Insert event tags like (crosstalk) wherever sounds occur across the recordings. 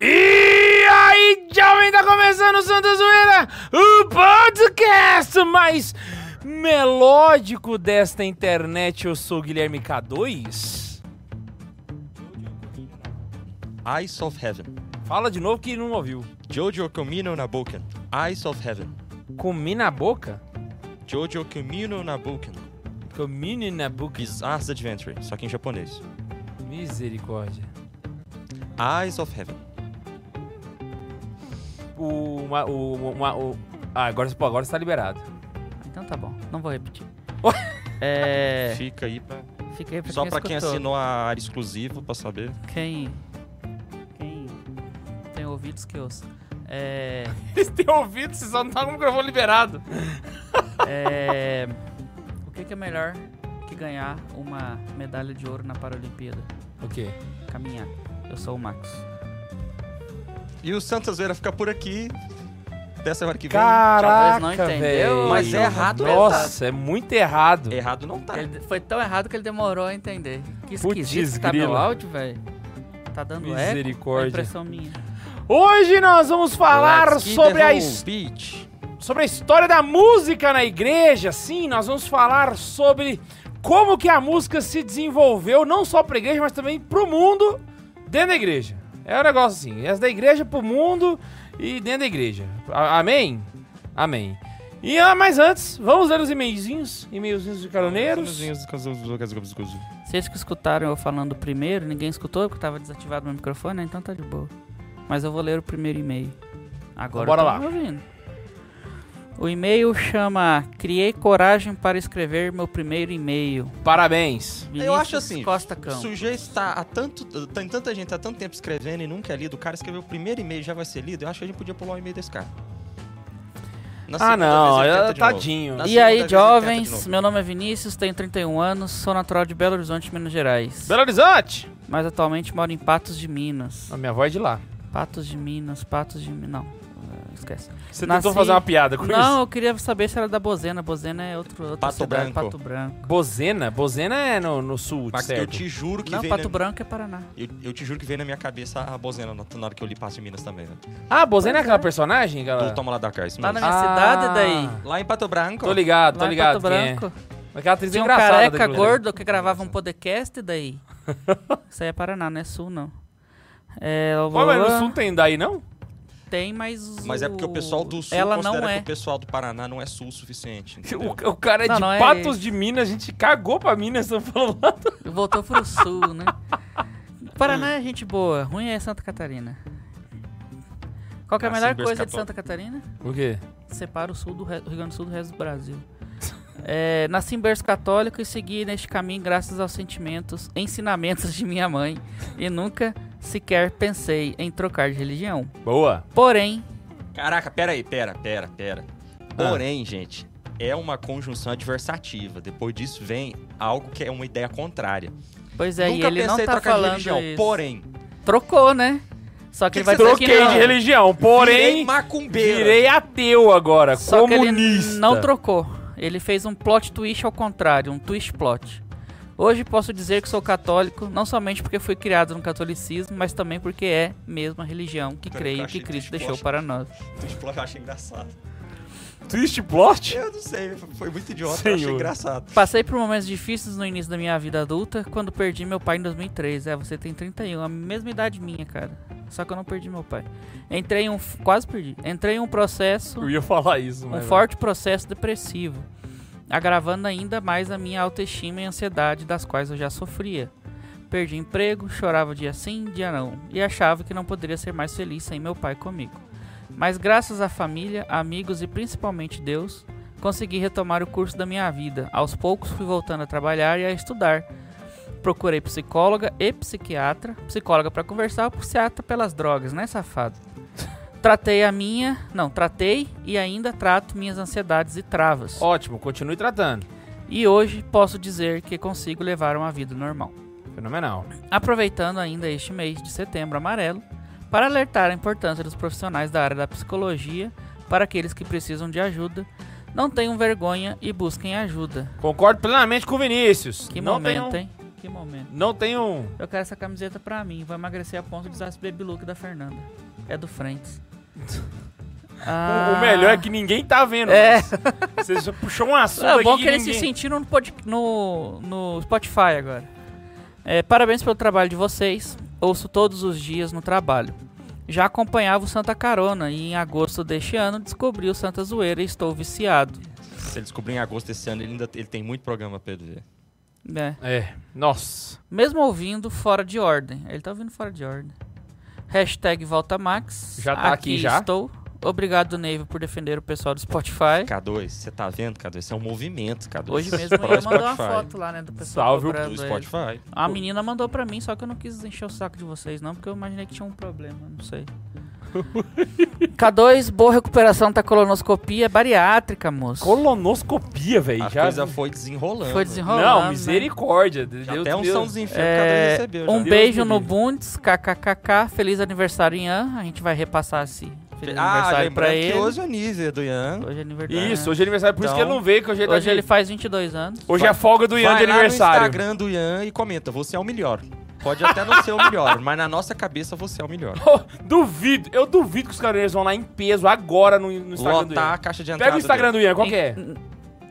E aí, jovem, tá começando o Santa Zoeira, o podcast mais melódico desta internet. Eu sou o Guilherme K2. Eyes of Heaven. Fala de novo que não ouviu. Jojo Camino Nabucan. Eyes of Heaven. Comi na boca? Jojo Camino Nabucan. Comi na boca. Bizarre's Adventure, só que em japonês. Misericórdia. Eyes of Heaven. O, uma- o, uma- o- ah, agora, pô, agora está (laughs) liberado. Então tá bom, não vou repetir. Ué. é. Fica aí pra... Fica aí pra só quem pra quem escutou. assinou a área exclusiva pra saber. Quem. Quem. Tem ouvidos que ouça. É. Vocês têm ouvido, vocês só não tá com o microfone liberado. é. O que, que é melhor que ganhar uma medalha de ouro na Paralimpíada? O quê? Caminhar. Eu sou o Max. E o Santa Zoeira fica por aqui. Até semana que vem. Talvez não Caraca, entendeu, velho. mas é errado Nossa, é muito errado. Errado não tá. Ele foi tão errado que ele demorou a entender. Que Putz, esquisito que tá meu grila. áudio, velho. Tá dando eco. É Misericórdia. impressão minha. Hoje nós vamos falar Let's get sobre a, the his- whole beach. sobre a história da música na igreja. Sim, nós vamos falar sobre como que a música se desenvolveu, não só pra igreja, mas também pro mundo dentro da igreja. É um negócio assim, é da igreja pro mundo e dentro da igreja. A- amém? Amém. E ah, mas antes, vamos ler os e-mailzinhos, e-mailzinhos de caroneiros. Vocês que escutaram eu falando primeiro, ninguém escutou porque tava desativado meu microfone, né? então tá de boa. Mas eu vou ler o primeiro e-mail. Agora Bora eu tô lá. me ouvindo. O e-mail chama Criei coragem para escrever meu primeiro e-mail. Parabéns. Eu acho Vinícius assim, Costa O Campos. sujeito tá há tanto. Tem tanta gente há tanto tempo escrevendo e nunca é lido. O cara escreveu o primeiro e-mail e já vai ser lido. Eu acho que a gente podia pular o e-mail desse cara. Na Ah, segunda não, vez ele eu- tenta de novo. tadinho. Na E segunda aí, vez ele tenta de jovens, novo. meu nome é Vinícius, tenho 31 anos, sou natural de Belo Horizonte, Minas Gerais. Belo Horizonte! Mas atualmente moro em Patos de Minas. A minha voz é de lá. Patos de Minas, Patos de Minas. Não, eh, esquece. Você tentou Nasci- fazer uma piada com isso? Não, eu queria saber se era da Bozena. Bozena é outro, outra Tá Pato cidade, Branco. Pato Branco. Bozena? Bozena é no, no sul, Max, eu certo? te juro que né? Não, veio. Pato na... Branco é Paraná. eu, eu te juro que veio na minha cabeça a bozena na na hora que eu li Passo de Minas também, né? Ah, Bozena é Pois aquela é. personagem, Do galera? Toma lá da cá, isso Lá Tá na mesmo. minha Ah. cidade, daí. Lá em Pato Branco. Tô ligado, tô lá em ligado Pato quem é. Branco. Aquela atriz Tinha um engraçada. careca inclusive. gordo que gravava um podcast, (laughs) daí. Isso aí é Paraná, não é Sul, não. É, eu Pô, vou- mas no sul tem daí, (laughs) não? tem, mas. Mas é porque o pessoal do sul Ela considera não é. que o pessoal do Paraná não é sul o suficiente. entendeu? (laughs) O, o cara é Não, de não, é- Patos de Minas, a gente cagou pra Minas, estão falando lá. Voltou pro Sul, (laughs) né? Paraná é gente boa, ruim é Santa Catarina. Qual que é a Assim, melhor berço coisa de católico. Santa Catarina? O quê? separa o sul do re- Rio Grande do Sul do resto do Brasil. (laughs) É, nasci em berço católico e segui neste caminho graças aos sentimentos, ensinamentos de minha mãe e nunca sequer pensei em trocar de religião. Boa. Porém, Caraca, pera aí, pera, pera, pera. Ah. Porém, gente, é uma conjunção adversativa. Depois disso vem algo que é uma ideia contrária. pois é, e Nunca ele não pensei em tá trocar de falando religião, isso. porém. Trocou, né? Só que, Que ele vai que você dizer Troquei que troquei não. de religião, virei porém, macumbeiro. virei ateu agora, Só que comunista. ele não trocou. Ele fez um plot twist ao contrário, um twist plot. Hoje posso dizer que sou católico, não somente porque fui criado no catolicismo, mas também porque é mesmo a religião que Peraí, que eu creio achei que Cristo twist deixou plot. para nós. Eu achei engraçado. Twist plot? Eu não sei, foi muito idiota, eu achei Senhor. engraçado. Passei por momentos difíceis no início da minha vida adulta, quando perdi meu pai em 2003. É, você tem 31, a mesma idade minha, cara. Só que eu não perdi meu pai. Entrei em um. Quase perdi. Entrei em um processo. Eu ia falar isso, é um mas... forte processo depressivo, agravando ainda mais a minha autoestima e ansiedade das quais eu já sofria. Perdi emprego, chorava dia sim, dia não, e achava que não poderia ser mais feliz sem meu pai comigo. Mas graças à família, amigos e principalmente Deus, consegui retomar o curso da minha vida. Aos poucos fui voltando a trabalhar e a estudar. Procurei psicóloga e psiquiatra, psicóloga para conversar, psiquiatra pelas drogas, né, safado? Tratei a minha, não, tratei e ainda trato minhas ansiedades e travas. Ótimo, continue tratando. E hoje posso dizer que consigo levar uma vida normal. Fenomenal. Aproveitando ainda este mês de setembro amarelo, para alertar a importância dos profissionais da área da psicologia para aqueles que precisam de ajuda, não tenham vergonha e busquem ajuda. Concordo plenamente com o Vinícius. Que não momento, tenham hein? Que momento. Não tem um. Eu quero essa camiseta pra mim. Vou emagrecer a ponto de usar esse baby look da Fernanda. É do Frentes. (laughs) O- O melhor é que ninguém tá vendo. Ah. É. mas Você já puxou um (laughs) assunto É aqui bom que que eles ninguém... se sentiram no, pod- no- no Spotify agora. É, parabéns pelo trabalho de vocês. Ouço todos os dias no trabalho. Já acompanhava o Santa Carona e em agosto deste ano descobri o Santa Zoeira e estou viciado. Se ele descobrir em agosto desse ano, ele ainda ele tem muito programa pra ele ver. né? É. Nossa. Mesmo ouvindo fora de ordem. Ele tá ouvindo fora de ordem. Hashtag volta Max. Já tá aqui já? estou. Obrigado, Neiva, por defender o pessoal do Spotify. K2, você tá vendo, K2? Isso é um movimento, K2. Hoje mesmo Pro ele mandou uma Spotify. foto lá, né, do pessoal Salve o cobrando Do ele. Spotify. A menina mandou pra mim, só que eu não quis encher o saco de vocês, não, porque eu imaginei que tinha um problema, não (laughs) sei. K2, boa recuperação da colonoscopia bariátrica, moço. Colonoscopia, velho. A Já... coisa foi desenrolando. Foi desenrolando. Não, né? misericórdia. Já Deus até um Deus. São Desenfio É, que o K2 recebeu. um já. Deus beijo me no livre. Bundes, kkkk. Feliz aniversário, Ian. A gente vai repassar esse feliz Ah, aniversário pra lembrando ele. que hoje é nível do Ian. Hoje é aniversário. Isso, né? hoje é aniversário, por isso que Então, ele não veio, que hoje, ele tá hoje de- ele faz 22 anos. hoje é Vai- a folga do Ian Vai de lá aniversário. (laughs) no Instagram do Ian e comenta, você é o melhor. Pode até não ser o melhor, mas na nossa cabeça você é o melhor. Pô, Oh, duvido, eu duvido que os caras vão lá em peso agora no, no Instagram do Lotar Ian. a caixa de entrada Pega o Instagram do Ian, qual que é?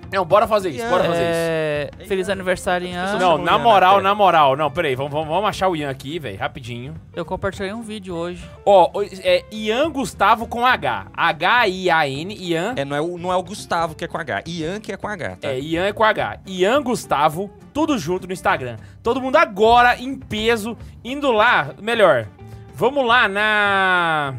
Não, bora fazer isso, Ian, bora fazer isso. É, Feliz aniversário, Ian. pessoas Não, Não, na Ian, moral, né, na moral. Não, peraí, vamos, vamos, vamos achar o Ian aqui, velho, rapidinho. Eu compartilhei um vídeo hoje. Ó, o- é Ian Gustavo com H. H-I-A-N, Ian. É, não, é o, não é o Gustavo que é com H, Ian que é com H, tá? É, Ian é com H. Ian Gustavo, tudo junto no Instagram. Todo mundo agora, em peso, indo lá. Melhor, vamos lá na.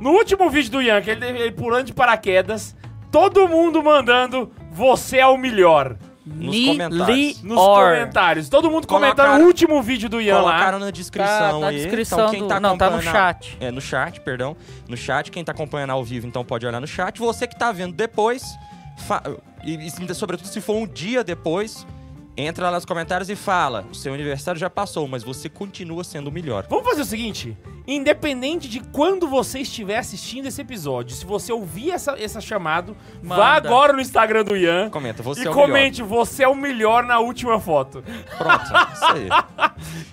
No último vídeo do Ian, que ele, ele pulando de paraquedas, todo mundo mandando você é o melhor. Nos Ni- comentários. li- Nos Or. comentários. Todo mundo comentando Colocaram- o último vídeo do Ian lá. Colocaram na descrição Tá na aí. descrição então, quem do- tá não, tá no acompanhando a- chat. É, no chat, perdão. No chat, quem tá acompanhando ao vivo, então pode olhar no chat. Você que tá vendo depois, fa- e, e se- sobretudo se for um dia depois, entra lá nos comentários e fala, o seu aniversário já passou, mas você continua sendo o melhor. Vamos fazer o seguinte: independente de quando você estiver assistindo esse episódio, se você ouvir essa, essa chamado, vá Manda. agora no Instagram do Ian. Comenta, você e é o melhor. comente, você é o melhor na última (laughs) foto. Pronto, isso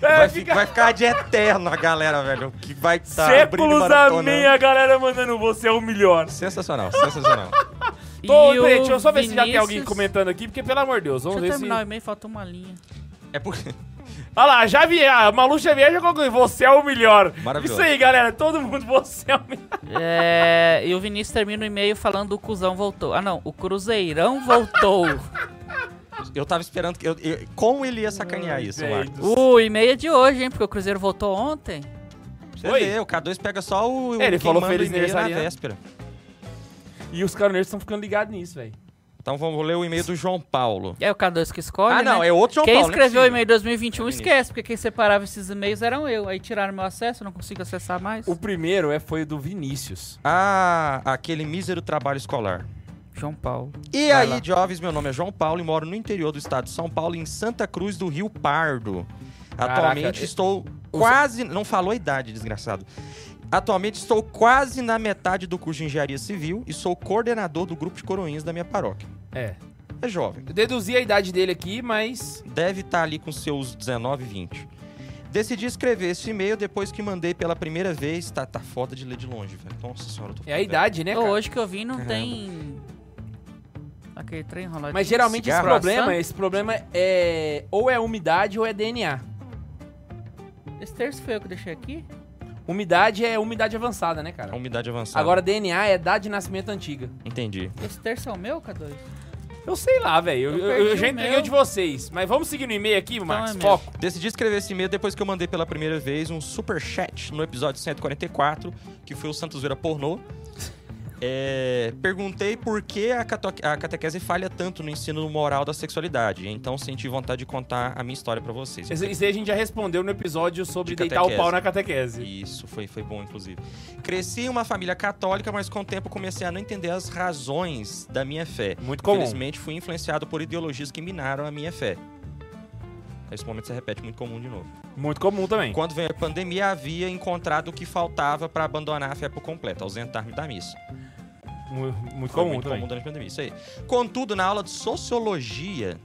(laughs) aí. É, vai, fi- fica vai ficar de eterno a galera, velho. Que vai tá tá estar séculos a meia galera mandando você é o melhor. Sensacional, sensacional. Tô, E o peraí, deixa eu só ver se já tem alguém Vinícius- comentando aqui, porque pelo amor de Deus, vamos Deixa eu ver se... terminar o e-mail, faltou uma linha. É porque. Olha lá, já vi, a Malu Xavier já colocou, você é o melhor. Maravilhoso. Isso aí, galera, todo mundo, (laughs) você é o melhor. É, (laughs) e o Vinícius termina o e-mail falando o cuzão voltou. Ah, não, o Cruzeirão (laughs) voltou. Eu tava esperando. Que eu, eu- como ele ia sacanear isso, Meu Marcos? Deus. o e-mail é de hoje, hein? Porque o Cruzeiro voltou ontem. Você Oi. vê, o K2 pega só o. o É, Ele quem falou manda feliz o e-mail na né? aniversário. véspera. E os caroneiros estão ficando ligados nisso, velho. Então vamos ler o e-mail do João Paulo. É o K2 que escolhe. Ah, não, né? é outro João Quem Paulo. não é escreveu o possível. e-mail 2021 É o Vinícius. esquece, porque quem separava esses e-mails eram eu. Aí tiraram meu acesso, eu não consigo acessar mais. O primeiro é, foi o do Vinícius. Ah, aquele mísero trabalho escolar. João Paulo. E Vai aí, lá. jovens, meu nome é João Paulo e moro no interior do estado de São Paulo, em Santa Cruz do Rio Pardo. Caraca, Atualmente é- e- estou quase. Não falou a idade, desgraçado. Atualmente estou quase na metade do curso de engenharia civil e sou coordenador do grupo de coroinhas da minha paróquia. É. É jovem. Eu deduzi a idade dele aqui, mas... Deve estar ali com seus 19, 20. Decidi escrever esse e-mail depois que mandei pela primeira vez. Tá, tá foda de ler de longe, velho. Nossa senhora, eu tô É a ficando idade, né, Ô, cara? hoje que eu vim não Caramba. tem. Aquele trem enroladinho. Mas geralmente esse Cigarro. problema, Maçã? esse problema é ou é umidade ou é DNA. Esse terço foi eu que deixei aqui? Umidade é umidade avançada, né, velho. A cara? É umidade avançada. Agora DNA é idade de nascimento antiga. Entendi. Esse terço é o meu, K2? Eu sei lá, velho. Eu, Eu eu- perdi eu já o entreguei meu. o de vocês. Mas vamos seguir no e-mail aqui, Max. é mesmo. Foco. Decidi escrever esse e-mail depois que eu mandei pela primeira vez um super chat no episódio 144, que foi o Santos Vera Pornô. É, perguntei por que a, cato- a catequese falha tanto no ensino moral da sexualidade. Então senti vontade de contar a minha história pra vocês. Esse- Isso aí a gente já respondeu no episódio sobre De deitar o catequese. pau na catequese. Isso, foi, foi bom, inclusive. Cresci em uma família católica, mas com o tempo comecei a não entender as razões da minha fé. Muito comum. Infelizmente, fui influenciado por ideologias que minaram a minha fé. Esse momento se repete muito comum de novo. Muito comum também. Quando veio a pandemia, havia encontrado o que faltava para abandonar a fé por completo, ausentar-me da missa. Mu- Muito Foi comum muito também. comum durante a pandemia, isso aí. Contudo, na aula de sociologia,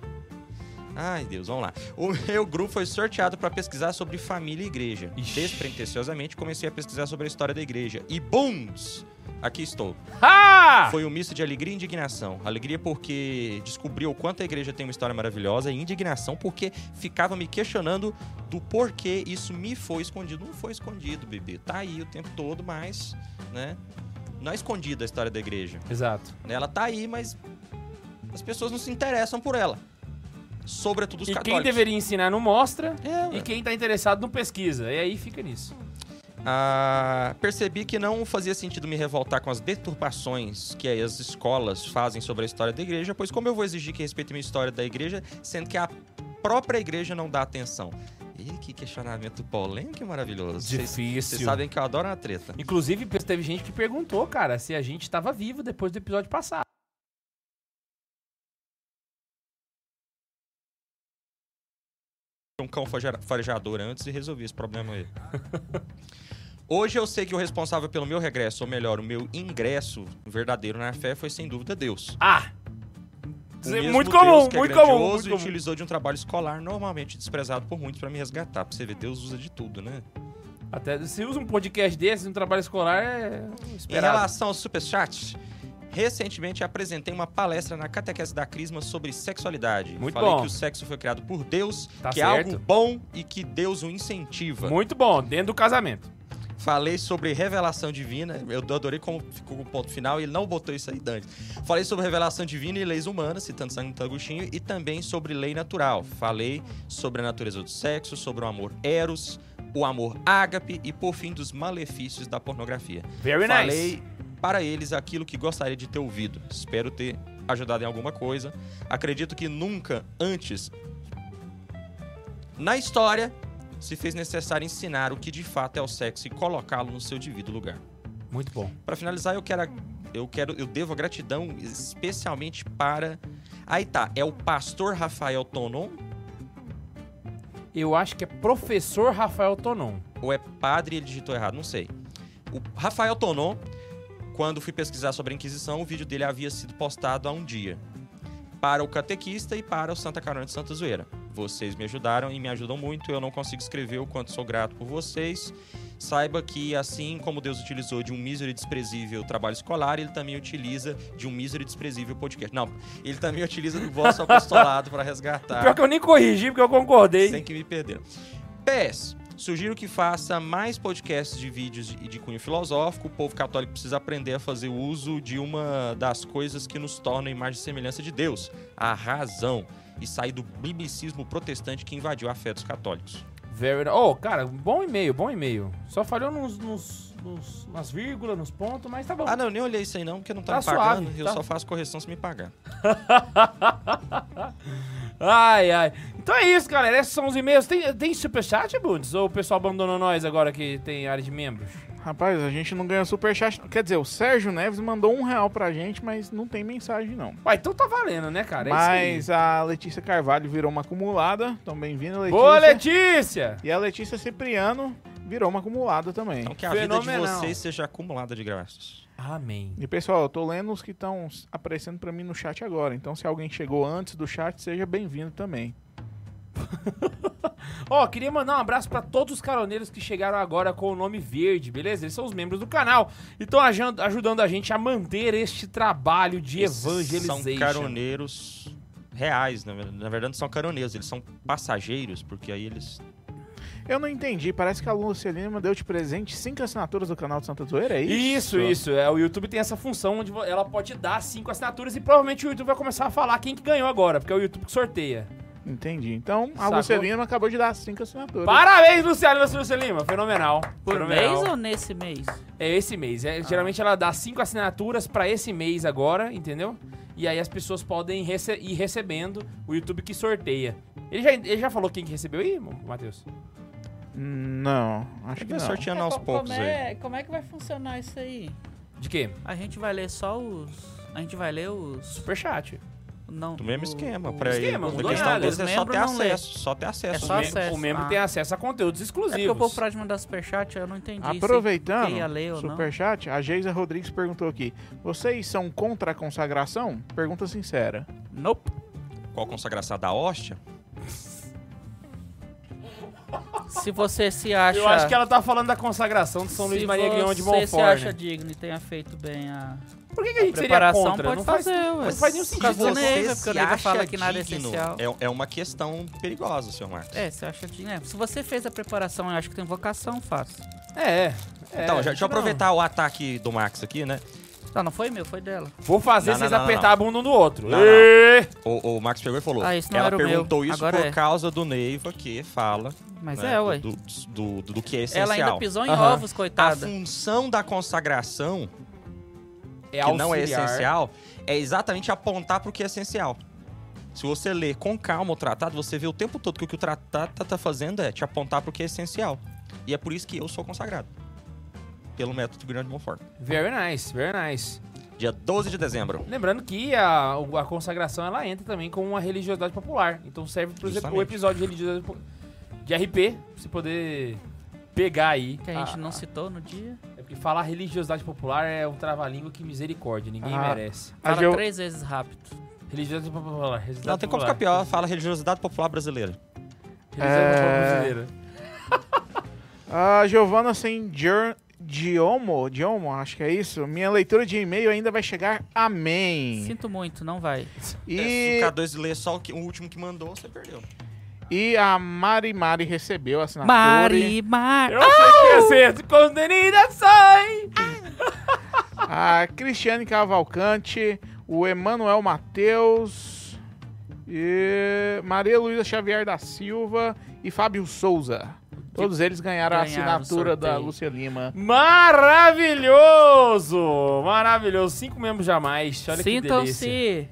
Ai, Deus, vamos lá. O meu grupo foi sorteado para pesquisar sobre família e igreja. Ixi. Despretensiosamente, comecei a pesquisar sobre a história da igreja. E bums! Aqui estou. Ah! Foi um misto de alegria e indignação. Alegria porque descobri o quanto a igreja tem uma história maravilhosa e indignação porque ficava me questionando do porquê isso me foi escondido. Não foi escondido, bebê. Tá aí o tempo todo, mas, né? Não é escondida a história da igreja. Exato. né? Ela tá aí, mas as pessoas não se interessam por ela. Sobretudo os e quem católicos. deveria ensinar não mostra, É, ué. e quem tá interessado não pesquisa. E aí fica nisso. Ah, percebi que não fazia sentido me revoltar com as deturpações que as escolas fazem sobre a história da igreja, pois como eu vou exigir que respeitem minha história da igreja, sendo que a própria igreja não dá atenção? Ih, que questionamento polêmico e maravilhoso. Vocês- Vocês Difícil. sabem que eu adoro uma treta. Inclusive, teve gente que perguntou, cara, se a gente tava vivo depois do episódio passado. um cão fareja- farejador antes e resolvi esse problema aí. (laughs) Hoje eu sei que o responsável pelo meu regresso, ou melhor, o meu ingresso verdadeiro na fé, foi sem dúvida Deus. Ah! O Isso é mesmo muito comum, Deus que é muito comum, grandioso muito e comum. utilizou de um trabalho escolar normalmente desprezado por muitos pra me resgatar. Pra você ver, Deus usa de tudo, né? Até se usa um podcast desse, um trabalho escolar, é Em esperado. relação ao superchat, recentemente apresentei uma palestra na Catequese da Crisma sobre sexualidade. Muito Falei bom. que o sexo foi criado por Deus, Tá que certo. é algo bom e que Deus o incentiva. Muito bom, dentro do casamento. Falei sobre revelação divina. Eu adorei como ficou o ponto final e ele não botou isso aí antes. Falei sobre revelação divina e leis humanas, citando Santo Agostinho, e também sobre lei natural. Falei sobre a natureza do sexo, sobre o amor eros, o amor ágape e, por fim, dos malefícios da pornografia. Very Falei nice. para eles aquilo que gostaria de ter ouvido. Espero ter ajudado em alguma coisa. Acredito que nunca antes na história se fez necessário ensinar o que de fato é o sexo e colocá-lo no seu devido lugar. Muito bom. Para finalizar, eu quero, eu quero, eu devo a gratidão especialmente para Aí tá, é o pastor Rafael Tonon Eu acho que é professor Rafael Tonon. ou é padre ele digitou errado, não sei. O Rafael Tonon, quando fui pesquisar sobre a Inquisição, o vídeo dele havia sido postado há um dia. Para o Catequista e para o Santa Carona de Santa Zoeira. Vocês me ajudaram e me ajudam muito. Eu não consigo escrever o quanto sou grato por vocês. Saiba que, assim como Deus utilizou de um mísero e desprezível trabalho escolar, ele também utiliza de um mísero e desprezível podcast. Não, ele também utiliza do (laughs) vosso apostolado para resgatar. Pior que eu nem corrigi, porque eu concordei. Sem que me perderam. PS. Sugiro que faça mais podcasts de vídeos e de cunho filosófico. O povo católico precisa aprender a fazer uso de uma das coisas que nos torna a imagem e semelhança de Deus, a razão, e sair do biblicismo protestante que invadiu a fé dos católicos. Very nice. Oh, cara, bom e-mail, bom e-mail. Só falhou nos, nos, nos- nas vírgulas, nos pontos, mas tá bom. Ah, não, eu nem olhei isso aí não, porque não tá, Tá me pagando. suave, eu tá. só faço correção se me pagar. ai, ai. Então é isso, galera. Esses são os e-mails. Tem, tem superchat, Bundes? Ou o pessoal abandonou nós agora que tem área de membros? Rapaz, a gente não ganha superchat. Quer dizer, o Sérgio Neves mandou um real pra gente, mas não tem mensagem, não. Ué, então tá valendo, né, cara? É isso mas a Letícia Carvalho virou uma acumulada. Então, bem-vinda, aí. Letícia. Boa, Letícia! E a Letícia Cipriano virou uma acumulada também. Então que a vida Fenomenal. de vocês seja acumulada de graças. Amém. E pessoal, eu tô lendo os que estão aparecendo pra mim no chat agora. Então, se alguém chegou antes do chat, seja bem-vindo também. Ó, queria mandar um abraço pra todos os caroneiros que chegaram agora com o nome verde, beleza? Eles são os membros do canal e estão ajudando a gente a manter este trabalho de Esses evangelização. São caroneiros reais, na verdade. Na verdade, não são caroneiros, eles são passageiros, porque aí eles Eu não entendi, parece que a Lucilina deu de presente cinco assinaturas do canal de Santa Zoeira, é Isso, isso? isso. É, o YouTube tem essa função onde vo- ela pode dar cinco assinaturas e provavelmente o YouTube vai começar a falar quem que ganhou agora, porque é o YouTube que sorteia. Entendi. Então, a Sacou? Lucilina acabou de dar cinco assinaturas. Parabéns, Luciano Lúcia Lima. Fenomenal. Por Fenomenal. mês ou nesse mês? É esse mês. É, Geralmente ela dá cinco assinaturas pra esse mês agora, entendeu? E aí as pessoas podem rece- ir recebendo o YouTube que sorteia. Ele já, ele já falou quem que recebeu aí, Ma- Matheus? Não, É acho que Vai não. sorteando aos Co- poucos como, aí. é, como é que vai funcionar isso aí? De quê? A gente vai ler só os. A gente vai ler os. Superchat. Não. Do mesmo o- esquema. o- Pra ele, esquema, a mudou questão nada. deles é Os só ter membros não lê. acesso. É Só ter acesso. só o, mem- Os membros- acesso, o membro ah. tem acesso a conteúdos É porque o povo exclusivos. para de mandar superchat, eu não entendi. se Aproveitando, quem ia ler ou não. superchat, a Geisa Rodrigues perguntou aqui: Vocês são contra a consagração? Pergunta sincera. Nope. Qual consagração da hóstia? Se você se acha. Eu acho que ela tá falando da consagração de São Luís se Maria Guion de você se Montfort. acha né? digno e tenha feito bem a Por que, que a gente seria preparação, contra? pode Não faz- fazer, ué. não faz nenhum Se sentido. Por causa do você Neiva, porque o se Neiva acha fala que nada é digno, essencial. É, é uma questão perigosa, senhor Marcos. É, você acha digno. É, se você fez a preparação, eu acho que tem vocação, faça. É, é. Então, já, deixa eu não. aproveitar o ataque do Max aqui, né? Não, não foi meu, foi dela. Vou fazer Não, não, vocês não, não, apertar a bunda um do outro. Não, não. Ê! O, o Max pegou e falou. Ah, isso não ela era o meu, perguntou isso agora por é. causa do Neiva, que fala Mas né, é, ué. do, do, do- do que é essencial. Ah, Ela ainda pisou em Aham. ovos, A coitada. função da consagração, É que não é auxiliar. essencial, é exatamente apontar para o que é essencial. Se você ler com calma o tratado, você vê o tempo todo que o que o tratado tá- tá fazendo é te apontar para o que é essencial. E é por isso que eu sou consagrado. Pelo método Grande Montfort. Very nice, very nice. Dia 12 de dezembro. Lembrando que a, o- a consagração ela entra também com uma religiosidade popular. Então serve pro Justamente. o episódio de religiosidade po- de RP, pra você poder pegar aí. Que a gente não a- citou no dia. É porque falar religiosidade popular é um trava-língua que misericórdia, ninguém Ah. merece. A, Fala geo- três vezes rápido. Religiosidade popular, religiosidade Não tem como popular. ficar pior. Fala religiosidade popular brasileira. Religiosidade popular É. brasileira. a Giovana sem Gior- Diomo, Diomo, acho que é isso. Minha leitura de e-mail ainda vai chegar. Amém. Sinto muito, não vai. E, É, Se o K2 ler só o, que- o último que mandou, você perdeu. e a Mari Mari recebeu a assinatura. Mari, Ah! Mari. Eu achei que ia ser condenida, sai! A Cristiane Cavalcante, o Emanuel Matheus, e Maria Luísa Xavier da Silva e Fábio Souza. Todos eles Ganharam ganharam, a o assinatura da sorteio. Lúcia Lima. Maravilhoso! Maravilhoso. Cinco membros jamais. Olha que delícia. Sintam-se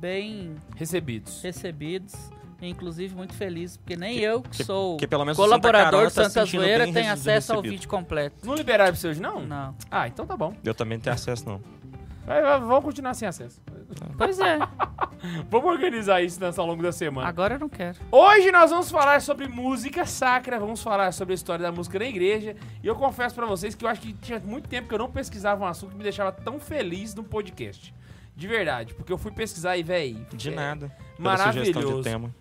bem Recebidos. recebidos. Inclusive, muito felizes, porque nem eu, que, sou que pelo menos o Santa colaborador Carona de tá se Santa sentindo Zoeira, bem tem rece- acesso ao recebido. vídeo completo. Não liberaram pros seus, não? Não. Ah, então tá bom. Eu também não tenho acesso, não. Vai, vai, vamos continuar sem acesso. Pois é, Vamos organizar isso nessa- ao longo da semana. agora eu não quero. Hoje nós vamos falar sobre música sacra, vamos falar sobre a história da música na igreja. E eu confesso pra vocês que eu acho que tinha muito tempo que eu não pesquisava um assunto que me deixava tão feliz no podcast. De verdade, porque eu fui pesquisar e, véi. De é, nada. Pela sugestão Maravilhoso. de tema.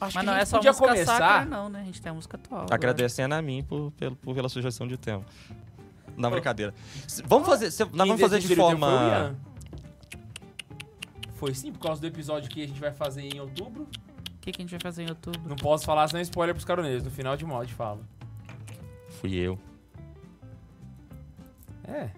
Acho Mas que não a gente é só podia música começar. sacra, não, né? A gente tem a música atual. agora. Agradecendo a mim por, pelo- por- pela sugestão de tema. Não, brincadeira. Se- Vamos fazer, se- nós Quem vamos fazer de decidiu o tema Foi, o forma... Ian. Foi sim, por causa do episódio que a gente vai fazer em outubro. O que, que a gente vai fazer em outubro? Não posso falar senão é spoiler pros caroneiros, no final de mod falo. Fui eu. É.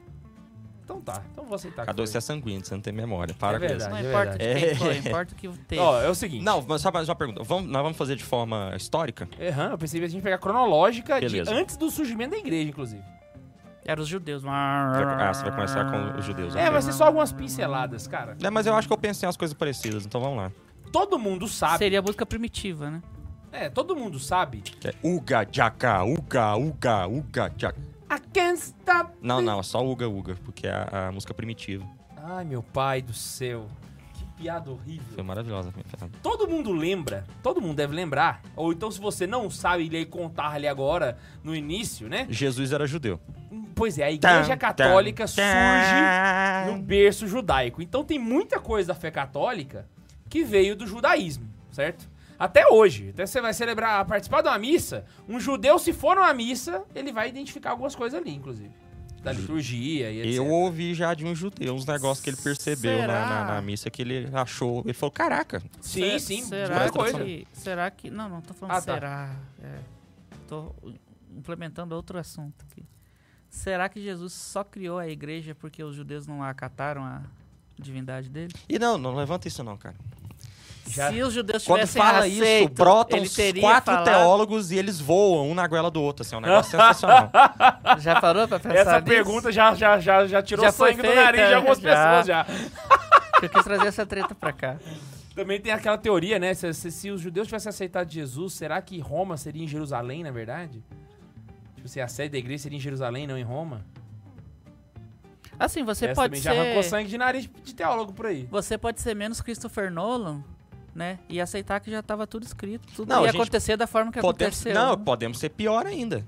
Então tá, então vou aceitar. que K2, você foi. é sanguíneo, você não tem memória. Para É com isso. Não verdade. de importa de quem verdade. foi, É. importa o que teve. Ó, é o seguinte. Não, mas só mais uma pergunta. Vamos, nós vamos fazer de forma histórica? Aham, eu pensei que a gente pegar cronológica de Beleza. antes do surgimento da igreja, inclusive. Era os judeus. Ah, você vai começar com os judeus, É, vai ser só algumas pinceladas, cara. É, mas eu acho que eu pensei em umas coisas parecidas, então vamos lá. Todo mundo sabe. Seria a música primitiva, né? É, todo mundo sabe. É, uga, jaca, uga, uga, uga, jaca. I can't stop. Não, não, é só uga, uga, porque é a, a música primitiva. Ai, meu pai do céu. Que piada horrível. Foi maravilhosa. minha piada. Todo mundo lembra, todo mundo deve lembrar. Ou então, se você não sabe ele aí contar ali agora, no início, né? Jesus era judeu. Pois é, a Igreja Católica surge Ah. no berço judaico. Então, tem muita coisa da fé católica que veio do judaísmo, certo? Até hoje. Até você vai celebrar, participar de uma missa. Um judeu, se for numa missa, ele vai identificar algumas coisas ali, inclusive. Da liturgia e etc. Eu ouvi já de um judeu uns negócios que ele percebeu na, na- Será? na missa que ele achou. Ele falou: Caraca, Sim, Se- sim, Será muita que, coisa. será que. Não, não tô falando Ah, tá. será. É, tô implementando outro assunto aqui. Será que Jesus só criou a igreja porque os judeus não acataram a divindade dele? E não, não levanta isso não, cara. Já- Se os judeus Quando tivessem fala isso, aceito, brotam ele uns teria quatro falado- teólogos e eles voam um na goela do outro, assim, é um negócio sensacional. Já parou pra pensar Essa nisso? pergunta já, já, já, já tirou Já foi sangue do feita, nariz de algumas já. pessoas já. Eu quis trazer essa treta pra cá. Também tem aquela teoria, né? Se, se- se os judeus tivessem aceitado Jesus, será que Roma seria em Jerusalém, na verdade? Tipo, se a sede da igreja seria em Jerusalém, não em Roma? Assim, você Essa pode também ser... já arrancou sangue de nariz de teólogo por aí. Você pode ser menos Christopher Nolan, né? E aceitar que já tava tudo escrito, tudo Não, ia a gente acontecer da forma que podemos, aconteceu. não, podemos ser pior ainda.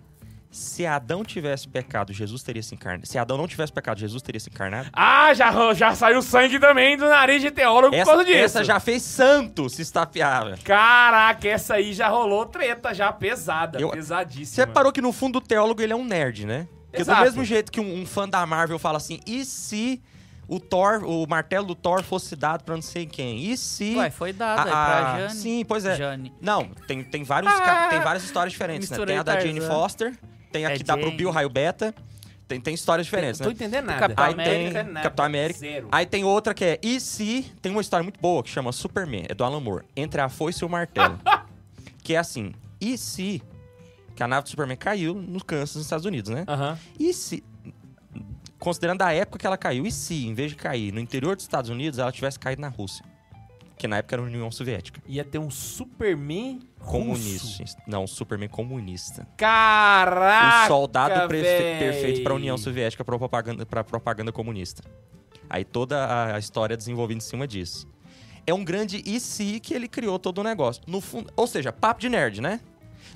Se Adão tivesse pecado, Jesus teria se encarnado. Se Adão não tivesse pecado, Jesus teria se encarnado. Ah, já, já saiu sangue também do nariz de teólogo por Essa, causa disso. essa já fez santo se estapeava. Caraca, essa aí já rolou treta, já pesada, Eu- pesadíssima. Você parou que no fundo o teólogo ele é um nerd, né? Porque é. Exato. do mesmo jeito que um, um fã da Marvel fala assim, e se o Thor, o martelo do Thor fosse dado pra não sei quem? E se. Ué, foi dado aí a- pra a- Jane. Sim, pois é. Jane. Não, tem, tem, vários, ca- tem várias histórias diferentes, né? Misturei Tem a da Jane Tarzan. Foster, tem a É que dá pro Jane. Bill Raio Beta. Tem, tem histórias diferentes, Não tô né? entendendo nada. Capitão Aí América. tem Não tô entendendo nada. Capitão América. Zero. Aí tem outra que é E se tem uma história muito boa que chama Superman, é do Alan Moore, Entre a Foice e (laughs) o Martelo. que é assim: E se que a nave do Superman caiu no Kansas, nos Estados Unidos, né? Aham. E se considerando a época que ela caiu, e se em vez de cair no interior dos Estados Unidos, ela tivesse caído na Rússia, que na época era a União Soviética. Ia ter um Superman russo. Comunista. Não, Superman comunista. Caraca, o soldado prefe- véi. perfeito para a União Soviética para propaganda, pra propaganda comunista. Aí toda a- a história é desenvolvida em cima disso. É um grande e se que ele criou todo o negócio. No fundo, ou seja, papo de nerd, né?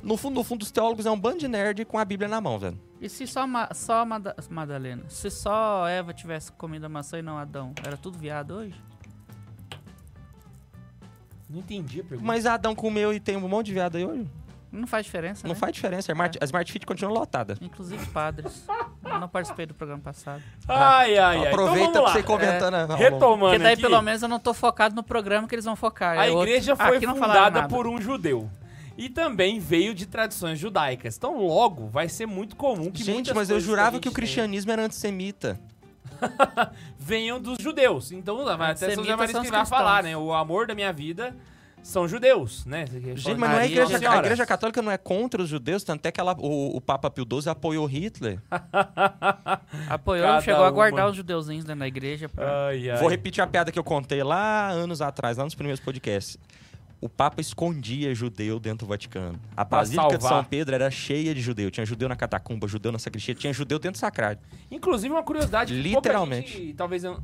No fundo, no fundo, os teólogos é um bando de nerd com a Bíblia na mão, velho. E se só, Ma- só Mada- Madalena? Se só Eva tivesse comido a maçã e não Adão? Era tudo viado hoje? Não entendi a pergunta. Mas Adão comeu e tem um monte de viado aí hoje. Não faz diferença, Não né? faz diferença. A Smart, a Smart Fit continua lotada. Inclusive padres. Eu não participei do programa passado. Ai, ai, ai. Aproveita então vamos pra você lá. ir comentando. né? a- ao longo. Retomando Porque daí aqui, pelo menos eu não tô focado no programa que eles vão focar. a é outro. igreja Ah, foi aqui não falaram fundada nada. por um judeu. E também veio de tradições judaicas. Então logo vai ser muito comum que Gente, muitas mas eu coisas jurava a que o gente cristianismo era antissemita. tem venham dos judeus. Então vai até São José Antissemitas Maria são os Escrivá falar, né? cristãos. O amor da minha vida são judeus, né? Você quer Gente, falar mas não é a Maria, de igreja, a Senhora. igreja católica não é contra os judeus, tanto é que ela, o, o Papa Pio XII apoiou Hitler. Apoiou, Cada chegou a guardar uma. os judeuzinhos dentro da igreja. pra- Ai, ai. Vou repetir a piada que eu contei lá anos atrás, lá nos primeiros podcasts. O Papa escondia judeu dentro do Vaticano. A Basílica de salvar. São Pedro era cheia de judeu. Tinha judeu na catacumba, judeu na sacristia, tinha judeu dentro do sacrário. Inclusive, uma curiosidade. que Literalmente. pouca gente- talvez eu.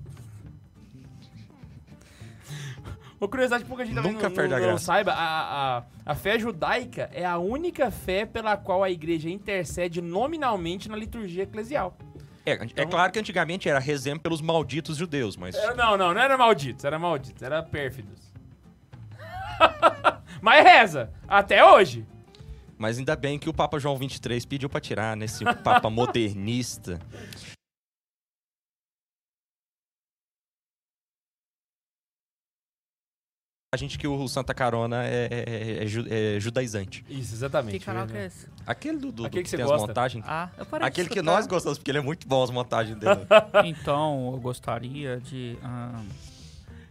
Uma curiosidade que pouca gente talvez Nunca não, perde a não, não graça. saiba. A, a, a fé judaica é a única fé pela qual a igreja intercede nominalmente na liturgia eclesial. É, Então é claro que antigamente era rezemos pelos malditos judeus, mas... Era- É, não, não, não era malditos, era malditos, era pérfidos. (laughs) Mas reza, até hoje. Mas ainda bem que o Papa João 23 pediu pra tirar nesse Papa modernista. A gente que o Santa Carona é, é- é ju- é judaizante. Isso, exatamente. Que canal que é esse? Aquele do, do- Aquele do que você tem as gosta? montagens. Ah, eu parei de Aquele que escutar. nós (laughs) gostamos, porque ele é muito bom as montagens dele. Então, eu gostaria de... ah,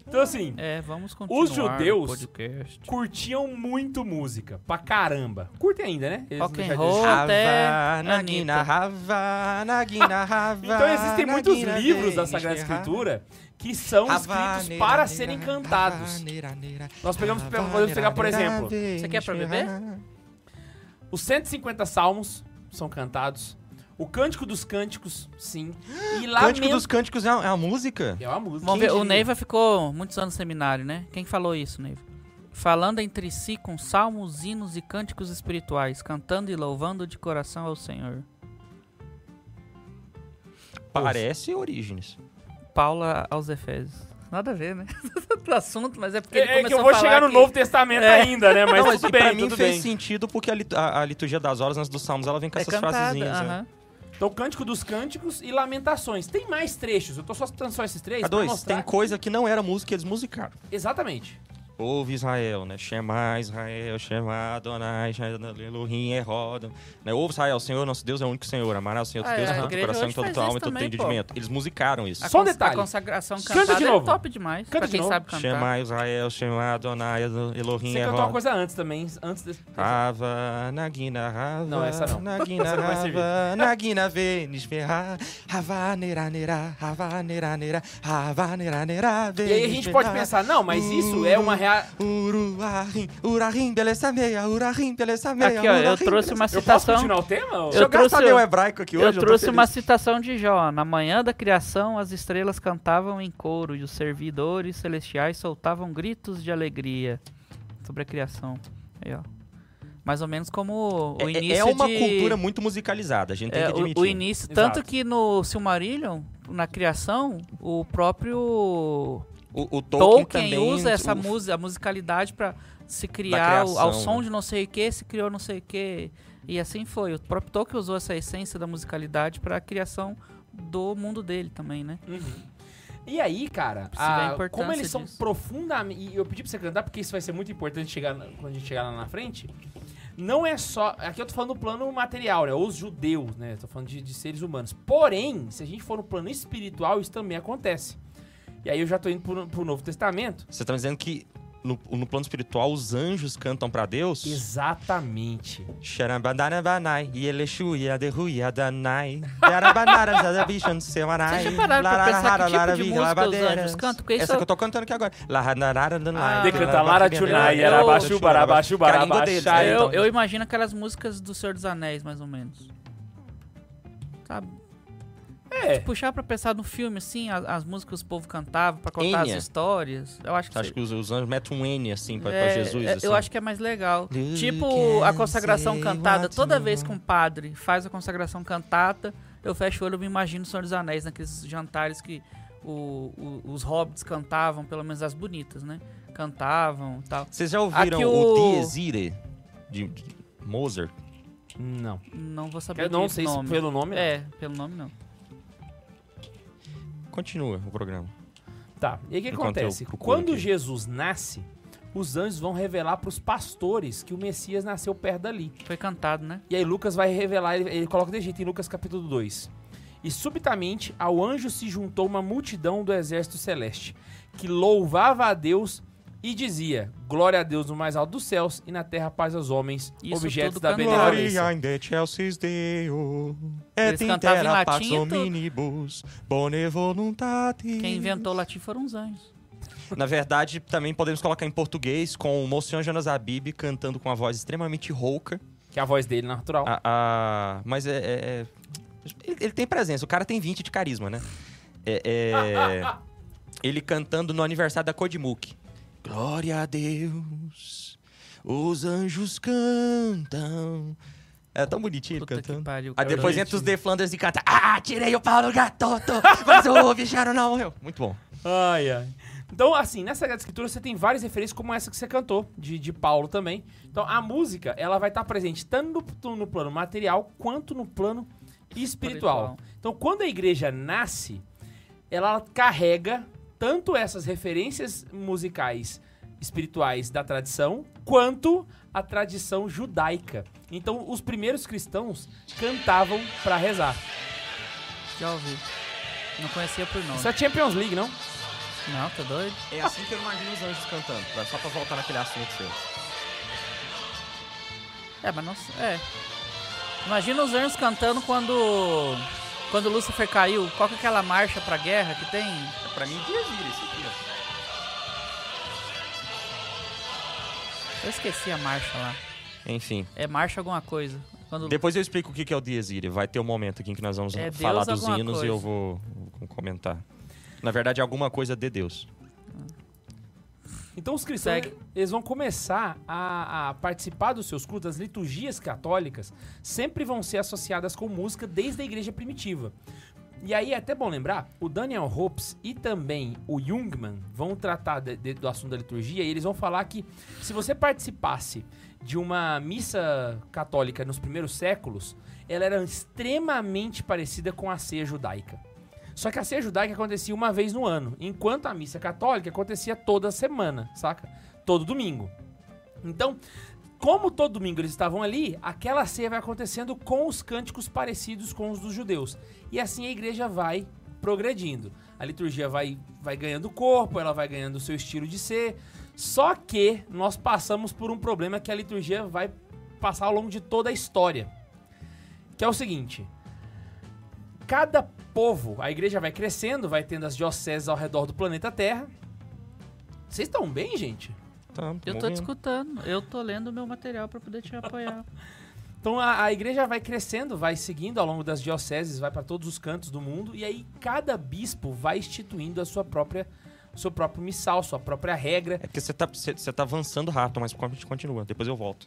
Então, assim, é, vamos continuar o judeus- podcast. curtiam muito música, pra caramba. Curtem ainda, né? Eles não Rock and deixaram de roll. existir. Até Havana, Anitta. Guina, (laughs) Havana, Guina, Então Ah, existem Havana, muitos Guina, livros da Guina, Sagrada Guina, Escritura que são né? escritos para serem cantados. Nós Ah, pegamos, podemos pegar, né? por exemplo, Você quer pra beber? os 150 salmos são cantados, o Cântico dos Cânticos, (gasps) sim, e Cântico Lamento... dos Cânticos é uma, é uma música? É uma música. Vamos ver, Quem o diria? Neiva ficou muitos anos no seminário, né? Quem falou isso, Neiva? Falando entre si com salmos, hinos e cânticos espirituais, cantando e louvando de coração ao Senhor. Parece Orígenes. Paula aos Efésios. Nada a ver, né? (laughs) Do assunto, mas é porque ele É, é começou que eu a vou falar chegar no que- Novo Testamento É. ainda, (laughs) né? Mas, Não, mas tudo pra bem, mim tudo fez bem. sentido porque a, lit- a- a liturgia das horas nas dos salmos ela vem com É essas cantada, frasezinhas. né? aham. Então, Cântico dos Cânticos e Lamentações. Tem mais trechos, eu tô só citando só esses três pra A Tá dois, mostrar tem coisa que não era música, eles musicaram. que- Exatamente. Ouve Israel, né? Shema Israel, Shema Adonai, Shema Elohim, Erodam. Né? Ouve Israel, Senhor, nosso Deus é o único Senhor. Amarás o Senhor, teu Ah, é, Deus, em a todo teu igreja coração, em hoje toda faz tua alma, em isso todo teu também, pô. entendimento. Eles musicaram isso. A Só um cons- detalhe. A consagração Canta cantada de novo. é top demais. Canta pra de quem novo. sabe cantar. Shema Israel, Shema Adonai, Elohim, Você cantou uma Erodam. coisa antes também, antes desse... Ah. Rava, Nagina, Rava. Não, essa não. (laughs) Nagina, Essa não vai servir. Rava, Nagina, Vênis, Ferrar. Rava, Nera, Nera, Rava, Nera, Nera, Rava, Nera, Nera, E Vênis, aí a gente pode pensar, não, mas isso é uma rea... Uruahim, Urahim, beleza meia, Urahim, beleza meia. Aqui, ó, eu urahim, trouxe beleza- uma Eu posso citação. continuar o tema? ou- Deixa eu, trouxe- gastar meu hebraico aqui hoje. Eu tô trouxe uma feliz. citação de Jó. Na manhã da criação, as estrelas cantavam em coro e os servidores celestiais soltavam gritos de alegria sobre a criação. Aí, ó. Mais ou menos como o É- é, início uma de- cultura muito musicalizada, a gente tem É, que o- admitir. o, início, Exato. tanto que no Silmarillion, na criação, o próprio O, o Tolkien, Tolkien, também usa essa o- música, a musicalidade pra se criar o- criação, ao som né? de não sei o que, se criou não sei o que. E assim foi. O próprio Tolkien usou essa essência da musicalidade pra criação do mundo dele também, né? E aí, cara, Precisa da a- importância como eles são disso. profundamente. E eu pedi pra você cantar, porque isso vai ser muito importante chegar na- quando a gente chegar lá na frente. Não é só. Aqui eu tô falando do plano material, né? Os judeus, né? Eu tô falando de, de seres humanos. Porém, se a gente for no plano espiritual, isso também acontece. E aí eu já tô indo pro, pro Novo Testamento. Você tá me dizendo que no, no plano espiritual os anjos cantam pra Deus? Exatamente. Xarabadarabanai, Yelexu, Yadehu, Yadanai, Yarabanarabishan, Semanai. Vocês já pararam pra pensar que tipo de música os anjos cantam? Porque isso Essa é- que eu tô cantando aqui agora. Lahanararadanai. Ah. Decanta lara tchunai, Eu- arabaxu, barabaxu, Carimba deles, barabachai. Ah, né? eu, então. eu imagino aquelas músicas do Senhor dos Anéis, mais ou menos. Sabe? É. Se puxar pra pensar no filme, assim, a- as, músicas que o povo cantava pra contar Enya. as histórias. Eu acho que, Acho que os, os anjos metem um N assim pra, pra É, Jesus. é, assim. Eu acho que é mais legal. You tipo a can consagração say cantada. what Toda you vez que want. um padre faz a consagração cantata, eu fecho o olho e me imagino o Senhor dos Anéis naqueles jantares que o- o- os hobbits cantavam, pelo menos as bonitas, né? Cantavam e tal. Vocês já ouviram Aqui o, o- Dies Irae de, de Mozart? Não. Não vou saber Eu não o sei nome. se pelo nome. É, pelo nome não. Continua o programa. Tá. E aí o que Enquanto eu acontece? procuro Quando aqui. Jesus nasce, os anjos vão revelar pros pastores que o Messias nasceu perto dali. Foi cantado, né? E aí Lucas vai revelar, ele, ele coloca de jeito em Lucas capítulo 2. E subitamente ao anjo se juntou uma multidão do exército celeste, que louvava a Deus e dizia: Glória a Deus no mais alto dos céus e na terra paz aos homens, Isso objetos tudo da cantado. Glória benevolência. in the Chelsea's É Deo. Eles cantavam em latim e tudo. omnibus. Bone voluntate. Quem inventou o latim foram os anjos. Na verdade, também podemos colocar em português com o Monsenhor Jonas Abib cantando com uma voz extremamente rouca. Que é a voz dele natural. A- a- Mas é. é- é- Ele, ele tem presença, o cara tem 20 de carisma, né? É, é, (laughs) Ele cantando no aniversário da Codimuk. Glória a Deus, os anjos cantam. É tão bonitinho ele Puta que cantando. pariu, Aí cara. Ah, depois Bonitinho. entra os The Flanders e canta Ah, tirei o pau do gatoto, mas o bicharo não morreu. Muito bom. Ai, ai. Então, assim, nessa Sagrada Escritura você tem várias referências como essa que você cantou, de, de Paulo também. Então, a música, ela vai estar presente tanto no, no plano material quanto no plano espiritual. Espiritual. Então, quando a igreja nasce, ela carrega tanto essas referências musicais espirituais da tradição, quanto a tradição judaica. Então, os primeiros cristãos cantavam pra rezar. Já ouvi. Não conhecia por nome. Isso é Champions League, não? Não, tá doido? É assim que eu imagino os anjos cantando, pra- só pra voltar naquele assunto seu. É, mas não. É. Imagina os anjos cantando quando. Quando Lúcifer caiu. Qual que é aquela marcha pra guerra que tem? Pra mim, dia vira isso aqui, ó. Eu esqueci a marcha lá. Enfim, É marcha alguma coisa. Quando depois eu explico o que que é o Diezire. Vai ter um momento aqui em que nós vamos É Deus falar dos alguma hinos coisa. e eu vou, vou comentar. Na verdade, é alguma coisa de Deus. Então os cristãos Segue. eles vão começar a, a participar dos seus cultos, as liturgias católicas sempre vão ser associadas com música desde a igreja primitiva. E aí é até bom lembrar, o Daniel Hopes e também o Jungmann vão tratar de- de- do assunto da liturgia e eles vão falar que se você participasse de uma missa católica nos primeiros séculos, ela era extremamente parecida com a ceia judaica. Só que a ceia judaica acontecia uma vez no ano, enquanto a missa católica acontecia toda semana, saca? Todo domingo. Então, como todo domingo eles estavam ali, aquela ceia vai acontecendo com os cânticos parecidos com os dos judeus. E assim a igreja vai progredindo. A liturgia vai, vai ganhando corpo, ela vai ganhando o seu estilo de ser. Só que nós passamos por um problema que a liturgia vai passar ao longo de toda a história. Que é o seguinte: cada povo, a igreja vai crescendo, vai tendo as dioceses ao redor do planeta Terra. Vocês estão bem, gente? Tá, Eu tô movendo. te escutando. Eu tô lendo o meu material pra poder te apoiar. Então a, a igreja vai crescendo, vai seguindo ao longo das dioceses, vai para todos os cantos do mundo e aí cada bispo vai instituindo a sua própria seu próprio missal, sua própria regra. É porque você tá, você, você tá avançando rápido, mas con- continua. Depois eu volto.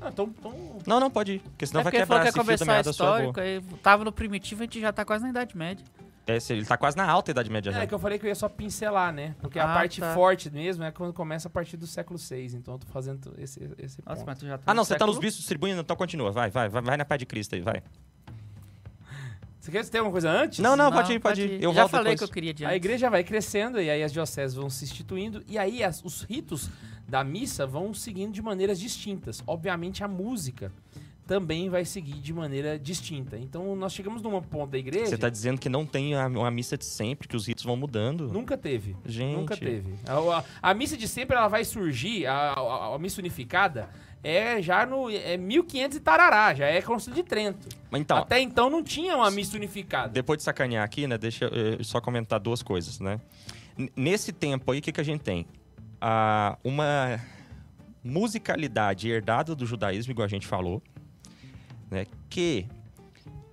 Ah, então, então- Não, não, pode ir. Porque senão é vai porque ele falou quebrar que ia esse conversar fio da meada sua é boa. histórico, aí tava no primitivo, a gente já tá quase na Idade Média. É, se ele tá quase na alta idade média É já. que eu falei que eu ia só pincelar, né? Porque a Ah, parte tá. forte mesmo é quando começa a partir do século VI. Então eu tô fazendo esse, esse Nossa, ponto. mas tu já tá Ah, não, no você tá nos século- bichos distribuindo, então continua. Vai, vai, vai, vai na paz de Cristo aí, vai. Você quer ter alguma coisa antes? Não, não, pode ir, pode ir. Eu já volto falei depois. que eu queria de A antes. igreja vai crescendo e aí as dioceses vão se instituindo e aí as- os ritos da missa vão seguindo de maneiras distintas. Obviamente a música também vai seguir de maneira distinta. Então nós chegamos numa ponta da igreja, Você tá dizendo que não tem a- uma missa de sempre, que os ritos vão mudando. nunca teve. Gente. Nunca teve. A, a- a missa de sempre ela vai surgir, a, a- a missa unificada é já no é 1500 e tarará, já é Conselho de Trento. Mas então, Até então não tinha uma missa unificada. depois de sacanear aqui, né, deixa eu eh, só comentar duas coisas, né? N- nesse tempo aí, o que, que a gente tem? Ah, uma musicalidade herdada do judaísmo, igual a gente falou, né, que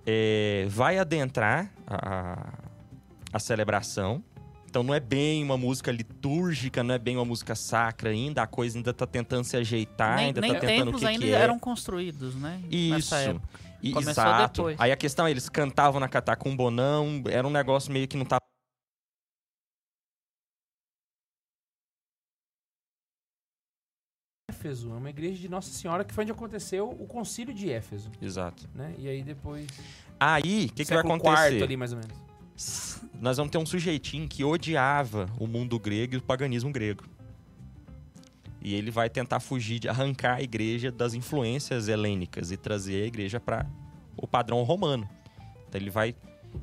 eh, vai adentrar a, a- a celebração. Então não é bem uma música litúrgica, não é bem uma música sacra ainda, a coisa ainda tá tentando se ajeitar, nem ainda nem tá tentando o templos que, ainda que é. eram construídos, né? Isso. Nessa época. E- Começou Exato. depois. Aí a questão é, eles cantavam na catacumba ou não, era um negócio meio que não tava. Éfeso é uma igreja de Nossa Senhora que foi onde aconteceu o Concílio de Éfeso, Exato. né? E aí depois Aí, o que, é que vai século acontecer? IV é ali, mais ou menos. Nós vamos ter um sujeitinho que odiava o mundo grego e o paganismo grego. E ele vai tentar fugir de arrancar a igreja das influências helênicas e trazer a igreja para o padrão romano. Então ele vai,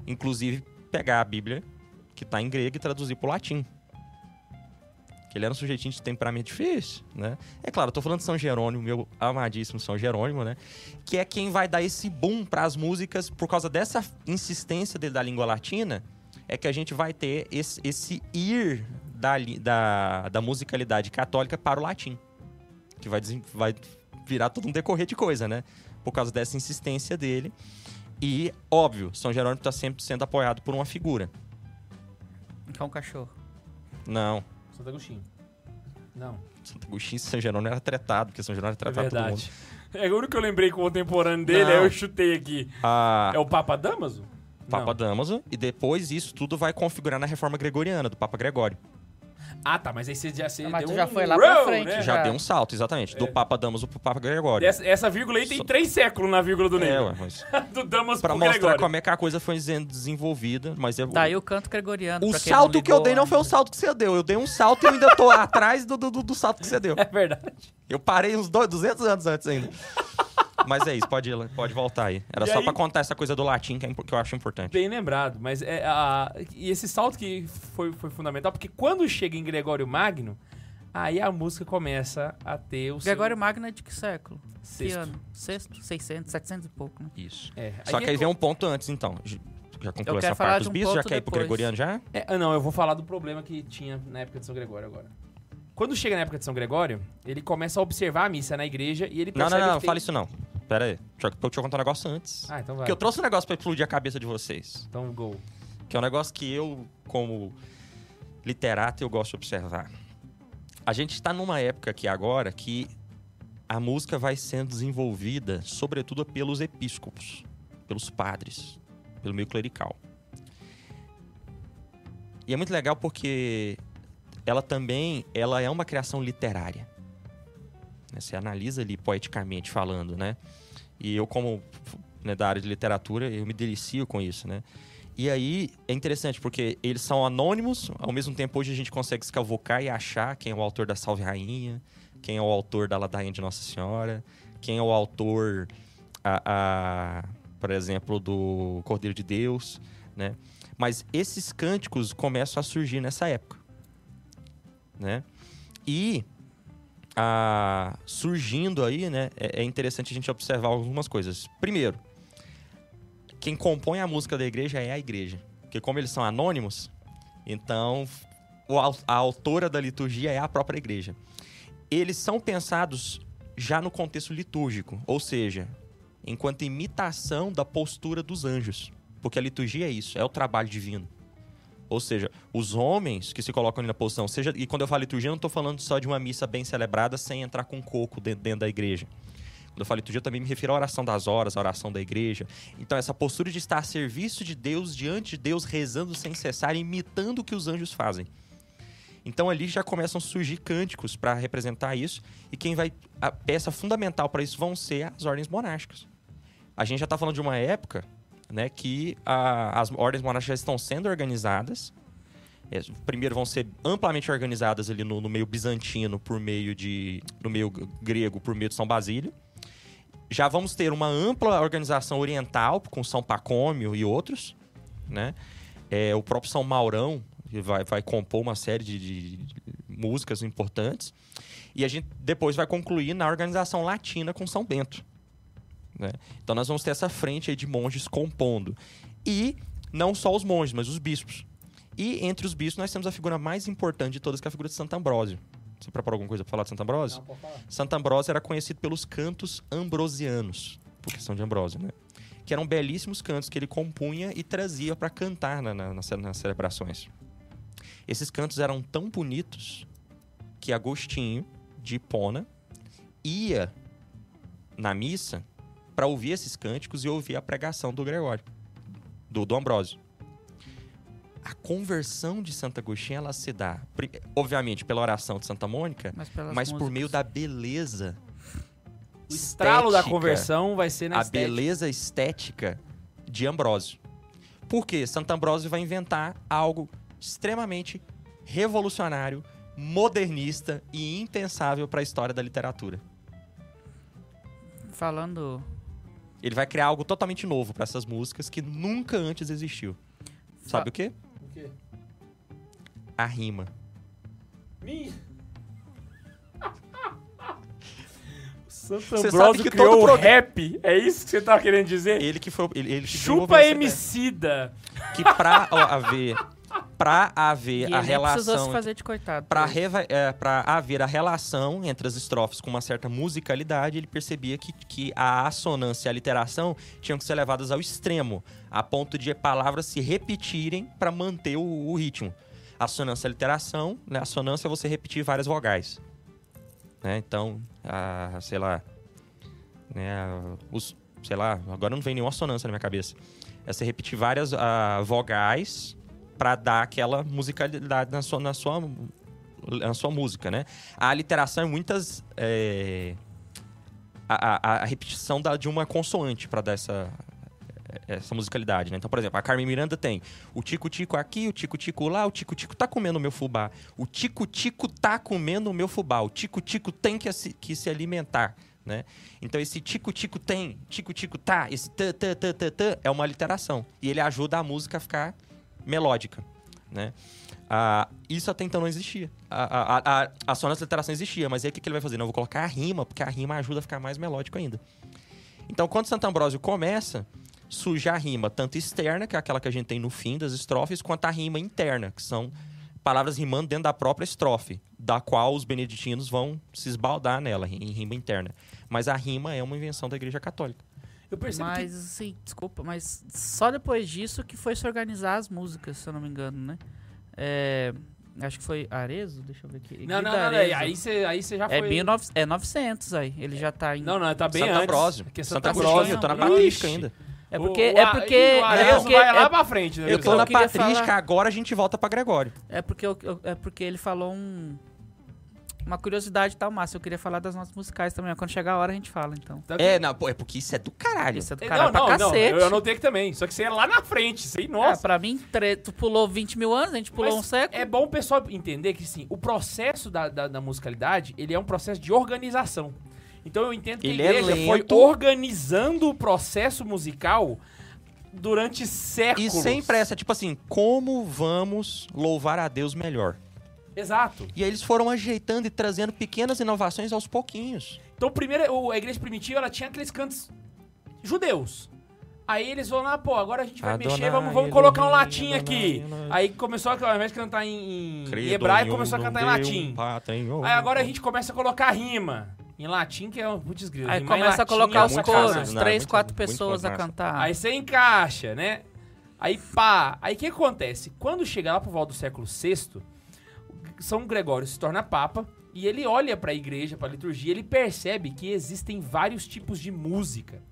inclusive, pegar a Bíblia que tá em grego e traduzir pro latim. Que ele era um sujeitinho de temperamento difícil, né? É claro, eu tô falando de São Jerônimo, meu amadíssimo São Jerônimo, né? Que é quem vai dar esse boom para as músicas por causa dessa insistência dele da língua latina, é que a gente vai ter esse, esse ir da, li- da, da musicalidade católica para o latim. Que vai, desen- vai virar todo um decorrer de coisa, né? Por causa dessa insistência dele. E, óbvio, São Jerônimo está sempre sendo apoiado por uma figura. Que é um cachorro. Não, Santo Agostinho. Não, Santo Agostinho e São Jerônimo era tretado, porque São Jerônimo era é tratado por todo mundo. verdade. É o único que eu lembrei contemporâneo dele, Não. aí eu chutei aqui. Ah, É o Papa Damaso? Papa Não. Damaso, e depois isso tudo vai configurar na reforma gregoriana, do Papa Gregório. Ah, tá, mas aí você já, você Mas deu tu já um foi lá pra roll, frente, né? Já Ah. deu um salto, exatamente, É. do Papa Damaso pro Papa Gregório. Essa, essa vírgula aí tem Só- três séculos na vírgula do é, Ney. ué, mas... (laughs) do Damaso Pra pro mostrar Gregório. como é que a coisa foi sendo desenvolvida, mas é... Daí o Tá, canto gregoriano. O pra quem salto que eu ligou né? dei não foi o ainda. salto que você deu. Eu dei um salto e eu ainda tô (laughs) atrás do, do, do- do salto que você deu. É verdade. (laughs) Eu parei uns dois, 200 anos antes ainda. (laughs) Mas é isso, pode ir, lá, pode voltar aí. Era E só aí- pra contar essa coisa do latim que, é impo- que eu acho importante. Bem lembrado, mas é a, e esse salto que foi, foi fundamental, porque quando chega em Gregório Magno, aí a música começa a ter o seu Gregório Magno é de que século? Que sexto. ano? Sexto? 600, 700 e pouco, né? Isso. É, Só que aí é- vem um ponto antes, então. J- Já concluiu Eu quero essa falar de parte dos um bichos? Já ponto quer ir pro depois. Gregoriano já? É, ah, não, eu vou falar do problema que tinha na época de São Gregório agora. Quando chega na época de São Gregório, ele começa a observar a missa na igreja e ele Não, percebe não, não, que não tem- fala isso não. Pera aí. Deixa eu, deixa eu contar um negócio antes. Ah, então vai. Porque eu trouxe um negócio pra explodir a cabeça de vocês. Então, gol. que é um negócio que eu, como literato, eu gosto de observar. A gente está numa época aqui agora que a música vai sendo desenvolvida, sobretudo pelos episcopos, pelos padres, pelo meio clerical. E é muito legal porque ela também ela é uma criação literária. Né, Você analisa ali poeticamente falando, né? E eu, como né, da área de literatura, eu me delicio com isso, né? E aí é interessante, porque eles são anônimos, ao mesmo tempo hoje a gente consegue escavocar e achar quem é o autor da Salve Rainha, quem é o autor da Ladainha de Nossa Senhora, quem é o autor, a, a, por exemplo, do Cordeiro de Deus, né? Mas esses cânticos começam a surgir nessa época, né? E a, surgindo aí, né, é, é interessante a gente observar algumas coisas. Primeiro, quem compõe a música da igreja é a igreja. Porque como eles são anônimos, então o au- a autora da liturgia é a própria igreja. Eles são pensados já no contexto litúrgico, ou seja, enquanto imitação da postura dos anjos. Porque a liturgia é isso, é o trabalho divino. Ou seja, os homens que se colocam ali na posição, seja, e quando eu falo liturgia, eu não estou falando só de uma missa bem celebrada sem entrar com coco dentro, dentro da igreja. Quando Quando eu falo liturgia, eu também me refiro à oração das horas, à oração da igreja. Então, essa postura de estar a serviço de Deus, diante de Deus, rezando sem cessar, imitando o que os anjos fazem. Então, ali já começam a surgir cânticos para representar isso, e quem vai. A peça fundamental para isso vão ser as ordens monásticas. A gente já está falando de uma época né, que a- as ordens monásticas já estão sendo organizadas. É, primeiro vão ser amplamente organizadas ali no, no meio bizantino, por meio de. no meio g- grego, por meio de São Basílio. Já vamos ter uma ampla organização oriental, com São Pacômio e outros. Né? É, o próprio São Maurão que vai, vai compor uma série de, de- de músicas importantes. E a gente depois vai concluir na organização latina com São Bento. né? Então nós vamos ter essa frente aí de monges compondo. E não só os monges, mas os bispos. E entre os bispos nós temos a figura mais importante de todas, que é a figura de Santo Ambrósio. Você preparou alguma coisa para falar de Santo Ambrósio? Santo Ambrósio era conhecido pelos cantos ambrosianos, por questão de Ambrósio, né? Que eram belíssimos cantos que ele compunha e trazia para cantar na- na- nas, ce- nas celebrações. Esses cantos eram tão bonitos que Agostinho de Hipona ia na missa para ouvir esses cânticos e ouvir a pregação do Gregório, do, do Ambrósio a conversão de Santo Agostinho ela se dá, pri- obviamente, pela oração de Santa Mônica, Mas, pelas mas por músicas. meio da beleza. O estralo da estética, conversão vai ser na A estética. beleza estética de Ambrósio. Por quê? Santo Ambrósio vai inventar algo extremamente revolucionário, modernista e impensável para a história da literatura. Falando Ele vai criar algo totalmente novo para essas músicas que nunca antes existiu. Sabe Fa- o quê? A rima. Minha. O Santo Você Ambrosio sabe que criou todo o programa- rap? É isso que você tá querendo dizer? Ele que foi o- ele, ele que desenvolveu Chupa essa ideia. Emicida. que pra ó, haver pra haver (laughs) e a ele nem precisou se relação fazer de coitado. né? pra, Ele- reva- é, pra haver a relação entre as estrofes com uma certa musicalidade, ele percebia que, que a assonância e a literação tinham que ser levadas ao extremo, a ponto de palavras se repetirem para manter o, o ritmo. Assonância e literação, né? Assonância é você repetir várias vogais. Né? Então, a, sei lá, né, a- os, sei lá, agora não vem nenhuma assonância na minha cabeça. É você repetir várias ah, vogais para dar aquela musicalidade na sua, na sua a sua música, né? A literação é muitas. é, a, a- a repetição da, de uma consoante para dar essa, essa musicalidade, né? Então, por exemplo, a Carmen Miranda tem o tico-tico aqui, o tico-tico lá, o tico-tico tá comendo o meu fubá, o tico-tico tá comendo o meu fubá, o tico-tico tem que, se- que se alimentar, né? Então, esse tico-tico tem, tico-tico tá, esse tã, tã, tã, tã, tã é uma literação. E ele ajuda a música a ficar melódica, né? Ah, isso até então não existia. A, a, a, a, a sonora literação existia, mas aí o que, que ele vai fazer? Não, eu vou colocar a rima, porque a rima ajuda a ficar mais melódico ainda. Então, quando Santo Ambrósio começa, surge a rima tanto externa, que é aquela que a gente tem no fim das estrofes, quanto a rima interna, que são palavras rimando dentro da própria estrofe, da qual os beneditinos vão se esbaldar nela, em rima interna. Mas a rima é uma invenção da Igreja Católica. Eu percebo Mas, assim, desculpa, mas só depois disso que foi se organizar as músicas, se eu não me engano, né? É, acho que foi Arezo, deixa eu ver aqui. que... Não, não, Guido não, não. Arezzo. Aí você aí você já é, foi... 19, é 900 aí, ele já tá em... Não, não, tá bem Santo antes. Ambrósio. Porque Santo Santa Ambrósio, Ambrósio. eu tô na Ixi. patrística ainda. É O- porque, o é A- porque, Ih, o é Arezzo porque, vai lá é, pra frente. né? Eu tô eu na queria patrística, falar- agora a gente volta pra Gregório. é porque eu- eu- é porque ele falou um uma curiosidade e tal massa. Eu queria falar das notas musicais também. mas Quando chegar a hora a gente fala, então. Tá- É, não, pô, é porque isso é do caralho. Isso é do É, caralho pra cacete. eu anotei aqui também. Só que você é lá na frente. Você, É, nossa. pra mim, tre- tu pulou 20 mil anos, a gente pulou Mas um século. É bom o pessoal entender que, sim, o processo da, da, da musicalidade, ele é um processo de organização. Então eu entendo que Ele a é igreja foi lento. organizando o processo musical durante E séculos. sem pressa, tipo assim, como vamos louvar a Deus melhor? Exato. E aí eles foram ajeitando e trazendo pequenas inovações aos pouquinhos. Então, primeiro, o- a igreja primitiva, ela tinha aqueles cantos judeus. Aí eles vão lá, pô, agora a gente vai mexer, Adonai, vamos, vamos colocar um Elohim, latim Adonai, aqui. Elohim. Aí começou, ao invés de cantar em, em um, hebraico, começou a cantar em latim. Aí agora a gente começa a colocar rima. Em latim, que é um putz grilo. Aí rimar em começa a latim colocar é os muito coros, massa. sacanagem. Não, é três, muito- quatro muito pessoas a massa. cantar. Aí você encaixa, né? Aí pá. Aí o que acontece? Quando chega lá por volta do século VI, São Gregório se torna papa e e ele olha pra igreja, pra liturgia, ele percebe que existem vários tipos de música.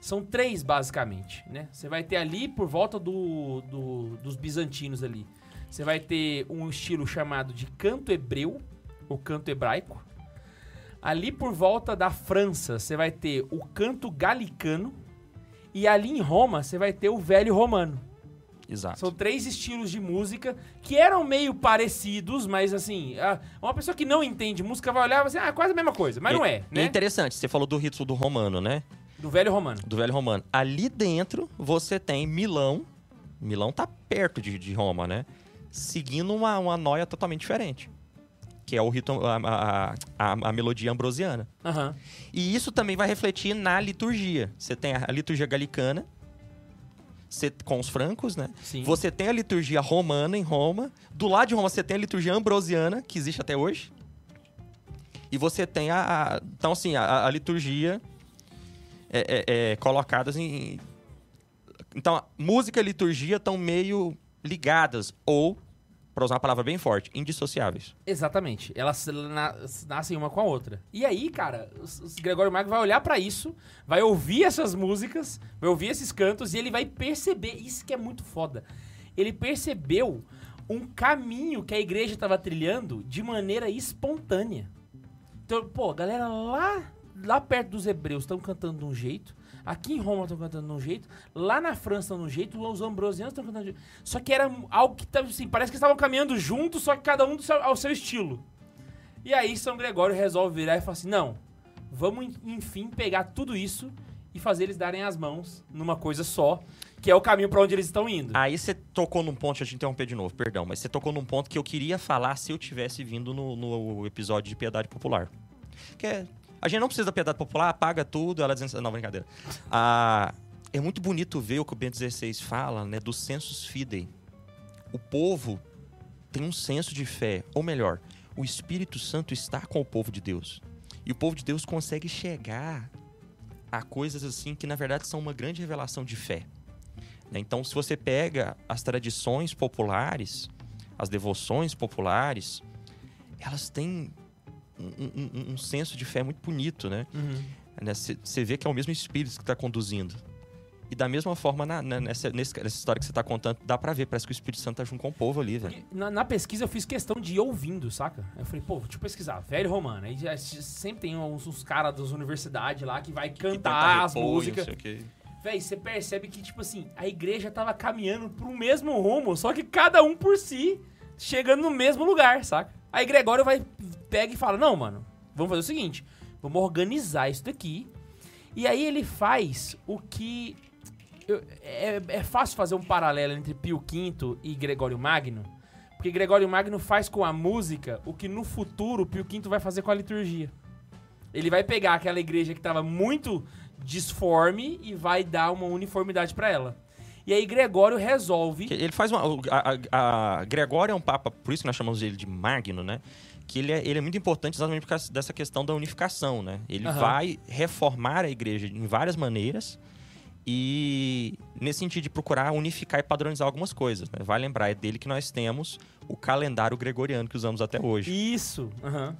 São três, basicamente, né? Você vai ter ali, por volta do, do- dos bizantinos ali, você vai ter um estilo chamado de canto hebreu, ou canto hebraico. Ali por volta da França, você vai ter o canto galicano. E ali em Roma, você vai ter o velho romano. Exato. São três estilos de música que eram meio parecidos, mas assim, a- uma pessoa que não entende música vai olhar e vai dizer, ah, é quase a mesma coisa, mas não é, E né? interessante, você falou do rito do romano, né? Do velho romano. Do velho romano. Ali dentro, você tem Milão. Milão tá perto de, de Roma, né? Seguindo uma, uma noia totalmente diferente. Que é o rito, a, a, a, a melodia ambrosiana. Aham. E isso também vai refletir na liturgia. Você tem a liturgia galicana, você- com os francos, né? Sim. Você tem a liturgia romana em Roma. Do lado de Roma, você tem a liturgia ambrosiana, que existe até hoje. E você tem a. a- então, assim, a, a liturgia é, é- é colocadas em. em- Então, a música e liturgia estão meio ligadas, ou, para usar uma palavra bem forte, indissociáveis. Exatamente. Elas na- nascem uma com a outra. E aí, cara, os- os Gregório Magno vai olhar pra isso, vai ouvir essas músicas, vai ouvir esses cantos e ele vai perceber isso que é muito foda. Ele percebeu um caminho que a igreja tava trilhando de maneira espontânea. Então, pô, a galera lá, lá perto dos hebreus estão cantando de um jeito. Aqui em Roma estão cantando de um jeito, lá na França estão de um jeito, os ambrosianos estão cantando de um jeito. Só que era algo que tava assim, parece que estavam caminhando juntos, só que cada um do seu- ao seu estilo. E aí São Gregório resolve virar e falar assim: não, vamos en- enfim pegar tudo isso e fazer eles darem as mãos numa coisa só, que é o caminho pra onde eles estão indo. Aí você tocou num ponto, deixa eu te interromper de novo, perdão, mas você tocou num ponto que eu queria falar se eu tivesse vindo no, no episódio de Piedade Popular. Que é. A gente não precisa da Piedade Popular, apaga tudo, ela diz. Não, brincadeira. Ah, é muito bonito ver o que o Bento XVI fala, né, do sensus fidei. O povo tem um senso de fé, ou melhor, o Espírito Santo está com o povo de Deus. E o povo de Deus consegue chegar a coisas assim que na verdade são uma grande revelação de fé. Né? Então, se você pega as tradições populares, as devoções populares, elas têm um, um- um- um senso de fé muito bonito, né? Uhum. Você vê que é o mesmo espírito que está conduzindo. E da mesma forma, na- na- nessa, nesse- nessa história que você está contando, dá pra ver, parece que o Espírito Santo tá junto com o povo ali, velho. Porque Na, na pesquisa eu fiz questão de ir ouvindo, saca? Eu falei, pô, deixa eu pesquisar, velho romano. Aí já- sempre tem uns, uns caras das universidades lá que vai Então tá, cantar as músicas. Véi, você percebe que, tipo assim, a igreja tava caminhando pro mesmo rumo, só que cada um por si, chegando no mesmo lugar, saca? Aí Gregório vai, pega e fala: Não, mano, vamos fazer o seguinte, vamos organizar isso daqui. E aí ele faz o que. eu- é, é fácil fazer um paralelo entre Pio V e Gregório Magno, porque Gregório Magno faz com a música o que no futuro Pio V vai fazer com a liturgia. Ele vai pegar aquela igreja que tava muito disforme e vai dar uma uniformidade pra ela. E aí Gregório resolve. Que Ele faz uma. o- A, a- a- Gregório é um papa, por isso que nós chamamos ele de Magno, né? Que ele é, ele é muito importante exatamente por causa dessa questão da unificação, né? Ele Aham. vai reformar a igreja em várias maneiras e nesse sentido de procurar unificar e padronizar algumas coisas, né? Vai lembrar, é dele que nós temos o calendário gregoriano que usamos até hoje. Isso. aham.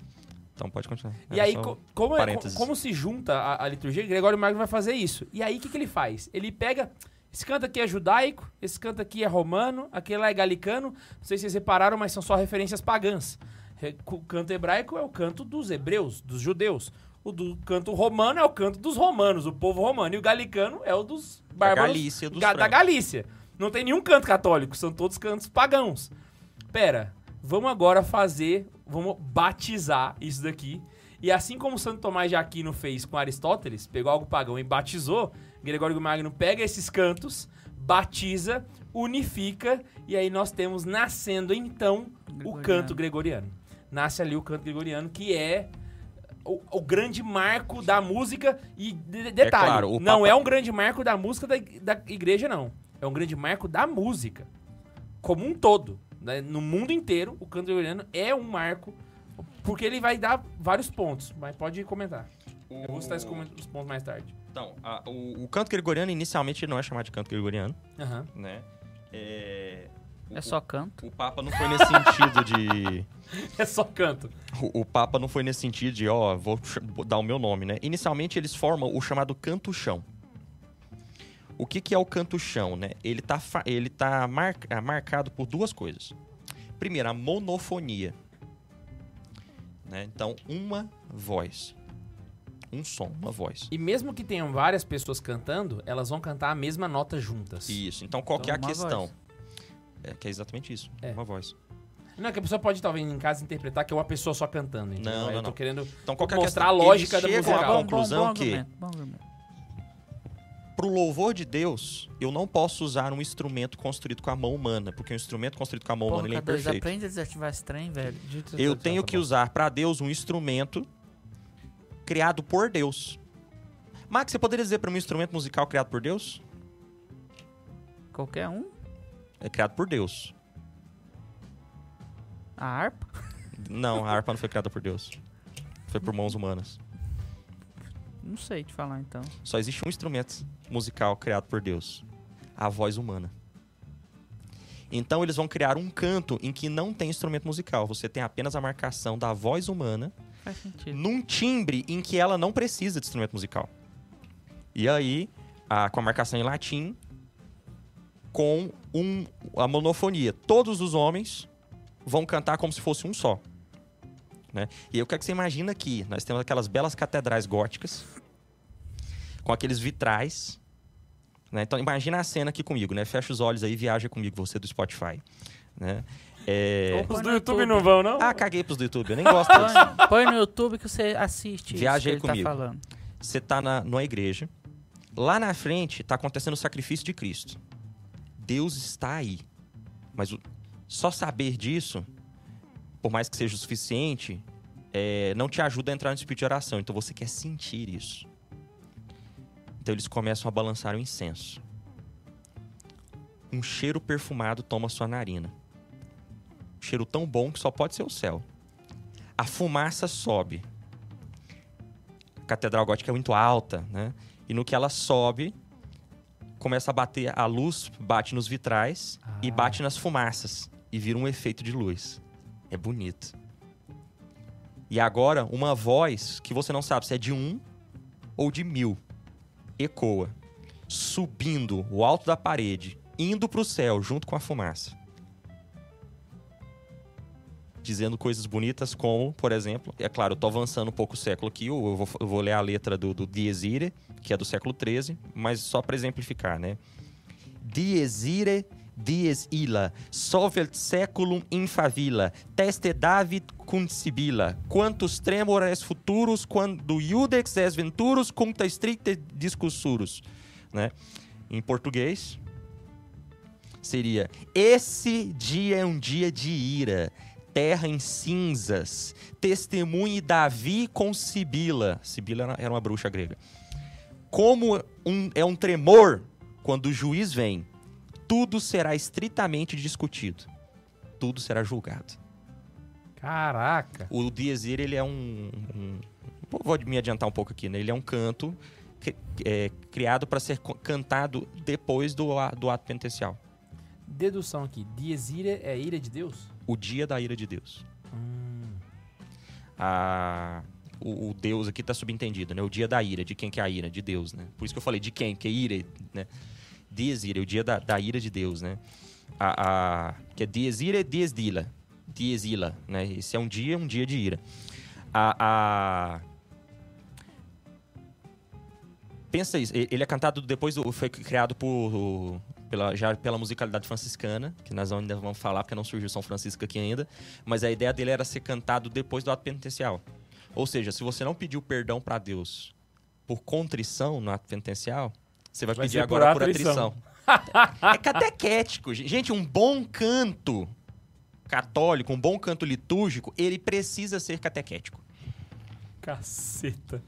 Então pode continuar. E Era aí, só- co- como, é- co- parênteses. como se junta a, a liturgia, Gregório Magno vai fazer isso. E aí, o que, que ele faz? Ele pega. Esse canto aqui é judaico, esse canto aqui é romano, aquele lá é galicano. Não sei se vocês repararam, mas são só referências pagãs. Re- O canto hebraico é o canto dos hebreus, dos judeus. O do canto romano é o canto dos romanos, o povo romano. E o galicano é o dos bárbaros. Galícia, dos Ga- da francos. Galícia. Não tem nenhum canto católico, são todos cantos pagãos. Pera, vamos agora fazer, vamos batizar isso daqui. E assim como Santo Tomás de Aquino fez com Aristóteles, pegou algo pagão e batizou, Gregório Magno pega esses cantos, batiza, unifica, e aí nós temos nascendo então o Gregoriano. canto gregoriano. Nasce ali o canto gregoriano, que é o, o grande marco da música. E de- de- detalhe, claro, o não Papa- é um grande marco da música da, da igreja, não. É um grande marco da música. Como um todo. né? No mundo inteiro, o canto gregoriano é um marco. Porque ele vai dar vários pontos. Mas pode comentar. Eu vou citar esse comen- os pontos mais tarde. um- Então, a- o, o canto gregoriano inicialmente ele não é chamado de canto gregoriano. Aham. né? É, É só canto. O Papa não (laughs) foi nesse sentido de. (laughs) É só canto. O, o Papa não foi nesse sentido de, ó, vou ch- dar o meu nome, né? Inicialmente eles formam o chamado canto-chão. O que, que é o canto-chão, né? Ele tá, fa- ele tá mar- ah, marcado por duas coisas. Primeiro, a monofonia. Né? Então, uma voz. Um som, uma voz. E mesmo que tenham várias pessoas cantando, elas vão cantar a mesma nota juntas. Isso. Então, qual que é a Então, uma questão? voz. É, que é exatamente isso. É. Uma voz. Não, é que a pessoa pode, talvez, em casa, interpretar que é uma pessoa só cantando. entendeu? Não, Aí não, Eu tô não. querendo Então, qual que é a mostrar questão? a lógica Eles da chegam música. à conclusão que- argumento, bom argumento. Pro louvor de Deus, eu não posso usar um instrumento construído com a mão humana, porque um instrumento construído com a mão Porra, humana ele é K2, imperfeito. aprende tá a desativar esse trem, velho. Eu tenho que usar pra Deus um instrumento criado por Deus. Max, você poderia dizer pra mim um instrumento musical criado por Deus? Qualquer um? É criado por Deus. A harpa? Não, a harpa não foi criada por Deus. Foi por mãos humanas. Não sei te falar, então. Só existe um instrumento musical criado por Deus: a voz humana. Então eles vão criar um canto em que não tem instrumento musical, você tem apenas a marcação da voz humana Faz sentido. num timbre em que ela não precisa de instrumento musical. E aí, a- com a marcação em latim, com um- a monofonia. Todos os homens vão cantar como se fosse um só. né? E eu quero que você imagina aqui, nós temos aquelas belas catedrais góticas, com aqueles vitrais. né? Então imagina a cena aqui comigo, né? Fecha os olhos aí, viaja comigo, você do Spotify. né? É... Os do YouTube não vão, não? Ah, caguei pros do YouTube, eu nem gosto disso. Põe, põe no YouTube que você assiste Viaja aí isso que ele comigo. tá falando. você tá na, numa igreja. Lá na frente tá acontecendo o sacrifício de Cristo. Deus está aí. Mas o- só saber disso, por mais que seja o suficiente, é, não te ajuda a entrar no espírito de oração. Então você quer sentir isso. Então eles começam a balançar o incenso. Um cheiro perfumado toma sua narina. Um cheiro tão bom que só pode ser o céu. A fumaça sobe. A Catedral Gótica é muito alta, né? E no que ela sobe, começa a bater a luz, bate nos vitrais e Ah. bate nas fumaças e vira um efeito de luz. É bonito. E agora, uma voz que você não sabe se é de um ou de mil ecoa, subindo o alto da parede, indo para o céu junto com a fumaça. Dizendo coisas bonitas como, por exemplo, é claro, eu tô avançando um pouco o século aqui, eu eu vou, eu vou ler a letra do, do Diesire, que é do século XIII, mas só para exemplificar, né? Diesire dies illa, solvet seculum in favilla, teste David cum sibilla, quantus tremor es futurus, quando iudex es venturus, cuncta stricte discussurus. Né? Em português, seria: Esse dia é um dia de ira, terra em cinzas, testemunhe Davi com Sibila. Sibila era- era uma bruxa grega. Como um- é um tremor quando o juiz vem, tudo será estritamente discutido. Tudo será julgado. Caraca. O Diezir, ele é um, um- Vou me adiantar um pouco aqui, né? Ele é um canto cri- é, criado para ser co- cantado depois do, a- do ato penitencial. Dedução aqui. Diezira é ira de Deus? O dia da ira de Deus. Hum. A- o, o Deus aqui tá subentendido, né? O dia da ira. De quem que é a ira? De Deus, né? Por isso que eu falei de quem, que é ira, né? Diezira, o dia da, da ira de Deus, né? A, a- que é Diezira e Diezdila. Diezila, né? Esse é um dia, um dia de ira. A, a- Pensa isso, e- ele é cantado depois, do- foi criado por, pela, já pela musicalidade franciscana, que nós ainda vamos falar, porque não surgiu São Francisco aqui ainda, mas a ideia dele era ser cantado depois do ato penitencial. Ou seja, se você não pediu perdão pra Deus por contrição no ato penitencial, você vai, Vai pedir ser por agora por atrição. atrição. (laughs) é catequético. gen- Gente, um bom canto católico, um bom canto litúrgico, ele precisa ser catequético. Caceta.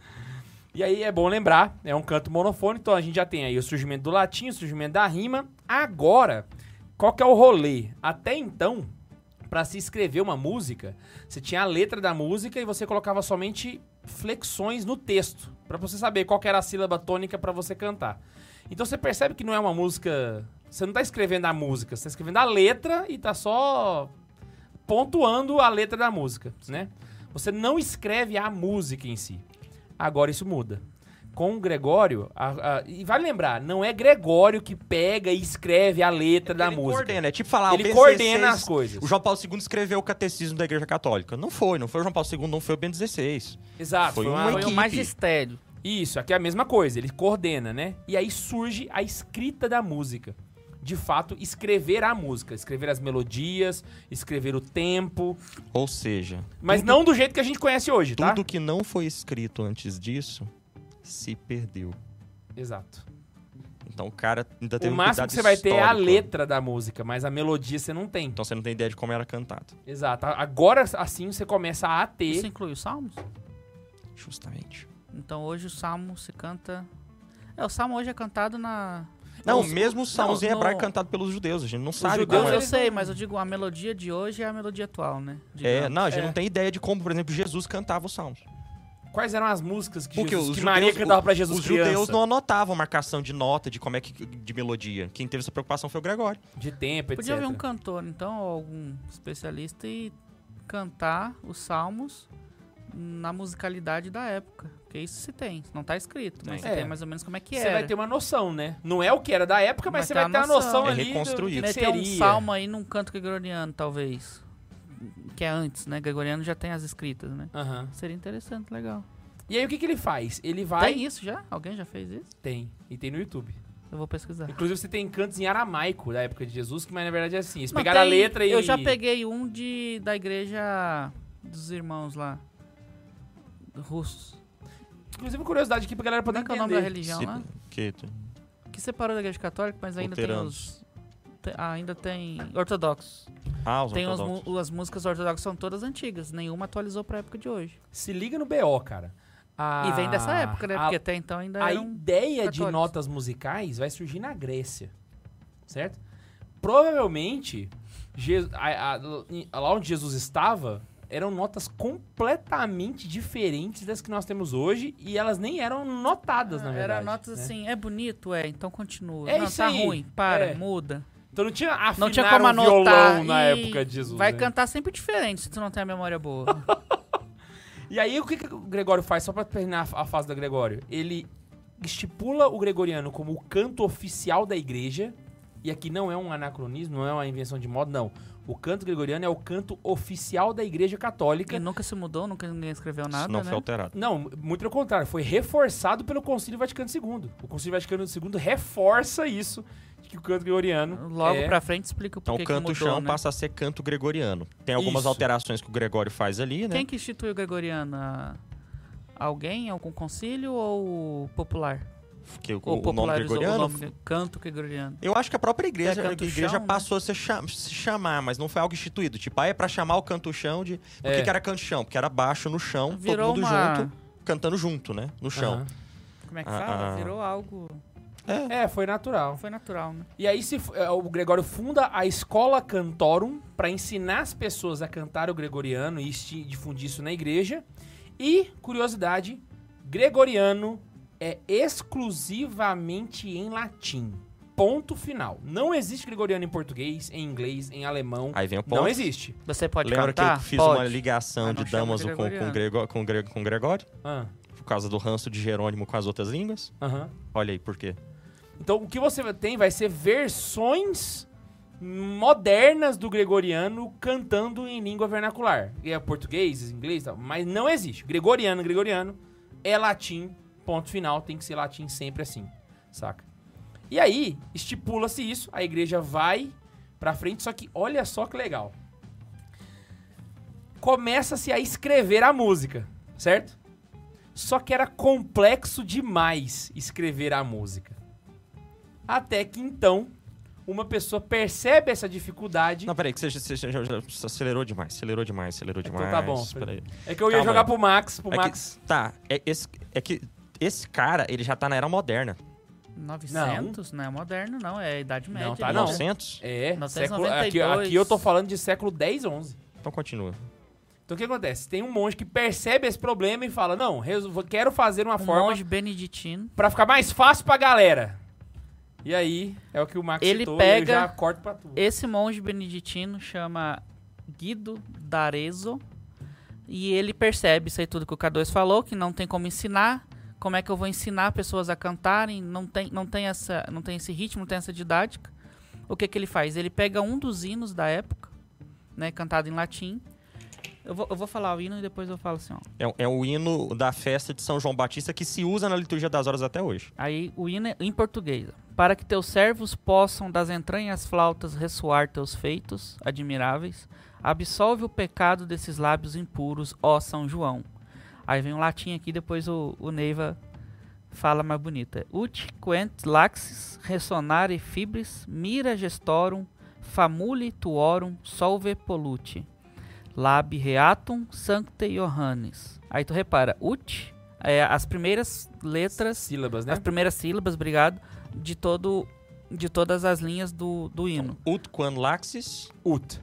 E aí é bom lembrar, é um canto monofônico, então a gente já tem aí o surgimento do latim, o surgimento da rima. Agora, qual que é o rolê? Até então, pra se escrever uma música, você tinha a letra da música e você colocava somente flexões no texto, Pra você saber qual que era a sílaba tônica pra você cantar. Então você percebe que não é uma música Você não tá escrevendo a música, você tá escrevendo a letra e tá só pontuando a letra da música, né? Você não escreve a música em si. Agora isso muda. Com o Gregório, a- a- e vale lembrar, não é Gregório que pega e escreve a letra da ele música. coordena, é tipo falar... o Ele BNCC coordena as coisas. O João Paulo II escreveu o Catecismo da Igreja Católica. Não foi, não foi o João Paulo II, não foi o Bento XVI. Exato. Foi foi um uma uma- Foi o equipe. magistério. Isso, aqui é a mesma coisa, ele coordena, né? E aí surge a escrita da música. De fato, escrever a música, escrever as melodias, escrever o tempo, Ou seja, mas não do jeito que a gente conhece hoje, tá? tudo que não foi escrito antes disso se perdeu. Exato. Então o cara ainda O teve um máximo cuidado que você vai ter é a histórico. letra da música, mas a melodia você não tem. Então você não tem ideia de como era cantado. Exato. Agora assim você começa a Isso ter. inclui os salmos? Justamente. Então hoje o salmo se canta. É, o salmo hoje é cantado na. Não, Os- mesmo os salmos em não. hebraico cantado pelos judeus. A gente não sabe judeus, como Não, era. eu eles sei, não- mas eu digo, a melodia de hoje é a melodia atual, né? É, Digamos. não, a gente É. não tem ideia de como, por exemplo, Jesus cantava os salmos. Quais eram as músicas que, Porque Jesus, os que judeus- Maria cantava pra Os Jesus judeus criança? não anotavam marcação de nota, de como é que de melodia. Quem teve essa preocupação foi o Gregório. De tempo, etc. Podia haver um cantor, então, ou algum especialista e cantar os salmos na musicalidade da época. Porque isso se tem, não tá escrito, mas Tem. se É. tem mais ou menos como é que Você era. vai ter uma noção, né? Não é o que era da época, mas, Mas você tem vai ter uma a noção noção. É ali do- do que reconstruído. que Meter um seria. salmo aí num canto gregoriano, talvez. Que é antes, né? Gregoriano já tem as escritas, né? Aham. Seria interessante, legal. E aí o que, que ele faz? Ele vai. Tem isso já? Alguém já fez isso? Tem. E tem no YouTube. Eu vou pesquisar. Inclusive você tem cantos em aramaico da época de Jesus, que mas na verdade é assim. Eles Não, pegaram a tem- letra e. Eu já peguei um de da igreja dos irmãos lá. Russos. Inclusive, uma curiosidade aqui pra galera poder Como é que é o nome entender. da religião Se- lá? que- Que separou da igreja católica, mas ainda Luteranos. tem os. te- ah, ainda tem. Ortodoxos. Ah, os tem os ortodoxos. mu- as músicas ortodoxas são todas antigas, nenhuma atualizou pra época de hoje. Se liga no BO, cara. A- e vem dessa época, né? Ah, a- Porque até então ainda A era um. ideia de católicos. notas musicais vai surgir na Grécia, certo? Provavelmente, Je- a- a- em- lá onde Jesus estava, eram notas completamente diferentes das que nós temos hoje e elas nem eram notadas, na verdade. era Ah, notas né? assim, é bonito, é, então continua. É não, isso tá aí. ruim, para, É. muda. Então não tinha afinar Não tinha como um anotar. violão na e época de Jesus. Vai né? cantar sempre diferente se tu não tem a memória boa. E aí, o que, que o Gregório faz, só pra terminar a fase do Gregório? Ele estipula o gregoriano como o canto oficial da igreja. E aqui não é um anacronismo, não é uma invenção de moda, não. O canto gregoriano é o canto oficial da igreja Porque católica. nunca se mudou, nunca ninguém escreveu Isso nada, não né? foi alterado. Não, muito pelo contrário, foi reforçado pelo Concílio Vaticano II. O Concílio Vaticano II reforça isso, de que o canto gregoriano. Logo é... pra frente explica o Então, porquê que canto mudou, chão né? passa a ser canto gregoriano. Tem algumas Isso. alterações que o Gregório faz ali, né? Quem que instituiu o gregoriano? A- Alguém, algum concílio ou o popular? Que o, ou o nome popularizou gregoriano. gre- canto gregoriano. Eu acho que a própria igreja, É, a canto igreja chão, né? passou a se, cha- se chamar, mas não foi algo instituído. Tipo, aí é pra chamar o canto chão de. Por que É. que era canto chão? Porque era baixo no chão, Virou todo mundo uma- junto, cantando junto, né? No chão. Aham. Como é que Ah, fala? ah. Virou algo. É, foi natural. Foi natural, né? E aí se, f- eh, o Gregório funda a Escola Cantorum para ensinar as pessoas a cantar o gregoriano e esti- difundir isso na igreja. E, curiosidade, gregoriano é exclusivamente em latim. Ponto final. Não existe gregoriano em português, em inglês, em alemão. Aí vem o ponto. Não existe. Você pode Lembra cantar? que eu fiz pode. uma ligação Mas de não chama Damaso com, com, gregoriano. Grego- com, Grego- com Gregório? Ah, Por causa do ranço de Jerônimo com as outras línguas? aham. Olha aí por quê. Então, o que você tem vai ser versões modernas do gregoriano cantando em língua vernacular. E É português, inglês, e tal, mas não existe. Gregoriano, gregoriano é latim, ponto final, tem que ser latim sempre assim, saca? E aí, estipula-se isso, a igreja vai pra frente, só que olha só que legal. Começa-se a escrever a música, certo? Só que era complexo demais escrever a música. Até que então, uma pessoa percebe essa dificuldade. Não, peraí, que você, você- você- já- já- você acelerou demais, acelerou demais, acelerou demais. Então tá bom, Peraí. É que eu ia Calma jogar aí. pro Max, pro É que- Max. tá, é, esse, é que esse cara, ele já tá na era moderna. 900? Não. é moderno, não. É a Idade Média. tá, né? não. 900? É, 992. século, aqui, aqui eu tô falando de século 10, 11. Então continua. Então o que acontece? Tem um monge que percebe esse problema e fala: Não, resol- quero fazer uma Um forma monge beneditino. pra ficar mais fácil pra galera. E aí, é o que o Max Ele citou, pega- eu já corto pra tudo. Esse monge beneditino chama Guido D'Arezzo e ele percebe isso aí tudo que o K2 falou, que não tem como ensinar. Como é que eu vou ensinar pessoas a cantarem? Não tem, não tem, essa, não tem esse ritmo, não tem essa didática. O que, que ele faz? Ele pega um dos hinos da época, né, cantado em latim. Eu vou, eu vou falar o hino e depois eu falo assim, ó. É, é o hino da festa de São João Batista que se usa na liturgia das horas até hoje. Aí o hino é em português. ó. Para que teus servos possam das entranhas flautas ressoar teus feitos admiráveis, absolve o pecado desses lábios impuros, ó São João. Aí vem um latim aqui, depois o, o Neiva fala mais bonita. Ut quent laxis ressonare fibris mira gestorum famuli tuorum solve polluti. Lab reatum sancte Johannes. Aí tu repara, ut é as primeiras letras Sílabas, né? as primeiras sílabas, obrigado, de todo de todas as linhas do, do hino. Ut quan laxis Ut.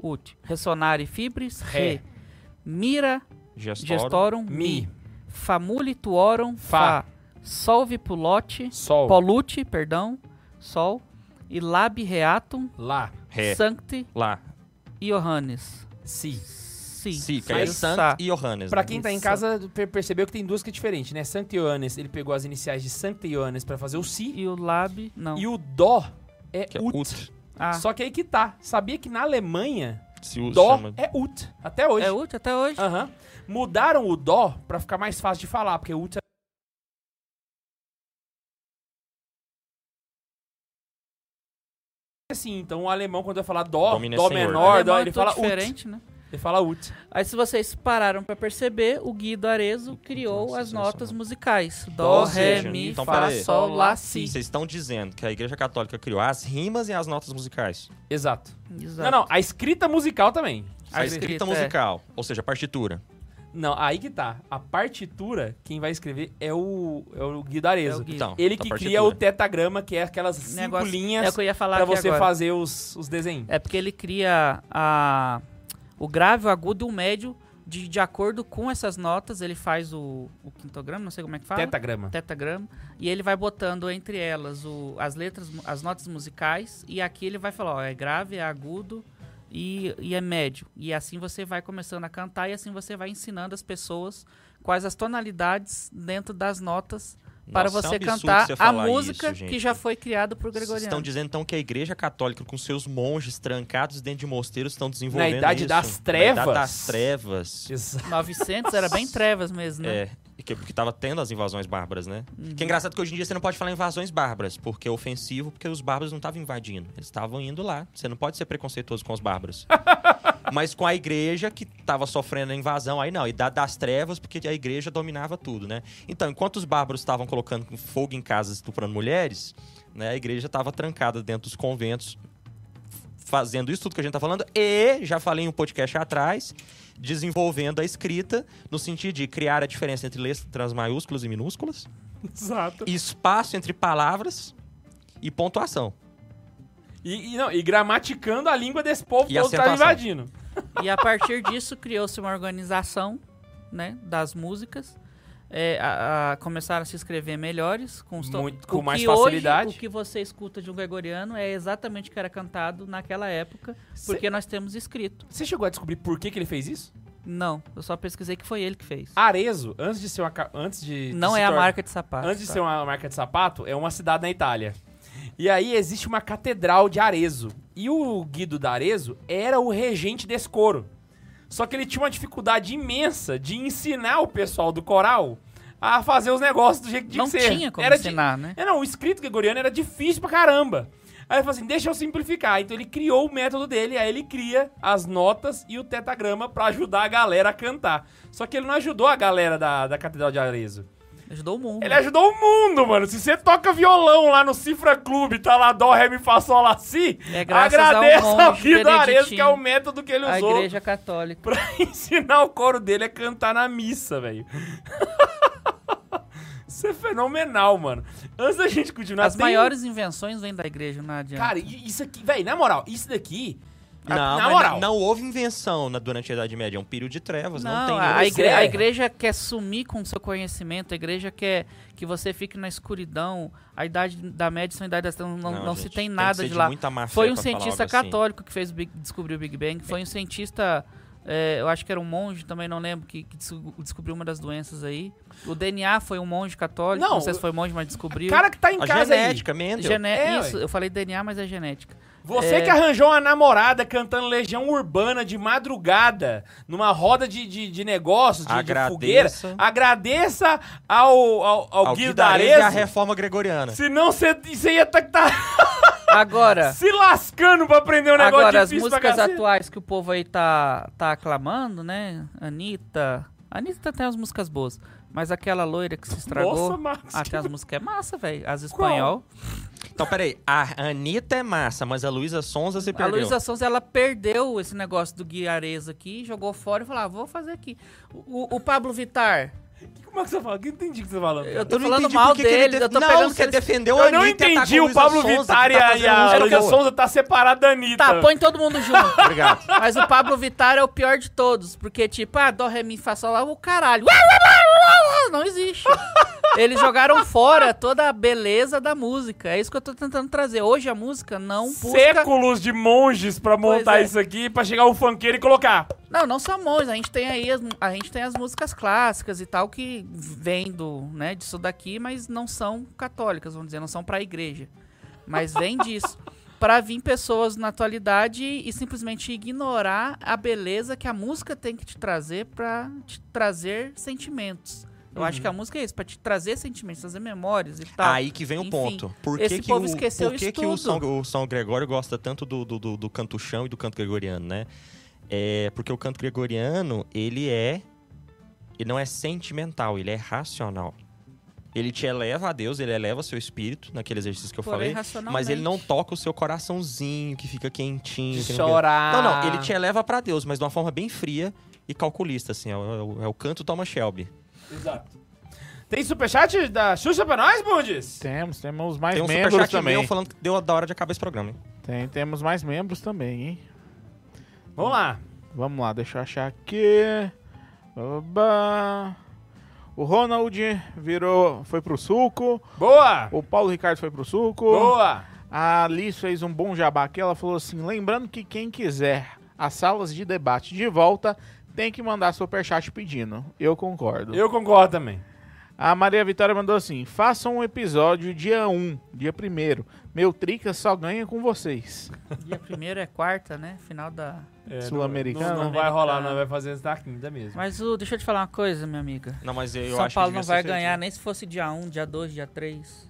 Ut, ressonare fibris, re. Ré. Mira gestorum. gestorum, mi. Mi. Famuli tuorum, fa. Fá. Solve pulote, Sol. polute, perdão, sol. E lab reatum, Lá. Ré. sancti Lá. Johannes. Si. Si. Si, que Saiu é sa. Sanct e Johannes. Pra né? quem tá em Isso. casa, per- percebeu que tem duas que é diferente, né? Santo Ioannes, ele pegou as iniciais de Santo Ioannes pra fazer o Si. E o lab, não. E o Dó é Que é Ut. ut. ah, Só que aí que tá. Sabia que na Alemanha, Se usa, Dó chama- é Ut. Até hoje. Ah, é ut até hoje. Aham. Mudaram o Dó pra ficar mais fácil de falar, porque Ut é assim, então o alemão quando vai falar dó, Domine dó senhor. menor, Alemão dó, é ele tudo fala ut. diferente, né? Ele fala ut. Aí, se vocês pararam pra perceber, o Guido Arezzo criou as notas musicais: Dó, Dó, Ré, seja, Mi, então, Fá, peraí. Sol, Lá, Si. Vocês estão dizendo que a Igreja Católica criou as rimas e as notas musicais. Exato. Exato. Não, não, a escrita musical também. A A escrita escrita, é. musical, ou seja, a partitura. Não, aí que tá. A partitura, quem vai escrever é o, é o Guidarezo. É o Gui. Então, Ele a que partitura. cria o tetagrama, que é aquelas cinco Negócio- linhas é o que eu ia falar pra aqui você agora. fazer os, os desenhos. É porque ele cria a, o grave, o agudo e o médio de, de acordo com essas notas. Ele faz o, o quintograma, não sei como é que fala. Tetagrama. Tetagrama. E ele vai botando entre elas o- as letras, mu- as notas musicais. E aqui ele vai falar: ó, é grave, é agudo e, e é médio. E assim você vai começando a cantar e assim você vai ensinando as pessoas quais as tonalidades dentro das notas para Nossa, é um você absurdo cantar você a falar música isso, gente. que já foi criada pro Vocês Gregoriano. estão dizendo então que a Igreja Católica, com seus monges trancados dentro de mosteiros, estão desenvolvendo Na idade isso. das Na trevas. idade das trevas. Exato. 900 era bem trevas mesmo, né? É, que, porque tava tendo as invasões bárbaras, né? Que é engraçado que hoje em dia você não pode falar invasões bárbaras, porque é ofensivo, porque os bárbaros não estavam invadindo. Eles estavam indo lá. Você não pode ser preconceituoso com os bárbaros. Mas com a igreja que tava sofrendo a invasão, aí não, idade das trevas, porque a igreja dominava tudo, né? Então, enquanto os bárbaros estavam colocando fogo em casas, estuprando mulheres, né, a igreja estava trancada dentro dos conventos, fazendo isso tudo que a gente tá falando, e, já falei em um podcast atrás, desenvolvendo a escrita no sentido de criar a diferença entre letras maiúsculas e minúsculas, (laughs) Exato. espaço entre palavras e pontuação. E, e não, e gramaticando a língua desse povo E todo que tá acentuação. invadindo. E a partir disso criou-se uma organização né, das músicas. É, a- a- começaram a se escrever melhores, com, os to- Muito- com o mais que hoje, facilidade. o que você escuta de um gregoriano é exatamente o que era cantado naquela época, porque nós temos escrito. Você chegou a descobrir por que, que ele fez isso? Não, eu só pesquisei que foi ele que fez. Arezo, antes de ser uma. ca- Antes Ah, de, de Não se é a tornar- marca de sapato. Antes de tá? ser um- uma marca de sapato, é uma cidade na Itália. E aí existe uma catedral de Arezzo. E o Guido da Arezzo era o regente desse coro. Só que ele tinha uma dificuldade imensa de ensinar o pessoal do coral a fazer os negócios do jeito que tinha Não que ser. tinha como Era de- ensinar, né? é, não, o escrito gregoriano era difícil pra caramba. Aí ele falou assim, deixa eu simplificar. Então ele criou o método dele, aí ele cria as notas e o tetagrama pra ajudar a galera a cantar. Só que ele não ajudou a galera da, da Catedral de Arezzo. Ajudou o mundo. Ele ajudou o mundo, mano. Se você toca violão lá no Cifra Clube, tá lá dó, ré, mi, fá, sol, lá, si, É graças ao agradeça ao monge Guido Arezzo, beneditino, que é o método que ele a usou igreja católica. pra (laughs) ensinar o coro dele a cantar na missa, velho. (laughs) Isso é fenomenal, mano. Antes da gente continuar, As tem um- maiores invenções vêm da igreja, não adianta. Cara, i- isso aqui, velho, na moral, isso daqui Na- Não, na mas moral. não houve invenção na, durante a Idade Média. É um período de trevas, não, Não, é, tem a, luz. igre- igreja, erra. a igreja quer sumir com o seu conhecimento, a igreja quer que você fique na escuridão. A idade da média são idade das trevas, não, não se gente, tem que nada ser de lá. muita má fé Foi um pra falar cientista algo assim. católico que fez o Big- descobriu o Big Bang, foi um cientista, é, eu acho que era um monge também, não lembro, que, que desco- descobriu uma das doenças aí. O DNA foi um monge católico, não, Não, sei se foi monge, mas descobriu. Cara que tá em A casa genética, Mendel. Gene- É, Isso, ué. eu falei DNA, mas é genética. aí. Você É. que arranjou uma namorada cantando Legião Urbana de madrugada, numa roda de, de, de negócios, de, de Agradeça. fogueira, agradeça ao, ao, ao, Ao Guido Guidarese e Arezzo, a reforma gregoriana. Senão você você ia estar É. Agora, se lascando pra aprender um negócio Agora, as difícil músicas pra cacete. atuais que o povo aí tá, tá aclamando, né? Anitta. Anitta tem umas músicas boas. Mas aquela loira que se estragou. Nossa, Marcos, ah, que- tem as músicas é massa, velho. As espanhol. Então, peraí. A Anitta é massa, mas a Luísa Sonza se A perdeu. Luísa Sons, ela perdeu esse negócio do Guiarez aqui, jogou fora e falou: ah, vou fazer aqui. O, o- o Pablo Vittar. Como é que você fala? Que entendi o que você tá falando. Eu tô tá Eu não falando entendi mal por que que ele deles, def- eu tô não, pegando porque se eles- defendeu a Eu não Anitta e entendi o atacou Luísa Pablo Sonza, que Vittar e tá a, fazendo e a música Luísa boa. Sonza tá separada da Anitta. Tá, põe todo mundo junto. Obrigado. (laughs) Mas o Pablo Vittar é o pior de todos, porque tipo, ah, Dó, Ré, Mi, Fá, Sol, lá, o caralho. Não existe. Eles jogaram fora toda a beleza da música. É isso que eu tô tentando trazer. Hoje a música não um busca... Séculos de monges pra montar Pois é. isso aqui, pra chegar o funkeiro e colocar. Não, não só mons. A gente tem aí as, a gente tem as músicas clássicas e tal que vêm do, né, disso daqui, mas não são católicas, vamos dizer, não são pra igreja. Mas (laughs) vem disso. Pra vir pessoas na atualidade e simplesmente ignorar a beleza que a música tem que te trazer pra te trazer sentimentos. Eu acho que a música é isso, pra te trazer sentimentos, trazer memórias e tal. Aí que vem o Enfim, ponto. Por esse que, que, povo o, esqueceu por isso que, que o, tudo. São, o São Gregório gosta tanto do, do, do, do canto chão e do canto gregoriano, né? É porque o canto gregoriano, ele é. Ele não é sentimental, ele é racional. Ele te eleva a Deus, ele eleva seu espírito, naquele exercício que eu Porém, falei. Mas ele não racionalmente. toca o seu coraçãozinho, que fica quentinho. que não- chorar. Não, não, ele te eleva pra Deus, mas de uma forma bem fria e calculista, assim. É o, é o- é o canto Thomas Shelby. Exato. Tem superchat da Xuxa pra nós, Bundes? Temos, temos mais Tem um membros superchat também. meu falando que deu da hora de acabar esse programa, hein? Tem, temos mais membros também, hein? Vamos lá. Vamos lá, deixa eu achar aqui. Oba. O Ronald virou, foi pro suco. Boa! O Paulo Ricardo foi pro suco. Boa! A Alice fez um bom jabá aqui. Ela falou assim: lembrando que quem quiser as salas de debate de volta tem que mandar superchat pedindo. Eu concordo. Eu concordo também. A Maria Vitória mandou assim: façam um episódio dia 1, dia 1. Meu Trica só ganha com vocês. Dia primeiro é quarta, né? Final da. É, Sul-Americana? Não, não vai rolar, não. Vai fazer antes da quinta mesmo. Mas o, deixa eu te falar uma coisa, minha amiga. Não, mas eu São acho Paulo que não devia ser vai feito. ganhar nem se fosse dia 1, dia 2, dia 3.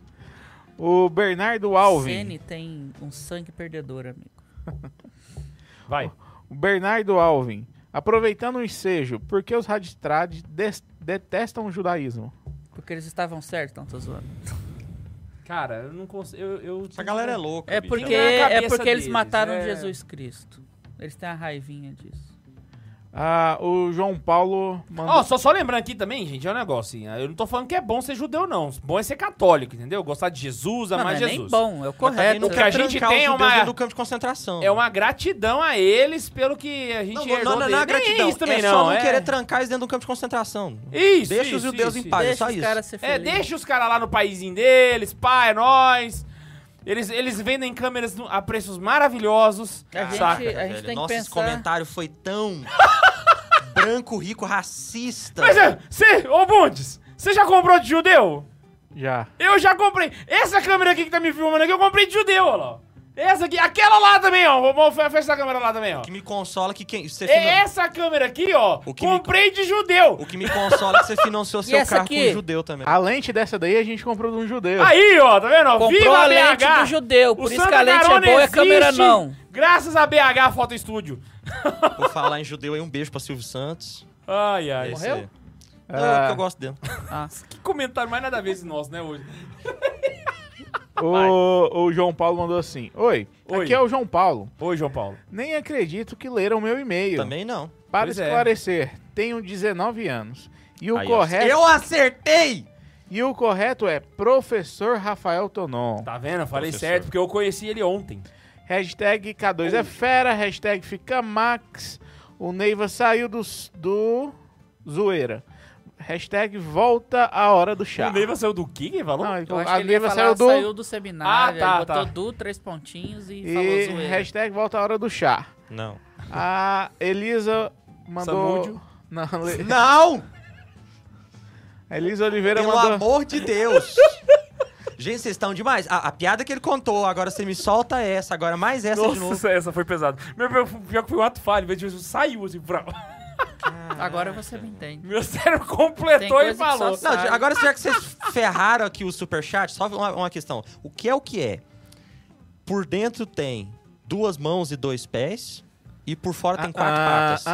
O Bernardo Ceni Alves. tem um sangue perdedor, amigo. Vai. O Bernardo Alves. Aproveitando o ensejo, por que os radistrades des- detestam o judaísmo? Porque eles estavam certos, não tô zoando. Cara, eu não consigo. Eu, eu- Essa galera é louca. É bicho. porque, Não é a é cabeça porque eles deles, mataram é. Jesus Cristo. Eles têm a raivinha disso. Ah, o João Paulo Ó, mandou. só, só lembrando aqui também, gente, é um negócio assim. Eu não tô falando que é bom ser judeu, não. Bom é ser católico, entendeu? Gostar de Jesus, Não, amar não é Jesus. nem bom, é o Mas também correto. não O quer que a gente trancar os tem é judeus uma- dentro do campo de concentração. É uma gratidão a eles pelo que a gente Não, não, herdou não, não, não é deles. Nem gratidão. É isso também, é não. só não é... querer trancar eles dentro do campo de concentração. Isso, Deixa os isso, judeus isso, em isso. paz, Deixa só os isso. caras ser É, felizes. deixa os caras lá no paizinho deles, pá, é nóis. Eles, eles vendem câmeras no- a preços maravilhosos. A É gente- saca? a gente velho. tem que Nossa, esse pensar- comentário foi (laughs) tão branco, rico, racista. Mas é, cê, ô Bundes, você já comprou de judeu? Já. Eu já comprei. Essa câmera aqui que tá me filmando aqui, eu comprei de judeu, olha lá. Essa aqui, aquela lá também, ó. Vou- Vou fechar a câmera lá também, ó. O que me consola é que quem. Você É finan- essa câmera aqui, ó. O que me- Comprei de judeu. O que me consola é que você (laughs) financiou seu essa carro aqui? com um judeu Ah. também. A lente dessa daí a gente comprou de um judeu. Aí, ó, tá vendo? ó? Comprou Viva a BH! lente do judeu, por isso que a Santa lente é Carona boa e a câmera existe não. Graças a BH Foto Estúdio. Por falar em judeu aí, um beijo pra Silvio Santos. Ai, ai. Esse Morreu? É, Não, é Ah. porque eu gosto dele. Ah, Que comentário mais nada a ver esse nosso, né, hoje? O, o João Paulo mandou assim: Oi, Oi. aqui é o João Paulo. Oi, João Paulo. Nem acredito que leram meu e-mail. Também não. Para Pois é. esclarecer, tenho 19 anos. E o, Aí, ó. correto, Eu acertei! e o correto é professor Rafael Tonon. Tá vendo? Eu falei Professor. certo, porque eu conheci ele ontem. Hashtag K2 é fera, hashtag fica Max. O Neiva saiu do, do zoeira. Hashtag volta a hora do chá. é O Neiva saiu do quê? Quem falou? Não, ele Eu falou, acho a que ele ia Neiva falar, saiu do... saiu do seminário, Ah, tá, aí botou tá. do três pontinhos e, falou E zoeira. hashtag volta a hora do chá. Não. A Elisa mandou... Samúdio. Não, (laughs) Le- Não! a Elisa Oliveira Pelo mandou... amor de Deus! (laughs) Gente, vocês estão demais. A, a piada que ele contou, agora você me solta essa, agora mais essa de novo. Nossa, essa foi pesada. Meu, meu, pior que foi um ato falho, em vez de saiu assim, pra... Agora você me entende. meu cérebro Tem completou coisa e que falou. só- Não, Sabe? agora já que vocês ferraram aqui o superchat, só uma, uma questão. O que é o que é? Por dentro tem duas mãos e dois pés, e por fora tem quatro patas.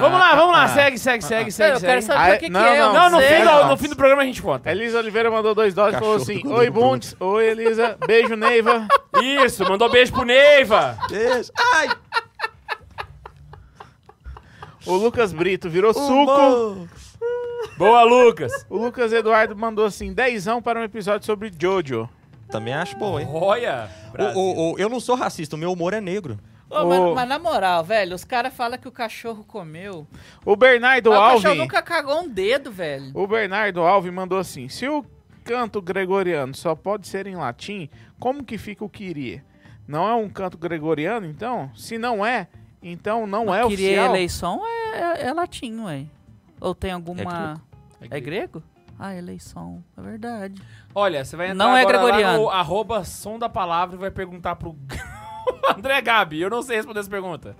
Vamos lá, vamos lá, Ah. segue, segue, segue, segue. eu quero segue. saber Aí- o que, não, que é. eu Não, no Não, fim, sei, do, não. no fim do programa a gente conta. A Elisa Oliveira mandou dois dólares e falou Cachorro assim: do Oi, goleiro Bundes. Oi, Elisa. Beijo, Neiva. Isso, mandou beijo pro Neiva. Beijo. Ai, O Lucas Brito virou suco. suco! Boa, Lucas. O Lucas Eduardo mandou assim: dezão para um episódio sobre Jojo. Também acho bom, hein? Olha, O- o- o- eu não sou racista, o meu humor é negro. Ô, mas, Ô. mas na moral, velho, os caras falam que o cachorro comeu. O Bernardo mas o Alves. cachorro nunca cagou um dedo, velho. O Bernardo Alves mandou assim: Se o canto gregoriano só pode ser em latim, como que fica o Kyrie? Não é um canto gregoriano, então? Se não é, então não é Queria oficial. eleição é, é, é latim, ué. Ou tem alguma. É grego? É Ah, eleição. É verdade. Olha, você vai entrar Não é agora lá gregoriano. no arroba som da palavra e vai perguntar pro (laughs) André Gabi. Eu não sei responder essa pergunta.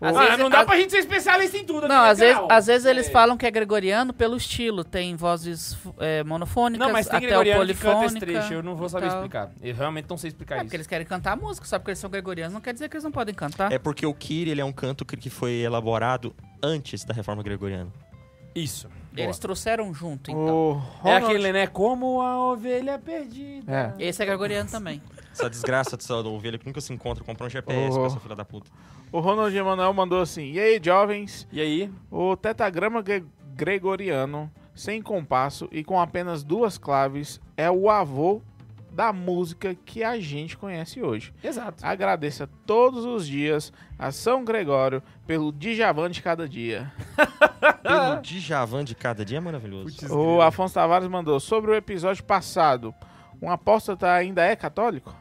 Às Ah, vezes- não dá às- pra gente ser especialista em tudo. Não, né, às vezes, Cal? às vezes eles É. falam que é gregoriano pelo estilo. Tem vozes é, monofônicas, Não, mas tem até o gregoriano que canta polifônica. esse trecho. Eu não vou e saber tal. explicar. Eu realmente não sei explicar É isso. porque eles querem cantar música, só porque eles são gregorianos não quer dizer que eles não podem cantar. É porque o Kyrie ele é um canto que- que foi elaborado antes da reforma gregoriana. Isso. Eles trouxeram junto, então. O É Ronald- aquele, né? Como a ovelha perdida. É. Esse é gregoriano também. Essa desgraça dessa ovelha que nunca se encontra, comprou um GPS Oh. pra essa filha da puta. O Ronald Emanuel mandou assim: E aí, jovens? E aí? O tetagrama gre- gregoriano, sem compasso e com apenas duas claves, é o avô da música que a gente conhece hoje. Exato. Agradeça todos os dias a São Gregório pelo Djavan de cada dia. Pelo um Djavan de cada dia é maravilhoso. Ah. Putz, O Afonso Tavares mandou sobre o episódio passado. Um apóstata ainda é católico?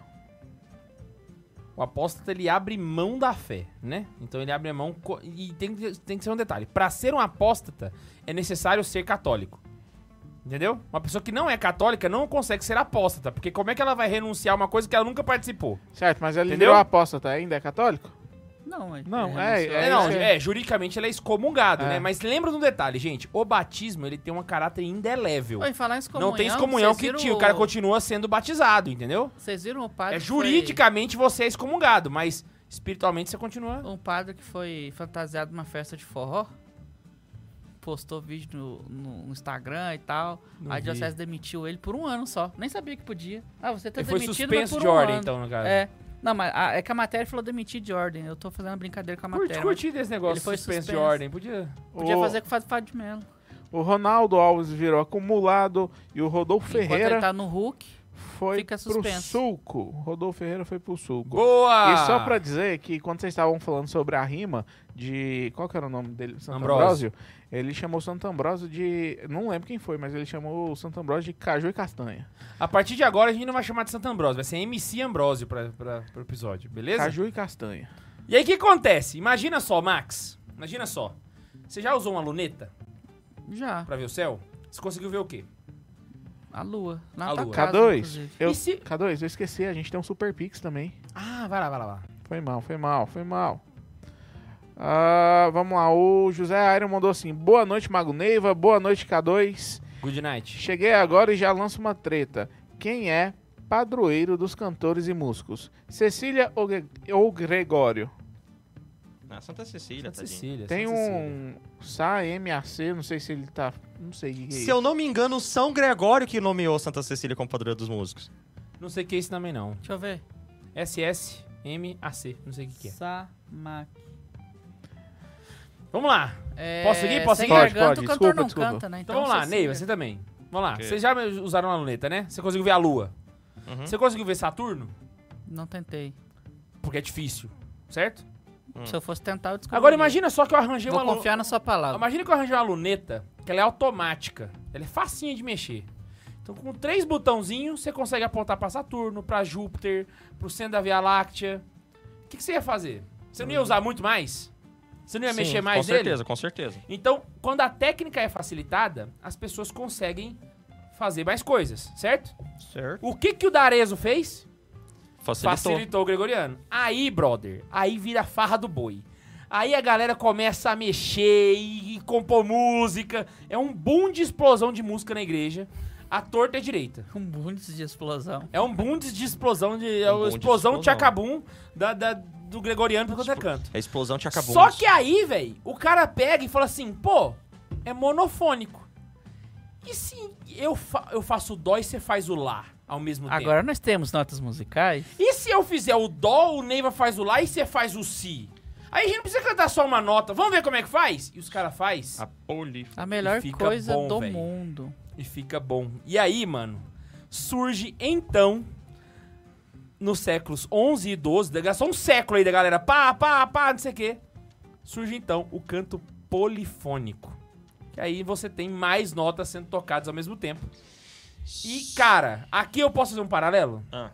O apóstolo ele abre mão da fé, né? Então ele abre mão co- e tem, que- tem que ser um detalhe. Pra ser um apóstata é necessário ser católico. Entendeu? Uma pessoa que não é católica não consegue ser apóstata, porque como é que ela vai renunciar a uma coisa que ela nunca participou? Certo, mas ele Entendeu? virou apóstata, ainda é católico? Não, é. Não, é- só- É, isso não, aí. é, juridicamente ela é excomungado, É. né? Mas lembra de um detalhe, gente, o batismo ele tem um caráter indelével. Ô, em falar em Não excomunhão, tem excomunhão vocês que viram tinha, o cara continua sendo batizado, entendeu? Vocês viram o padre? É que juridicamente você é excomungado, mas espiritualmente você continua. Foi, um padre que foi fantasiado numa festa de forró. Postou vídeo no, no Instagram e tal. Não a vi. Diocese demitiu ele por um ano só. Nem sabia que podia. Ah, você tá Ele foi demitido mas suspenso por de um ordem, ano. então, no caso. É. Não, mas a- é que a matéria falou demitir de ordem. Eu tô fazendo uma brincadeira com a matéria. Curti, curti desse negócio Ele foi suspenso, de suspenso. ordem. Podia. Podia o, fazer com o Fábio Fábio de Mello. o Ronaldo Alves virou acumulado e o Rodolfo Enquanto ele Ferreira tá no Hulk. foi fica pro suspenso. sulco. O Rodolfo Ferreira foi pro sulco. Boa! E só pra dizer que quando vocês estavam falando sobre a rima de. Qual que era o nome dele? Santo Ambrósio. Ambrósio. Ele chamou o Santo Ambrósio de. Não lembro quem foi, mas ele chamou o Santo Ambrósio de Caju e Castanha. A partir de agora a gente não vai chamar de Santo Ambrósio, vai ser MC Ambrósio pra, pra, pro episódio, beleza? Caju e Castanha. E aí o que acontece? Imagina só, Max. Imagina só. Você já usou uma luneta Já. pra ver o céu? Você conseguiu ver o quê? A lua. Na A tua lua. casa, K2, inclusive. eu, E se- K2, eu esqueci, a gente tem um Super Pix também. Ah, vai lá, vai lá, vai lá. Foi mal, foi mal, foi mal. Ah, vamos lá, o José Airo mandou assim: Boa noite, Mago Neiva, boa noite, K2. Good night. Cheguei agora e já lanço uma treta. Quem é padroeiro dos cantores e músicos? Cecília ou, Gre- ou Gregório? Ah, Santa Cecília, Santa tadinho. Cecília. Tem Santa Cecília. um SAMAC, não sei se ele tá. Não sei o que, que é Se isso. eu não me engano, São Gregório que nomeou Santa Cecília como padroeira dos músicos. Não sei o que é isso também, não. Deixa eu ver. SSMAC. Não sei o que, que é. Samac. Vamos lá. É, Posso seguir? Posso sem seguir? Pode, garganta, pode. o cantor Desculpa, não desculpa. canta, né? Então, vamos lá, você Neiva, você siga. também. Vamos lá. Ok. Vocês já usaram a luneta, né? Você conseguiu ver a lua. Uhum. tá- Você conseguiu ver Saturno? Não tentei. porque é difícil, certo? Hum. Se eu fosse tentar, eu descobri. Agora imagina só que eu arranjei é? Vou uma lu- confiar na sua palavra. Imagina que eu arranjei uma luneta, que ela é automática. Ela é facinha de mexer. Então, com três botãozinhos, você consegue apontar pra Saturno, pra Júpiter, pro centro da Via Láctea. O que, que você ia fazer? Você não ia usar muito mais? Você não ia Uhum. Sim, mexer mais Com nele? certeza, com certeza. Então, quando a técnica é facilitada, as pessoas conseguem fazer mais coisas, certo? Certo. O que, que o Darezo fez? Facilitou. Facilitou o Gregoriano. Aí, brother, aí vira a farra do boi. Aí a galera começa a mexer e, e compor música. É um boom de explosão de música na igreja. A torta é direita. Um bundes de explosão. É um boom de de explosão de. É Um boom uma de explosão de explosão. chacabum da, da- do Gregoriano pra quanto é canto. A explosão te acabou. Só que aí, velho, o cara pega e fala assim, pô, é monofônico. E se eu, fa- eu faço o dó e você faz o lá ao mesmo tempo? Agora nós temos notas musicais. E se eu fizer o dó, o Neiva faz o lá e você faz o si? Aí a gente não precisa cantar só uma nota. Vamos ver como é que faz? E os caras faz A polífonia. A melhor fica coisa bom, do véi. mundo. e fica bom. E aí, mano, surge então nos séculos 11 e 12, da- só um século aí da galera, pá, pá, pá, não sei o quê. Surge então o canto polifônico. Que aí você tem mais notas sendo tocadas ao mesmo tempo. E, cara, aqui eu posso fazer um paralelo? Ah.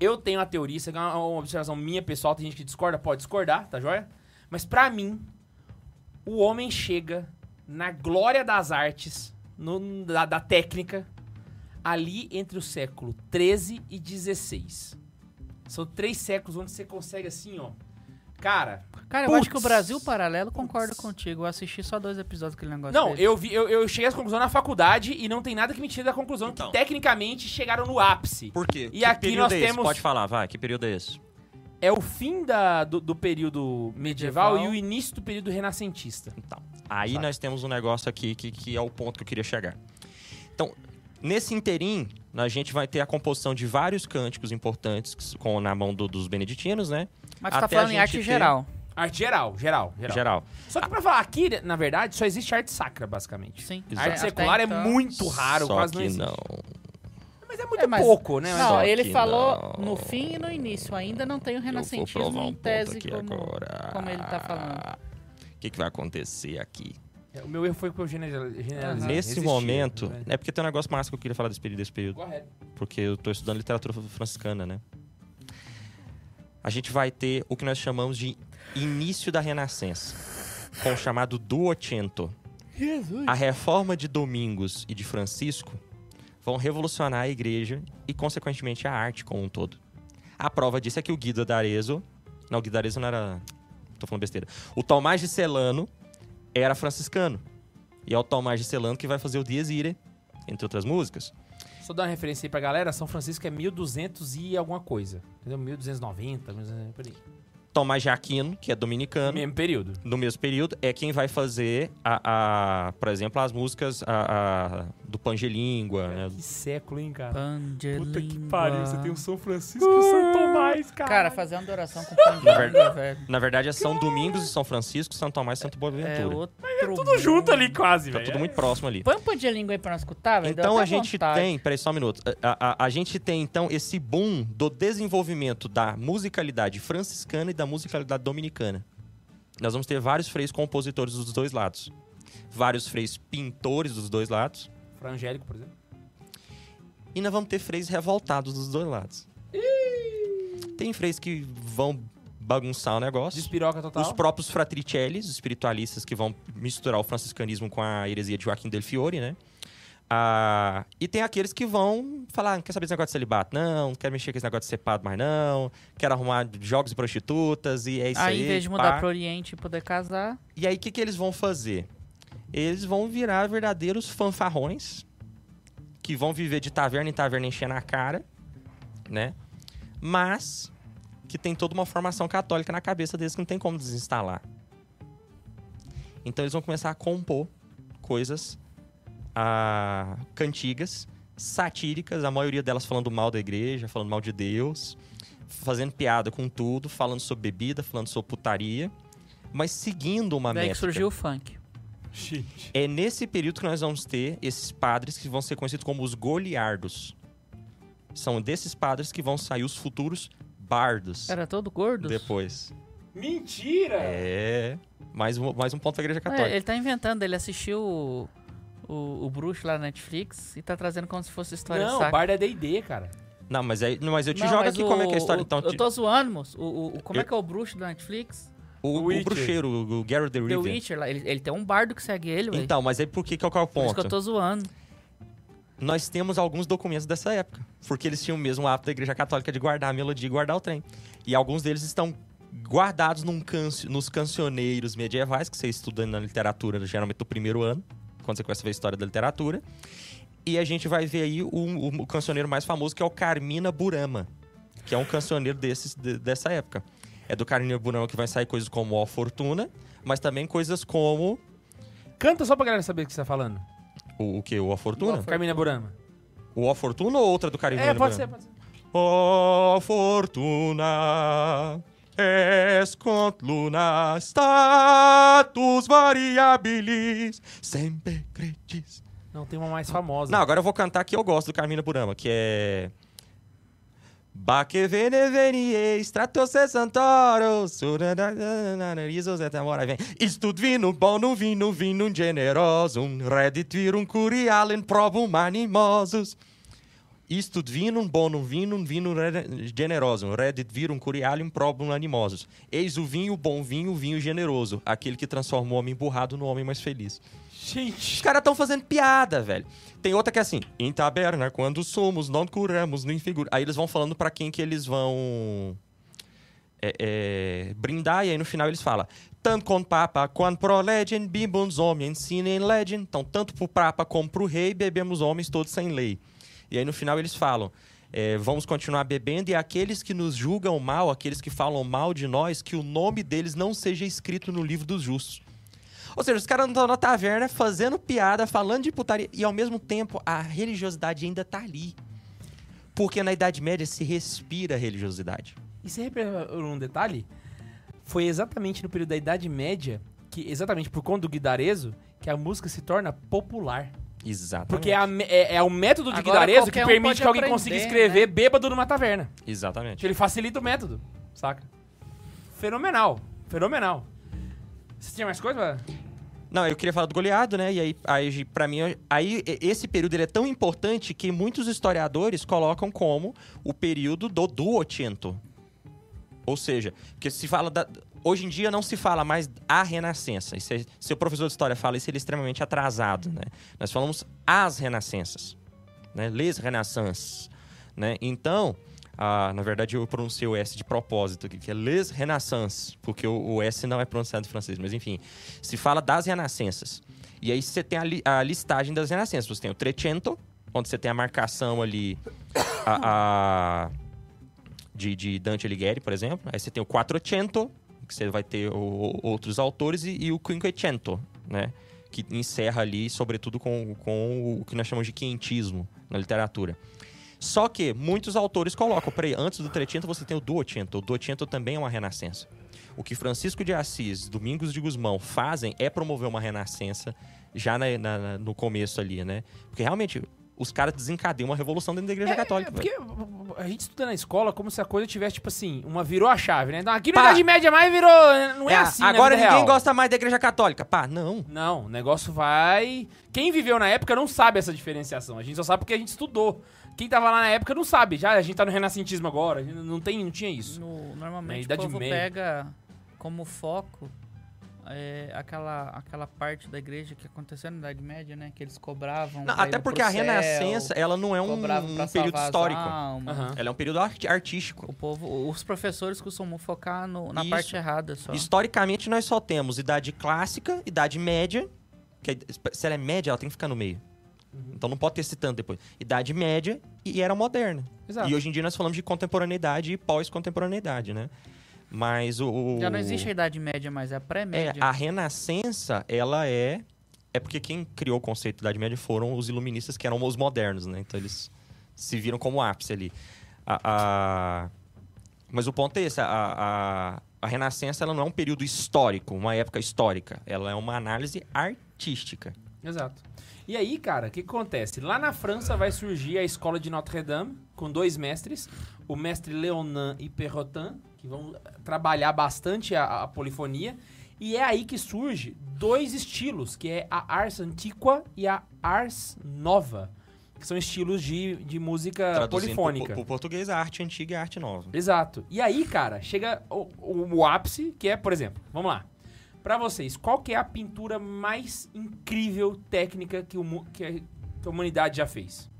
Eu tenho a teoria, isso é uma uma observação minha pessoal, tem gente que discorda, pode discordar, tá joia? Mas pra mim, o homem chega na glória das artes, no- da, da técnica, ali entre o século 13 e 16. São três séculos onde você consegue assim, ó. Cara, Cara, eu Putz. acho que o Brasil Paralelo concorda Putz. contigo. Eu assisti só dois episódios daquele negócio. não, dele. eu, vi, eu, eu cheguei a essa conclusão na faculdade e não tem nada que me tire da conclusão Então. que tecnicamente chegaram no ápice. Por quê? E aqui período nós é esse? temos- Pode falar, vai. Que período é esse? É o fim da- do, do período medieval, Medieval. e o início do período renascentista. Então, aí nós temos um negócio aqui que, que é o ponto que eu queria chegar. Então, nesse interim, a gente vai ter a composição de vários cânticos importantes que s- com, na mão do- dos beneditinos, né? Mas tu tá até falando a em gente arte ter- geral. Arte geral, geral, geral. Geral. Só que pra falar, aqui, na verdade, só existe arte sacra, basicamente. Sim. Exato. Arte Até secular então- é muito raro, Só quase que não existe. não. Mas é muito É, mas- pouco, né? Mas- Não, Só ele que falou não. no fim e no início. Ainda não tem o Eu vou provar renascentismo um em ponto tese aqui como, agora. como ele tá falando. O que, que vai acontecer aqui? É, O meu erro foi que eu general- generalizei. Nesse Existia, momento, né? é porque tem um negócio massa que eu queria falar desse período, desse período. Correto. porque eu tô estudando literatura franciscana, né? A gente vai ter o que nós chamamos de início da Renascença, com o chamado Duocento. A reforma de Domingos e de Francisco vão revolucionar a igreja e, consequentemente, a arte como um todo. A prova disso é que o Guido D'Arezzo... Não, o Guido D'Arezzo não era... Tô falando besteira. O Tomás de Celano era franciscano. E é o Tomás de Celano que vai fazer o Dies Irae, entre outras músicas. Só dar uma referência aí pra galera, São Francisco é 1200 e alguma coisa. Entendeu? 1290, 1290, por aí. Tomás de Aquino, que é dominicano, Mesmo período. no mesmo período, é quem vai fazer, a, a- por exemplo, as músicas a- a- do Pangelíngua, né? Que século, hein, cara? Pangelíngua. um um São Francisco e o São Tomás, Uh! Cara, fazer uma adoração (laughs) com pangelíngua, velho. Na verdade, é São Domingos e São Francisco, São Tomás e Santo É Boaventura. outro. É Tudo junto ali, quase, tá velho. tudo muito próximo ali. Põe um pangelíngua aí pra nós escutar, velho. deu Então até a gente vontade. tem, peraí só um minuto, a, a- a gente tem então esse boom do desenvolvimento da musicalidade franciscana e da musicalidade dominicana. Nós vamos ter vários freios compositores dos dois lados, vários freios pintores dos dois lados, Frangélico, por exemplo. E nós vamos ter freis revoltados dos dois lados. Tem freis que vão bagunçar o negócio. Despiroca total. Os próprios fratricellis, espiritualistas, que vão misturar o franciscanismo com a heresia de Joaquim del Fiore, né? Ah, e tem aqueles que vão falar, não quer saber desse negócio de celibato, não, não quero mexer com esse negócio de ser padre, mas não, quero arrumar jogos e prostitutas, e é isso aí. Aí, em vez de pá." mudar pro Oriente e poder casar, E aí, o que, que eles vão fazer? Eles vão virar verdadeiros fanfarrões que vão viver de taverna em taverna enchendo a cara, né? Mas que tem toda uma formação católica na cabeça deles que não tem como desinstalar. Então eles vão começar a compor coisas, ah, cantigas satíricas, a maioria delas falando mal da igreja, falando mal de Deus, fazendo piada com tudo, falando sobre bebida, falando sobre putaria, mas seguindo uma daí que métrica. surgiu o funk. Gente. É nesse período que nós vamos ter esses padres que vão ser conhecidos como os goliardos. São desses padres que vão sair os futuros bardos Era todo gordo? depois. Mentira! É. Mais um, mais um ponto da Igreja Católica. Ué, ele tá inventando, ele assistiu o, o, o Bruxo lá na Netflix e tá trazendo como se fosse história Não, sacra. Bard é D&D, cara. Não, mas, aí, não, mas eu te Não, jogo mas aqui o- como é que é a história. o- então, eu ti- tô zoando, moço. O, o- o- como Eu- é que é o bruxo da Netflix? o, o Witcher. bruxeiro, o Gary the The River. Witcher, lá, ele, ele tem um bardo que segue ele, velho. Então, mas aí por que, que é o Por isso que eu ponto? tô zoando. Nós temos alguns documentos dessa época, porque eles tinham o mesmo hábito da Igreja Católica de guardar a melodia e guardar o trem. E alguns deles estão guardados num cancio- nos cancioneiros medievais, que você estuda na literatura, geralmente do primeiro ano, quando você começa a ver a história da literatura. E a gente vai ver aí o, o- o cancioneiro mais famoso, que é o Carmina Burama, que é um cancioneiro desses, de- dessa época. É do Carmina Burama que vai sair coisas como Ó Fortuna, mas também coisas como... Canta só pra galera saber o que você tá falando. O, o que? O Ó Fortuna? Carmina Burama. O Ó Fortuna ou outra do né? Carmina É, pode Burama? ser, pode ser. Oh, fortuna, es cont luna status variabilis, sempre cretis. Não, tem uma mais famosa. Não, agora eu vou cantar que eu gosto do Carmina Burama, que é... Baque vene venie, stratos e santoros, risos et amora tá, vem. Istud vinum bonum vinum vinum generosum, redit virum curialen probum animosus. Istud vinum bonum vinum vinum re- generosum, redit virum curialium probum animosus. Eis o vinho, bom vinho, vinho generoso, aquele que transforma o homem emburrado no homem mais feliz. Os Gente, caras estão fazendo piada, velho. Tem outra que é assim: em taberna, quando somos, não curamos, nem figura. Aí eles vão falando pra quem que eles vão é, é, brindar, e aí no final eles falam: tanto com papa, quanto pro legend, bimbons homens, sinem legend. Então, tanto pro papa como pro rei, bebemos homens todos sem lei. E aí no final eles falam: é, vamos continuar bebendo, e aqueles que nos julgam mal, aqueles que falam mal de nós, que o nome deles não seja escrito no livro dos justos. Ou seja, os caras estão na taverna fazendo piada, falando de putaria, e ao mesmo tempo a religiosidade ainda tá ali. Porque na Idade Média se respira a religiosidade. e você repara um detalhe? Foi exatamente no período da Idade Média, que exatamente por conta do Guidarezo, que a música se torna popular. Exatamente. Porque é, a me- é- é o método de Agora Guidarezo que qualquer um permite pode que alguém aprender, consiga né? escrever bêbado numa taverna. Tipo, Exatamente. Ele facilita o método, saca? Fenomenal, fenomenal. Você tinha mais coisa? Não, eu queria falar do goleado, né? E aí, aí para mim, eu- aí e- esse período ele é tão importante que muitos historiadores colocam como o período do Duocento. Ou seja, porque se fala da hoje em dia não se fala mais a Renascença. Isso é- se o professor de história fala isso, ele é extremamente atrasado, né? Nós falamos as renascenças, né? Les Renaissances, né? Então, ah, na verdade eu pronunciei o S de propósito aqui, que é Les Renaissances, porque o, o S não é pronunciado em francês, mas enfim, se fala das renascenças. E aí você tem a, li- a listagem das renascenças. Você tem o Trecento, onde você tem a marcação ali a, a- de, de Dante Alighieri, por exemplo. Aí você tem o Quattrocento, que você vai ter o- o- outros autores, e, e o Quinquecento, né? Que encerra ali, sobretudo, com, com o que nós chamamos de quintismo na literatura. Só que muitos autores colocam, peraí, antes do Trecento você tem o Duocento. O Duocento também é uma renascença. O que Francisco de Assis, Domingos de Guzmão fazem é promover uma renascença já na- na- na- no começo ali, né? Porque realmente os caras desencadeiam uma revolução dentro da Igreja Católica. É velho. porque a gente estuda na escola como se a coisa tivesse, tipo assim, uma virou a chave, né? Então, aqui na Pá. Idade Média mais virou. Não é, É, assim, na agora vida ninguém real. gosta mais da igreja católica. Pá, não. Não, o negócio vai. Quem viveu na época não sabe essa diferenciação. A gente só sabe porque a gente estudou. Quem tava lá na época não sabe. Já a gente tá no renascentismo agora. a gente Não, tem, não tinha isso. No- Na normalmente o Idade povo Média. pega como foco é, aquela, aquela parte da igreja que aconteceu na Idade Média, né? Que eles cobravam. Não, pra até ir porque tá pro a céu, renascença, ela não é um, cobravam um pra período salvar as histórico. almas. Aham. Ela é um período art- artístico. O povo, os professores costumam focar no- na Isso. parte errada só. Historicamente, nós só temos idade clássica, idade média. Que é- se ela é média, ela tem que ficar no meio. Uhum. Então não pode ter esse tanto depois. Idade média e era moderna. Exato. E hoje em dia nós falamos de contemporaneidade e pós-contemporaneidade, né? Mas o. o- Já não existe a Idade Média, mas é a É, pré-média. a Renascença, ela é. É porque quem criou o conceito de Idade Média foram os iluministas, que eram os modernos, né? Então eles se viram como ápice ali. A- a- Mas o ponto é esse: a, a- a Renascença ela não é um período histórico, uma época histórica. Ela é uma análise artística. Exato. E aí, cara, o que que acontece? Lá na França vai surgir a escola de Notre Dame com dois mestres, o mestre Leonan e Perrotin, que vão trabalhar bastante a, a polifonia. E é aí que surge dois estilos, que é a Ars Antiqua e a Ars Nova, que são estilos de, de Ah, música Traduzindo polifônica. Para português, a arte antiga e a arte nova. Exato. E aí, cara, chega o, o- o ápice, que é, por exemplo, vamos lá. Pra vocês, qual que é a pintura mais incrível técnica que, o, mu- que a- que a humanidade já fez?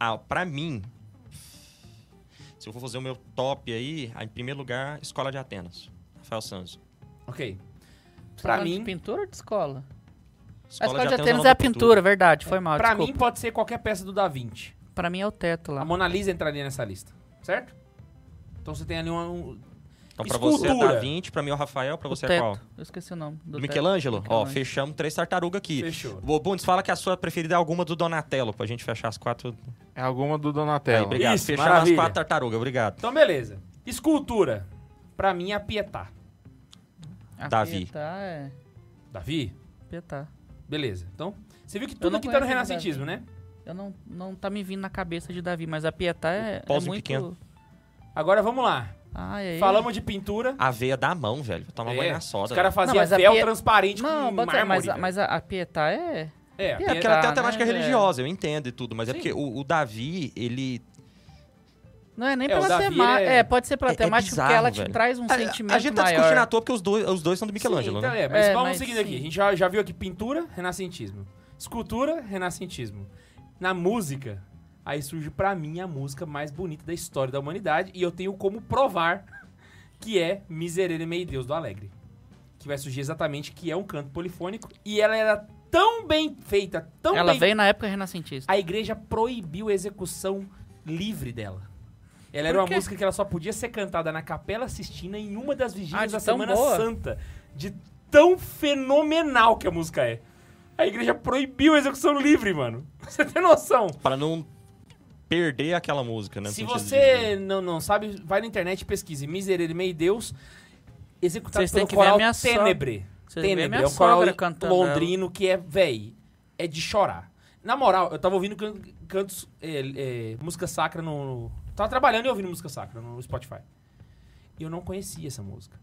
Ah, pra mim, se eu for fazer o meu top aí, ah, em primeiro lugar, Escola de Atenas. Rafael Santos. Ok. Você Pra tá falando mim- De pintura ou de escola? A Escola, escola de Atenas é a pintura, verdade. Foi mal, Pra Ah, desculpa. mim, pode ser qualquer peça do Da Vinci. Pra mim é o teto lá. A Mona Lisa entraria nessa lista, certo? Então você tem ali uma- um. Então pra você é Escultura. Da Vinci, pra mim é o Rafael, pra O você é teto. qual? Eu esqueci o nome do teto. Michelangelo? Ó, Michelangelo. fechamos três tartarugas aqui. Fechou. O Bundes, fala que a sua preferida é alguma do Donatello, pra gente fechar as quatro. É alguma do Aí, Donatello. obrigado. Isso, Fecharam maravilha. as quatro tartarugas, obrigado. Então, beleza. Escultura. Pra mim, é a Pietà. A Davi. Pietá é... Davi? Pietá. Beleza. Então, você viu que Eu tudo não aqui tá no conheço esse renascentismo, né? Eu não, não tá me vindo na cabeça de Davi, mas a Pietá é, é Pauzinho muito... Ah, é pequeno. um Agora vamos lá. Ai, ai, Falamos de pintura. A veia da mão, velho. Vou tomar É, uma banha soda. Os caras Não, faziam mas a véu pie- transparente Não, com bota- mármore. mas, a- velho. mas a, a Pietá é... É, Pia- É pia- porque ela tem Tá, uma temática né, religiosa, eu entendo e tudo, mas é Sim. porque o, o Davi, ele. Não é nem É, o pela Davi, temática. ele É... é- pode ser pela É- é temática, porque bizarro, ela te velho. traz um A- sentimento a, gente tá maior. discutindo à toa porque os dois, os dois são do Michelangelo, Sim, então né? é, mas É, vamos mas seguindo sim. aqui. A gente já, já viu aqui pintura, renascentismo. Escultura, renascentismo. Na música, aí surge pra mim a música mais bonita da história da humanidade e eu tenho como provar que é Miserere Mei Deus do Alegre. Que vai surgir exatamente que é um canto polifônico e ela era tão bem feita, tão Ela bem veio na época renascentista. a igreja proibiu a execução livre dela. Ela era Por uma quê? música que ela só podia ser cantada na Capela Sistina em uma das vigílias Ah, de da tão Semana boa. Santa. De tão fenomenal que a música é. A igreja proibiu a execução livre, mano. (laughs) Você tem noção? Pra não perder aquela música, né? no Se sentido você de- não, não sabe, vai na internet e pesquise Miserere Mei Deus, executado Vocês têm pelo que ver a coral minha so- Tenebre. Vocês veem Tenebre, minha é um coral sogra cantando londrino que é, véi, é de chorar. Na moral, eu tava ouvindo can- cantos, é, é, música sacra no, no... Tava trabalhando e ouvindo música sacra no Spotify. E eu não conhecia essa música.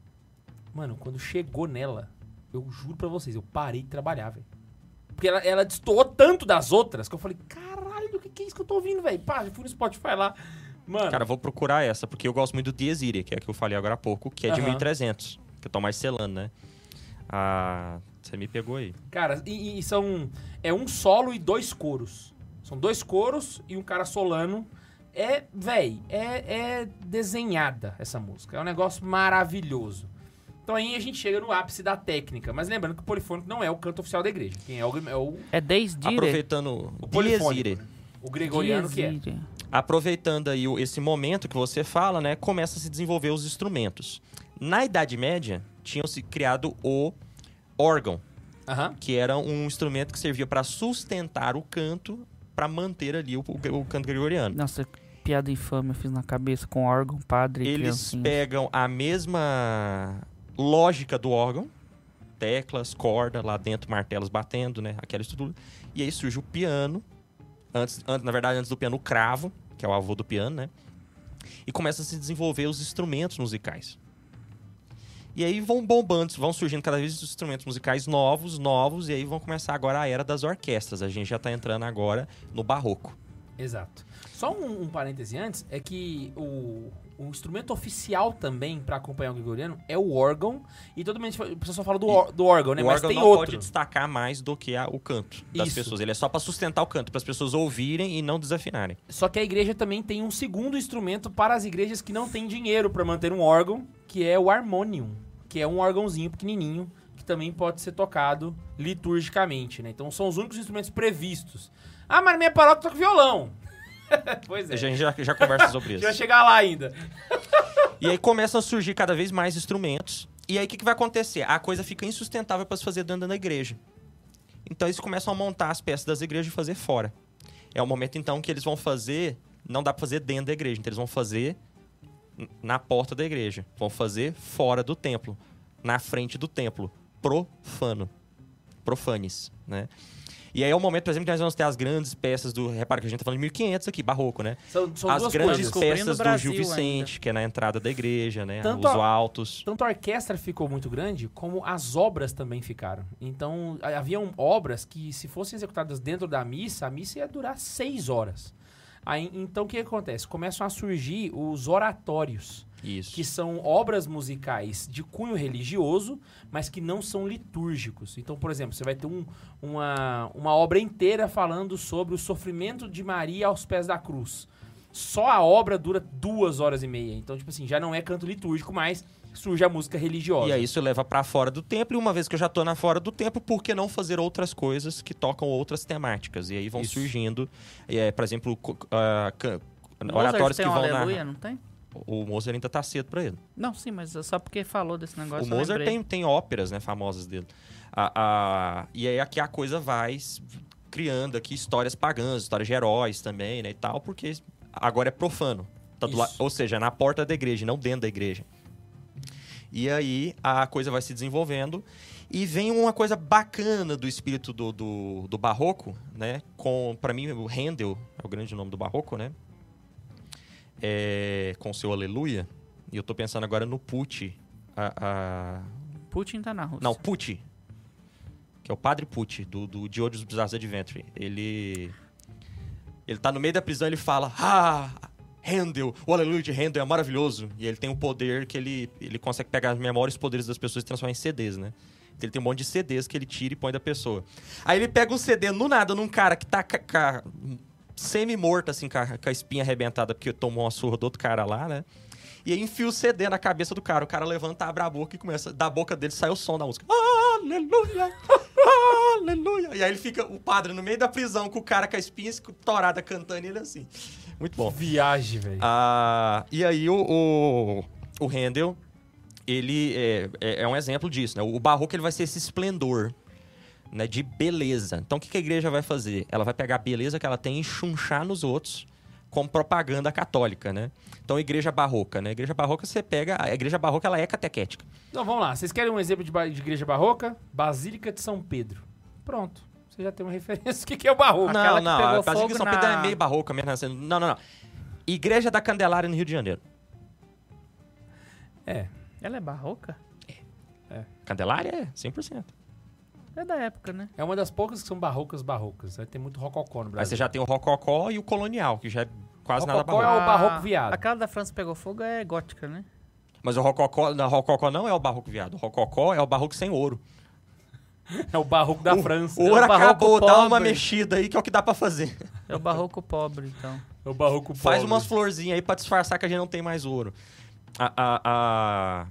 Mano, quando chegou nela, eu juro pra vocês, eu parei de trabalhar, velho. Porque ela, ela destoou tanto das outras que eu falei, caralho, o que, que é isso que eu tô ouvindo, velho? Pá, eu fui no Spotify lá. Mano, (laughs) Cara, eu vou procurar essa, porque eu gosto muito do Dieziria, que é a que eu falei agora há pouco, que é de Aham. 1300, que eu tô marcelando, né? Ah, você me pegou aí. Cara, e, e são. É um solo e dois coros. São dois coros e um cara solano. É, véi, é, é desenhada essa música. É um negócio maravilhoso. Então aí a gente chega no ápice da técnica. Mas lembrando que o polifônico não é o canto oficial da igreja. Quem é o, é o, É desde Aproveitando o o polifônico. Dieziria. né? O gregoriano que é. Aproveitando aí o- esse momento que você fala, né, começa a se desenvolver os instrumentos. Na Idade Média, tinham se criado o órgão, Aham. que era um instrumento que servia para sustentar o canto, para manter ali o, o- o canto gregoriano. Nossa, piada infame eu fiz na cabeça com órgão, padre e Eles criancinha. pegam a mesma lógica do órgão, teclas, corda, lá dentro martelos batendo, né, aquela estrutura. E aí surge o piano, antes, antes- na verdade antes do piano o cravo, que é o avô do piano, né? E começa a se desenvolver os instrumentos musicais. E aí vão bombando, vão surgindo cada vez os instrumentos musicais novos, novos, e aí vão começar agora a era das orquestras. A gente já tá entrando agora no barroco. Exato. Só um, um parêntese antes, é que o, o instrumento oficial também pra acompanhar o gregoriano é o órgão. E todo mundo, o pessoal só fala do, ó- do órgão, né? o Mas órgão tem não é outro. pode destacar mais do que a- o canto das Isso. pessoas. Ele é só pra sustentar o canto, para as pessoas ouvirem e não desafinarem. Só que a igreja também tem um segundo instrumento para as igrejas que não têm dinheiro para manter um órgão, que é o harmonium, que é um órgãozinho pequenininho que também pode ser tocado liturgicamente, né? Então são os únicos instrumentos previstos. Ah, mas minha paróquia toca violão. (laughs) pois A é. gente já, já conversa (laughs) sobre isso. Já chegar lá ainda. E aí começam a surgir cada vez mais instrumentos. E aí o que, que vai acontecer? A coisa fica insustentável para se fazer dentro da igreja. Então eles começam a montar as peças das igrejas e fazer fora. É o momento então que eles vão fazer. Não dá para fazer dentro da igreja, então eles vão fazer n- na porta da igreja. Vão fazer fora do templo, na frente do templo. Profano. Profanes, né? E aí é o momento, por exemplo, que nós vamos ter as grandes peças do. Repara que a gente tá falando de 1500 aqui, barroco, né? São, são as duas grandes coisas. coisas. peças Descobrindo o do Gil Brasil Vicente, que é na entrada da igreja, né? Tanto Os a- altos. Tanto a orquestra ficou muito grande, como as obras também ficaram. Então, a- haviam obras que, se fossem executadas dentro da missa, a missa ia durar seis horas. Aí, então, o que acontece? Começam a surgir os oratórios, Isso. que são obras musicais de cunho religioso, mas que não são litúrgicos. Então, por exemplo, você vai ter um- uma, uma obra inteira falando sobre o sofrimento de Maria aos pés da cruz. Só a obra dura duas horas e meia. Então, tipo assim, já não é canto litúrgico, mas surge a música religiosa. E aí isso leva pra fora do templo, e uma vez que eu já tô na fora do templo, por que não fazer outras coisas que tocam outras temáticas? E aí vão Isso. surgindo, e é, por exemplo, co- ah, can- Mozart oratórios que tem um vão Aleluia, na. não tem? O Mozart ainda tá cedo pra ele. Não, sim, mas é só porque falou desse negócio. o eu Mozart lembrei. tem, tem óperas, né, famosas dele. A, a- e aí aqui a coisa vai s- criando aqui histórias pagãs, histórias de heróis também, né, e tal, porque agora é profano. Tá do la- Isso. ou seja, na porta da igreja, não dentro da igreja. E aí a coisa vai se desenvolvendo e vem uma coisa bacana do espírito do, do, do barroco, né? Com, para mim, o Handel é o grande nome do barroco, né? É, com seu Aleluia. E eu tô pensando agora no Pucci, a, a- Putin tá na Rússia. não, Pucci. Que é o padre Pucci, do, do Diodes dos Bizarros Adventure. Ele. Ele tá no meio da prisão ele fala: Ah, Handel, o aleluia de Handel é maravilhoso. E ele tem um poder que ele, ele consegue pegar as memórias e os poderes das pessoas e transformar em CDs, né? Então ele tem um monte de CDs que ele tira e põe da pessoa. Aí ele pega um CD no nada num cara que tá ca- ca- semi-morto, assim, com a, com a espinha arrebentada porque tomou uma surra do outro cara lá, né? E aí enfia o CD na cabeça do cara. O cara levanta, abre a boca e começa. Da boca dele sai o som da música. Aleluia! Aleluia! E aí ele fica, o padre, no meio da prisão, com o cara com a espinha torada cantando e ele assim. Muito bom. Viagem, velho. Ah, e aí o, o, o Handel, ele é, é- é um exemplo disso, né? O barroco ele vai ser esse esplendor, né? De beleza. Então o que, que a igreja vai fazer? Ela vai pegar a beleza que ela tem e chunchar nos outros como propaganda católica, né? Então igreja barroca, né? Igreja barroca você pega... A igreja barroca ela é catequética. Então, vamos lá. Vocês querem um exemplo de, ba- de igreja barroca? Basílica de São Pedro. Pronto. Você já tem uma (laughs) referência do que que é o barroco. Aquela que não, pegou não. A Basílica fogo de São Pedro na- é meio barroca mesmo. assim, Não, não, não. Igreja da Candelária no Rio de Janeiro. É. Ela é barroca? Candelária é 100%. É da época, né? É uma das poucas que são barrocas, barrocas. Vai ter muito rococó no Aí Brasil. você já tem o rococó e o colonial, que já é quase nada Rococó é barroco. o barroco viado. Aquela da França pegou fogo é gótica, né? Mas o rococó, não, o rococó não é o barroco viado. O rococó é o barroco sem ouro. É o barroco da França. O ouro É o barroco acabou, dá uma pobre. mexida aí que é o que dá pra fazer. É o barroco pobre, então. É o barroco Faz pobre. umas florzinhas aí pra disfarçar que a gente não tem mais ouro. A- a- a-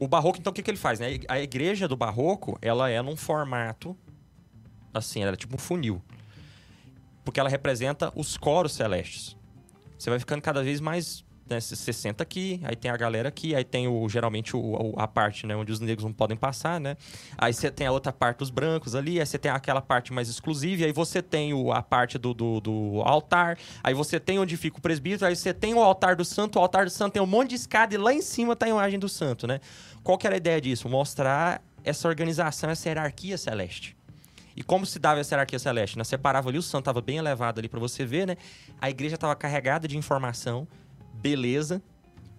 O barroco, então, o que, que ele faz? Né? A igreja do barroco, ela é num formato... Assim, ela é tipo um funil. Porque ela representa os coros celestes. Você vai ficando cada vez mais... Né, você você senta aqui, aí tem a galera aqui, aí tem o, geralmente o- o- a parte né, onde os negros não podem passar, né? Aí você tem a outra parte dos brancos ali, aí você tem aquela parte mais exclusiva, e aí você tem o- a parte do, do- do altar, aí você tem onde fica o presbítero, aí você tem o altar do santo, o altar do santo tem um monte de escada e lá em cima tá a imagem do santo, né? Qual que era a ideia disso? Mostrar essa organização, essa hierarquia celeste. E como se dava essa hierarquia celeste? Né? Separava ali, o santo estava bem elevado ali para você ver, né? A igreja estava carregada de informação, beleza,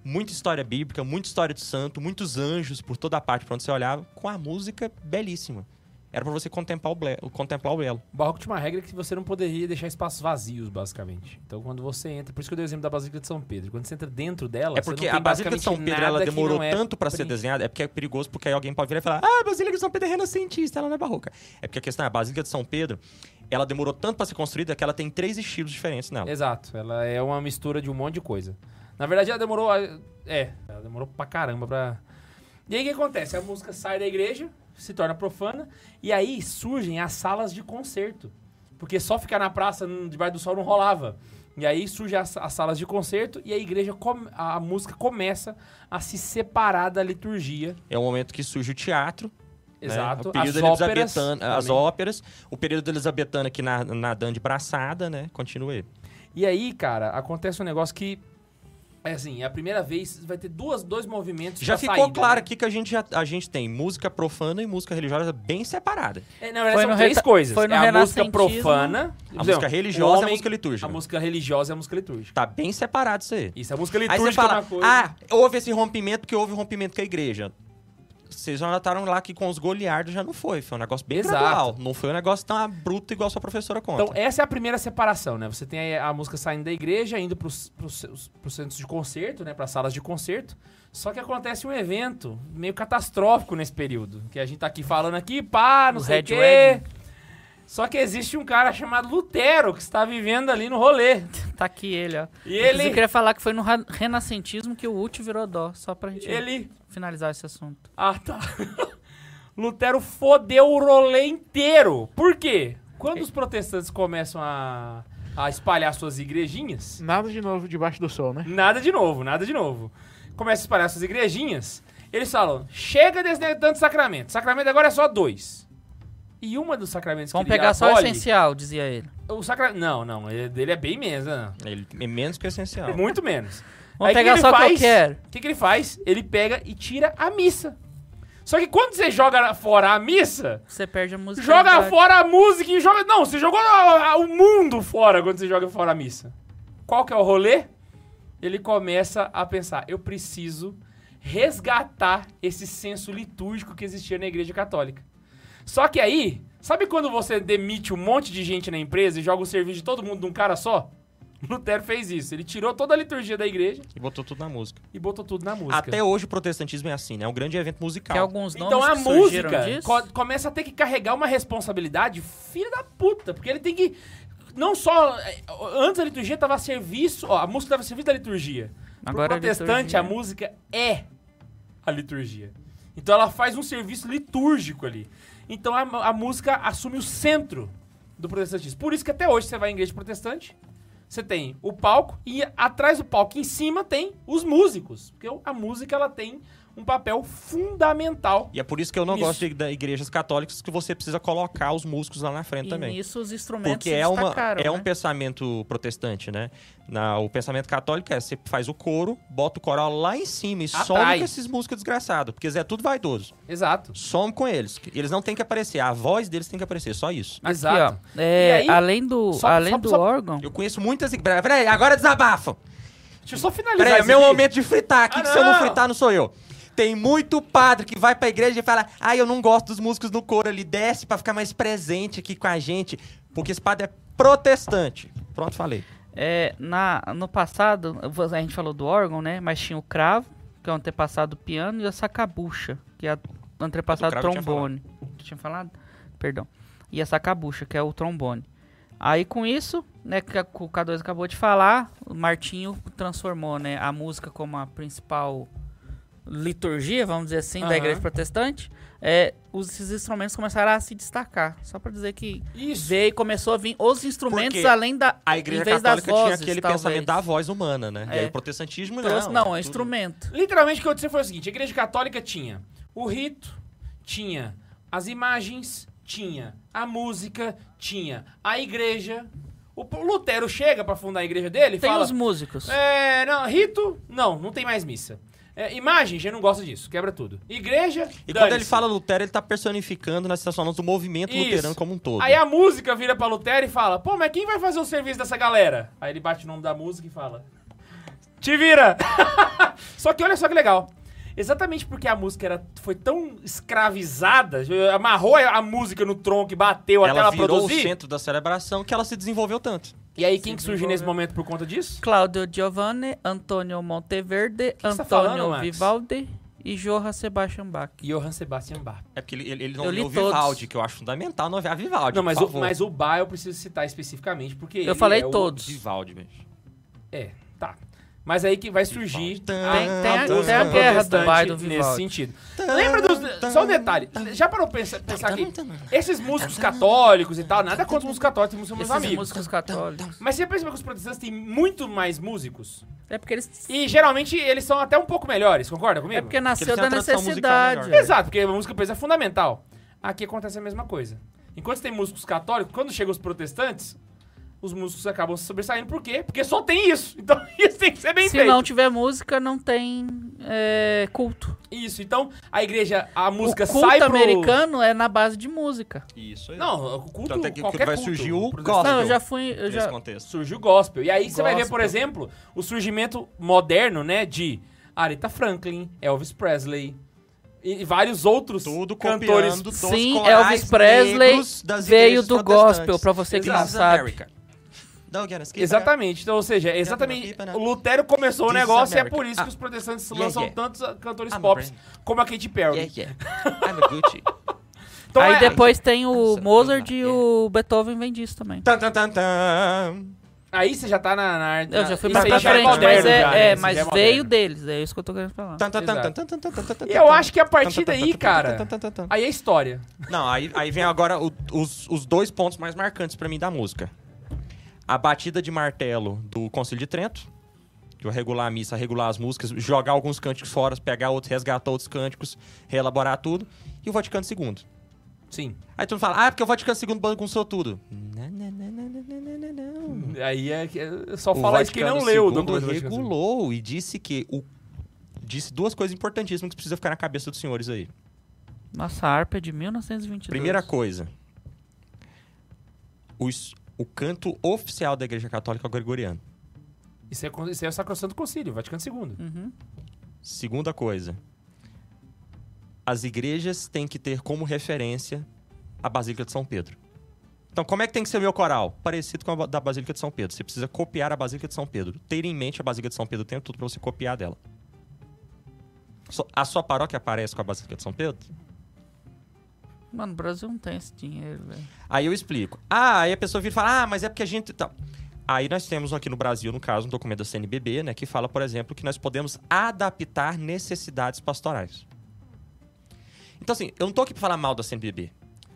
muita história bíblica, muita história de santo, muitos anjos por toda a parte pra onde você olhava, com a música belíssima. Era pra você contemplar o, ble- contemplar o belo. O barroco tinha uma regra que você não poderia deixar espaços vazios, basicamente. Então, quando você entra... Por isso que eu dei o exemplo da Basílica de São Pedro. Quando você entra dentro dela... é você não porque tem a Basílica de São basicamente Pedro ela nada que demorou não é tanto pra ser príncipe. desenhada, é porque é perigoso, porque aí alguém pode virar e falar: ah, a Basílica de São Pedro é renascentista, ela não é barroca. É porque a questão é: a Basílica de São Pedro ela demorou tanto pra ser construída que ela tem três estilos diferentes nela. Exato. Ela é uma mistura de um monte de coisa. Na verdade, ela demorou... a- É, ela demorou pra caramba pra... E aí, o que acontece? A música sai da igreja, se torna profana, e aí surgem as salas de concerto. Porque só ficar na praça, hum, debaixo do sol, não rolava. E aí surgem as, as salas de concerto e a igreja, come- a a música começa a se separar da liturgia É o momento que surge o teatro, né? Exato. O as período óperas. elizabetano, as também. óperas, o período elizabetano aqui na, nadando de braçada, né? Continua aí. E aí, cara, acontece um negócio que É assim, é a primeira vez vai ter duas, dois movimentos Já pra ficou saída, claro né? aqui que a gente, já, a gente tem música profana e música religiosa bem separada. É, na verdade, Foi são no três reta- coisas. foi no é a música renascentismo. profana, A por música exemplo, religiosa o e a música litúrgica. A música religiosa é a música litúrgica. Tá bem separado isso aí. Isso, a música Aí você litúrgica é fala, uma coisa. ah, houve esse rompimento porque houve um rompimento com a igreja. Vocês já notaram lá que com os goleardos já não foi. Foi um negócio bem Exato. gradual. Não foi um negócio tão bruto igual sua professora conta. Então, essa é a primeira separação, né? Você tem aí a música saindo da igreja, indo pros, pros, seus- pros centros de concerto, né? Pras salas de concerto. Só que acontece um evento meio catastrófico nesse período. Que a gente tá aqui falando aqui, pá, não O sei Red o quê. Wedding. Só que existe um cara chamado Lutero que está vivendo ali no rolê. Tá aqui ele, ó. E Inclusive, ele- Eu queria falar que foi no ra- renascentismo que o útil virou dó, só pra gente Ele. finalizar esse assunto. Ah, tá. (laughs) Lutero fodeu o rolê inteiro. Por quê? Quando os protestantes começam a, a espalhar suas igrejinhas. Nada de novo debaixo do sol, né? Nada de novo, nada de novo. Começa a espalhar essas igrejinhas. Eles falam: chega desse ne- tanto sacramento. Sacramento agora é só dois. E uma dos sacramentos Vamos que ele pegar só o abole- essencial, dizia ele. O sacra... Não, não, ele dele é bem menos. né? Ele é menos que o essencial. Muito menos. Vamos Aí pegar ele só o que eu faz? quero. O que, que ele faz? Ele pega e tira a missa. Só que quando você joga fora a missa, Você perde a música. joga fora a música e joga. Não, você jogou a- a- o mundo fora quando você joga fora a missa. Qual que é o rolê? Ele começa a pensar: eu preciso resgatar esse senso litúrgico que existia na Igreja Católica. Só que aí, sabe quando você demite um monte de gente na empresa e joga o serviço de todo mundo de um cara só? (laughs) Lutero fez isso. Ele tirou toda a liturgia da igreja E botou tudo na música. e botou tudo na música. Até hoje o protestantismo é assim, né? É um grande evento musical. Tem alguns nomes Então a que surgiram música disso. co- começa a ter que carregar uma responsabilidade filha da puta, porque ele tem que não só eh, antes a liturgia tava a serviço, ó, a música tava a serviço da liturgia. Agora a Pro protestante liturgia. a, música é a liturgia. Então ela faz um serviço litúrgico ali. Então a, a música assume o centro do protestantismo. Por isso que até hoje você vai em igreja protestante, você tem o palco e atrás do palco, em cima, tem os músicos. Porque a música ela tem um papel fundamental E é por isso que eu não Isso. gosto de, da igrejas católicas que você precisa colocar os músicos lá na frente E também. nisso os instrumentos Porque se é, uma, destacaram, é um né? pensamento protestante, né? Na, o pensamento católico é você faz o coro, bota o coral lá em cima e some Atrás. com esses músicos desgraçados. Porque é tudo vaidoso. Exato. Some com eles. Eles não têm que aparecer. A voz deles tem que aparecer, só isso. Aqui, Exato. ó. É, E aí- além do, Só- além só- do só- órgão, Eu conheço muitas igrejas. Peraí, agora desabafam. Deixa eu só finalizar. Peraí, é isso meu aqui. momento de fritar aqui, Ah, que se eu não não. fritar, não sou eu. Tem muito padre que vai pra igreja e fala: Ah, eu não gosto dos músicos no coro ali, desce pra ficar mais presente aqui com a gente, porque esse padre é protestante. Pronto, falei. é, na, no passado, vo- a gente falou do órgão, né? Mas tinha o cravo, que é o antepassado do piano, e a sacabucha, que é o antepassado do cravo eu tinha trombone. Tu tinha falado? Perdão. E a sacabucha, que é o trombone. Aí com isso, né, que a- que o K2 acabou de falar, o Martinho transformou, né, a música como a principal liturgia, vamos dizer assim, da Aham. igreja protestante. É, os, esses instrumentos começaram a se destacar. Só pra dizer que Isso. veio e começou a vir os instrumentos Porque além da A igreja em vez católica das vozes, tinha aquele talvez. pensamento da voz humana, né? E É. aí o protestantismo Trouxe- não. não, é tudo- um instrumento. Literalmente o que aconteceu foi o seguinte: a igreja católica tinha o rito, tinha as imagens, tinha a música, tinha a igreja. O P- Lutero chega pra fundar a igreja dele e Tem fala. os músicos. É, não, rito, não, não tem mais missa. É, imagem, já não gosta disso, quebra tudo. Igreja. E quando ele dane-se. fala Lutero, ele tá personificando, nós estamos falando do movimento Isso. luterano como um todo. Aí a música vira pra Lutero e fala: Pô, mas quem vai fazer o serviço dessa galera? Aí ele bate o nome da música e fala: Te vira! (laughs) só que olha só que legal. Exatamente porque a música era, foi tão escravizada, amarrou a música no tronco e bateu até ela, ela virou o produzir. centro da celebração que ela se desenvolveu tanto. E aí, quem que Se surge nesse desenvolveu. momento por conta disso? Cláudio Giovanni, Antônio Monteverde, você tá Antônio falando, Max? Vivaldi e Johann Sebastian Bach. Johann Sebastian Bach. É porque ele, ele, ele não Eu li leu todos. Vivaldi, que eu acho fundamental não ver a Vivaldi. Não, mas por o, favor. mas o Bach eu preciso citar especificamente, porque. Eu ele falei é o- todos. Vivaldi, bicho. É, tá. Mas aí que vai surgir Tem- a, tem a- a tem a música guerra do Bai do protestante Vivaldi. nesse sentido. Lembra dos... Só um detalhe. Já parou pra pensar, pensar aqui? Esses músicos católicos e tal, nada contra os músicos católicos, eles são meus Esses amigos. músicos católicos. Mas você percebeu que os protestantes têm muito mais músicos? É porque eles. E geralmente eles são até um pouco melhores, concorda comigo? É porque nasceu têm uma da tradição musical necessidade. melhor. Exato, porque a música presa é fundamental. Aqui acontece a mesma coisa. Enquanto tem músicos católicos, quando chegam os protestantes, os músicos acabam se sobressaindo. Por quê? Porque só tem isso. (laughs) Então isso tem que ser bem Se feito. não tiver música, não tem é, culto. Isso, então a igreja, a música o culto sai pro... americano é na base de música. Isso aí. Não, o culto, Tanto é que o que qualquer vai culto. surgir o Protestante. gospel Não, eu já fui. Eu nesse já... contexto. surge o gospel. E aí você vai ver, Gospel. por exemplo, o surgimento moderno, né, de Aretha Franklin, Elvis Presley e e vários outros Tudo cantores. copiando tons Sim, corais Elvis Presley negros das veio igrejas do protestantes. gospel, pra você que não This is sabe. America. Don't get us kicked. Exatamente. Então, ou seja, exatamente, né? Pipa, né? o Lutero começou o This is negócio e é America. por isso que Ah. os protestantes Yeah, lançam yeah. tantos ah, cantores I'm pop brand. como a Katy Perry. Yeah, yeah. I'm a Gucci. Então, Aí é- depois tem o Nossa, Mozart e yeah. o Beethoven vem disso também. Tan, tan, tan, tan. aí você já tá na, na arte. Eu na- já fui isso mais aí pra já é frente, moderno mas, é, já, é, né? Isso mas já é moderno. veio deles, é isso que eu tô querendo falar. Tan, tan, tan, Exato. tan, tan, tan, tan, tan, tan, E eu tan. acho que a partir Tan, tan, daí, tan, cara, tan, tan, tan, tan, tan. aí é história. Não, aí, aí vem agora o- os, os dois pontos mais marcantes pra mim da música. A batida de martelo do Conselho de Trento, de eu regular a missa, regular as músicas, jogar alguns cânticos fora, pegar outros, resgatar outros cânticos, reelaborar tudo. E o Vaticano II. Sim. Aí tu fala, ah, porque o Vaticano II bagunçou tudo. Não, não, não, não, não, não, não, não. Aí é que- é- só O fala isso quem não Vaticano leu o II documento. do Vaticano II. regulou e disse que o disse duas coisas importantíssimas que precisa ficar na cabeça dos senhores aí. Nossa, a harpa é de 1922. Primeira coisa, os- o canto oficial da Igreja Católica é o gregoriano. Isso é, con- isso é o Sacrosanto Concílio, Vaticano II. Uhum. Segunda coisa, as igrejas têm que ter como referência a Basílica de São Pedro. Então, como é que tem que ser o meu coral? Parecido com a ba- da Basílica de São Pedro. Você precisa copiar a Basílica de São Pedro. Ter em mente a Basílica de São Pedro o tempo todo pra você copiar dela. So- A sua paróquia aparece com a Basílica de São Pedro? Mano, o Brasil não tem esse dinheiro, velho. Aí eu explico. Ah, aí a pessoa vira e fala, ah, mas é porque a gente... Tá. Aí nós temos aqui no Brasil, no caso, um documento da CNBB, né, que fala, por exemplo, que nós podemos adaptar necessidades pastorais. Então, assim, eu não tô aqui pra falar mal da CNBB.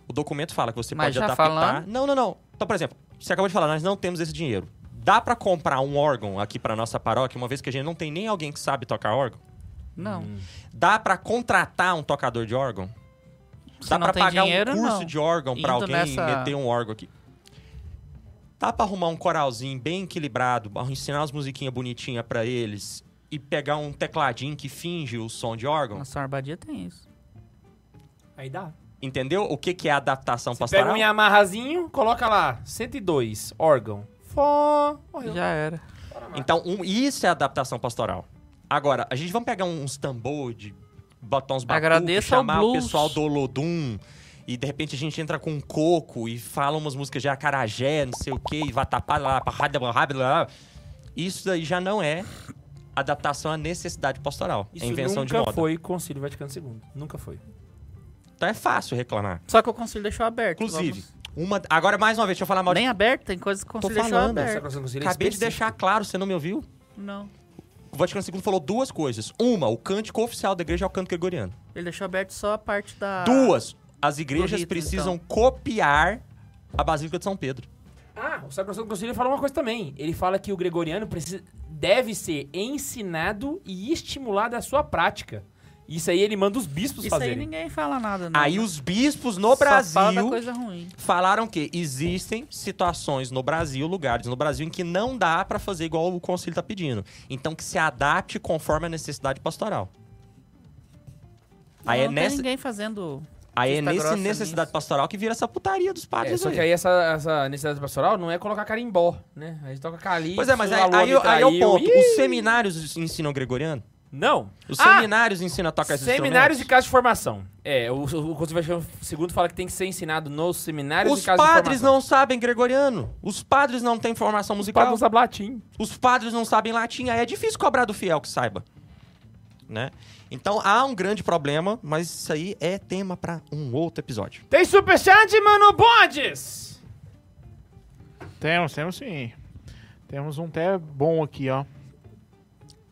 O documento fala que você Mas pode já adaptar... falando- Não, não, não. Então, por exemplo, você acabou de falar, nós não temos esse dinheiro. Dá pra comprar um órgão aqui pra nossa paróquia, uma vez que a gente não tem nem alguém que sabe tocar órgão? Não. Hum. Dá pra contratar um tocador de órgão? Se Dá não pra tem pagar dinheiro, um curso não. de órgão pra Indo alguém nessa- meter um órgão aqui. Dá pra arrumar um coralzinho bem equilibrado, pra ensinar as musiquinhas bonitinhas pra eles e pegar um tecladinho que finge o som de órgão? Nossa, a Arbadia tem isso. Aí dá. Entendeu? O que, que é adaptação Você pega pastoral? um Yamahazinho, coloca lá, 102, órgão. Fó. Morreu. Já era. Então, um- isso é adaptação pastoral. Agora, a gente vamos pegar um, uns tambor de botar uns batuques, Agradeça ao chamar o blues. pessoal do Olodum. E de repente a gente entra com um coco e fala umas músicas de acarajé, não sei o quê, e vai tapar lá, pá, rádio, blá, blá, blá. Isso daí já não é adaptação à necessidade pastoral. Isso é invenção de nunca moda. foi Concílio Vaticano II. Nunca foi. Então é fácil reclamar. Só que o conselho deixou aberto. Inclusive, vamos- uma. Agora, mais uma vez, deixa eu falar mal de. Nem aberto, tem coisas que o conselho Tô deixou falando, aberto. Sacrosanto Concílio é Acabei de específico. deixar claro, você não me ouviu? Não. O Vaticano II falou duas coisas. Uma, o cântico oficial da igreja é o canto gregoriano. Ele deixou aberto só a parte da. Duas, as igrejas Do rito, precisam copiar a Basílica de São Pedro. Ah, o Sacrosanto Concílio fala uma coisa também. Ele fala que o gregoriano precisa, deve ser ensinado e estimulado à sua prática. Isso aí ele manda os bispos Isso aí fazerem. ninguém fala nada, não. né? Aí os bispos no Só Fala da Brasil Uhum. coisa ruim. falaram que existem situações no Brasil, lugares no Brasil em que não dá pra fazer igual o conselho tá pedindo. Então que se adapte conforme a necessidade pastoral. Aí não é, tem nessa, ninguém fazendo. aí é vista nesse grossa necessidade nisso. pastoral que vira essa putaria dos É, padres. só que velho. aí essa, essa necessidade pastoral não é colocar carimbó, né? A gente toca cali. Pois é, mas aí, aí, eu- aí é o ponto. Os seminários ensinam gregoriano? Não. Os Ah, seminários ensinam a tocar esses Seminários instrumentos? e casa de formação. É, o, o, o Conselho Vaticano II fala que tem que ser ensinado nos seminários Os e casas de padres formação. não sabem gregoriano. Os padres não têm formação musical. Os padres não latim. Os padres não sabem latim. Aí é difícil cobrar do fiel que saiba. Né? Então há um grande problema, mas isso aí é tema pra um outro episódio. Tem superchat, mano, Bondes! Temos, temos sim. Temos um até bom aqui, ó.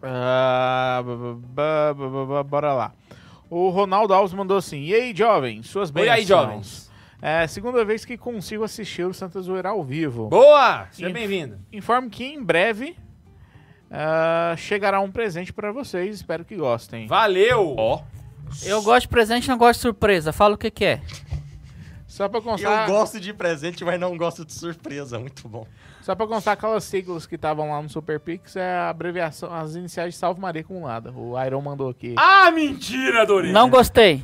Ah, ba- ba- ba- ba- ba- ba- bora lá. O Ronaldo Alves mandou assim: E aí, jovens? Suas Oi bênçãos. aí, jovens. É, segunda vez que consigo assistir o Santa Zoeira ao vivo. Boa! Seja Inf- bem-vindo. Informo que em breve ah, chegará um presente pra vocês. Espero que gostem. Valeu! Ó. Eu gosto de presente, não gosto de surpresa. Fala o que, que é. Só pra constar, Eu gosto de presente, mas não gosto de surpresa. Muito bom. só pra constar aquelas siglas que estavam lá no Super Pix é a abreviação, as iniciais de Salve Maria acumulada. O Iron mandou aqui. Ah, mentira, adorei. Não gostei.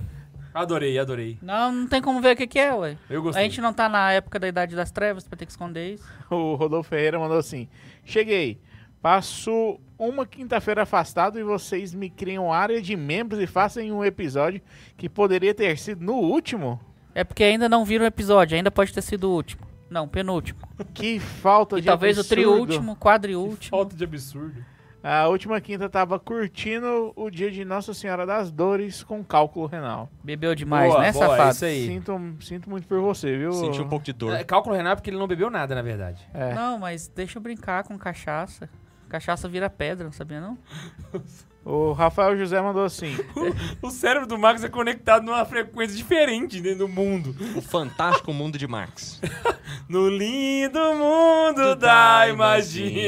Adorei, adorei. Não, não tem como ver o que, que é, ué. Eu A gostei. gente não tá na época da Idade das Trevas pra ter que esconder isso. O Rodolfo Ferreira mandou assim: Cheguei. Passo uma quinta-feira afastado e vocês me criam área de membros e fazem um episódio que poderia ter sido no último. É porque ainda não viram o episódio, ainda pode ter sido o último. Não, penúltimo. Que falta E de talvez o absurdo. triúltimo, quadriúltimo. Falta de absurdo. A última quinta tava curtindo o dia de Nossa Senhora das Dores com cálculo renal. Bebeu demais, Boa, né, boa, safado? isso aí. Sinto, sinto muito por você, viu? Senti um pouco de dor. É, cálculo Renato porque ele não bebeu nada, na verdade. É. Não, mas deixa eu brincar com cachaça. Cachaça vira pedra, não sabia não? O Rafael José mandou assim. O cérebro do Marcos é conectado numa frequência diferente né, no mundo. O fantástico mundo de Marx. No lindo mundo Da da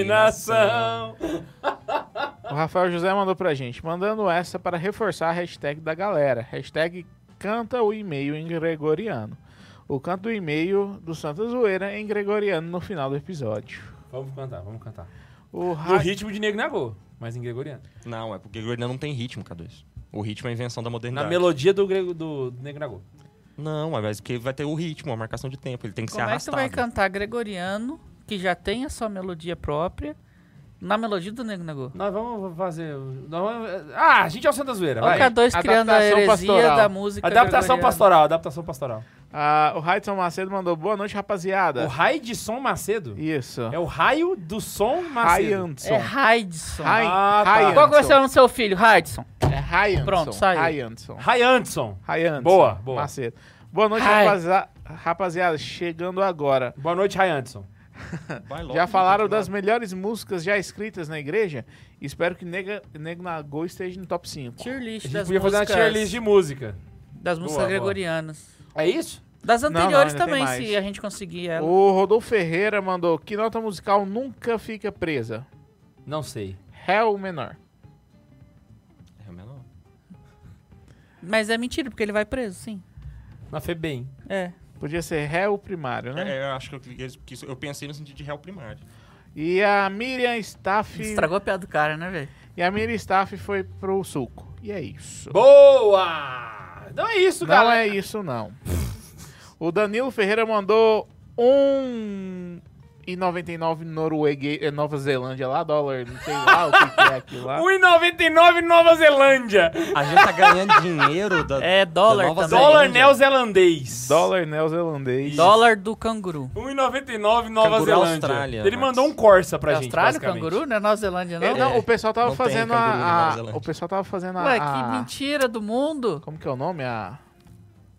imaginação. O Rafael José mandou pra gente, mandando essa para reforçar a hashtag da galera. Hashtag canta o e-mail em gregoriano. O canto do e-mail do Santa Zoeira em gregoriano no final do episódio. Vamos cantar, vamos cantar. O No Ra... ritmo de Nego Nagô, mas em gregoriano. Não, é porque Gregoriano não tem ritmo, K2. O ritmo é a invenção da Na modernidade. melodia do, grego, do Nego Nagô. Não, mas porque vai ter o ritmo, a marcação de tempo. Ele tem que Como ser é que tu arrastado. vai cantar gregoriano, que já tem a sua melodia própria, na melodia do Nego Nagô? Nós vamos fazer. o- nós vamos- ah, a gente é o Santa Zoeira, Olha o vai. K2 criando a Adaptação heresia pastoral. da música Adaptação gregoriana. pastoral, adaptação pastoral. Ah, o Raidson Macedo mandou boa noite, O rapaziada. raio de som Macedo Isso. é o raio do som Macedo. Ryanson. É Raidson. Rai- Ah, tá. Ryanson. Qual que vai ser o nome do seu filho, Raidson? É Ryanson. Pronto, saiu. Ryanson. Ryanson. Ryanson. Boa, boa. Macedo. Boa noite, Rai. rapaza- rapaziada. Chegando agora. Boa noite, Ryanson. Vai logo, né? Já falaram continua. das melhores músicas já escritas na igreja? Espero que Nega, Nego Nagô esteja no top 5. A Cheerlist gente das podia fazer uma músicas, tier list de música. das músicas Boa, boa. gregorianas. É isso? Das Não, não, anteriores ainda tem também, mais. se a gente conseguir ela. O Rodolfo Ferreira mandou: Que nota musical nunca fica presa? Não sei. Ré ou menor? É o menor. Mas é mentira, porque ele vai preso, sim. Na FEBEM. É. Podia ser Ré ou primário, né? É, eu acho que eu, que isso- que isso- eu pensei no sentido de réu primário. E a Miriam Staff. Estragou a piada do cara, né, velho? E a Miriam Staff foi pro suco. E é isso. Boa! Então é isso, Não galera. é isso, não. O Danilo Ferreira mandou um e 99 norueguês, é, Nova Zelândia lá, dólar, não sei lá o que, que é (laughs) aquilo lá. 1,99 Nova Zelândia. A gente tá ganhando dinheiro da. É dólar Nova também. Dólar Zelândia. neozelandês. Dólar neozelandês. Dólar do canguru. 1,99 Nova Canguru Zelândia. Austrália, Ele Max. mandou um Corsa pra É gente, Austrália, basicamente. canguru? Não é Nova Zelândia, não? É, não, É, o pessoal tava não tem fazendo canguru na Nova a, a- Zelândia. O pessoal tava fazendo a. Ué, a- que mentira do mundo. Como que é o nome? A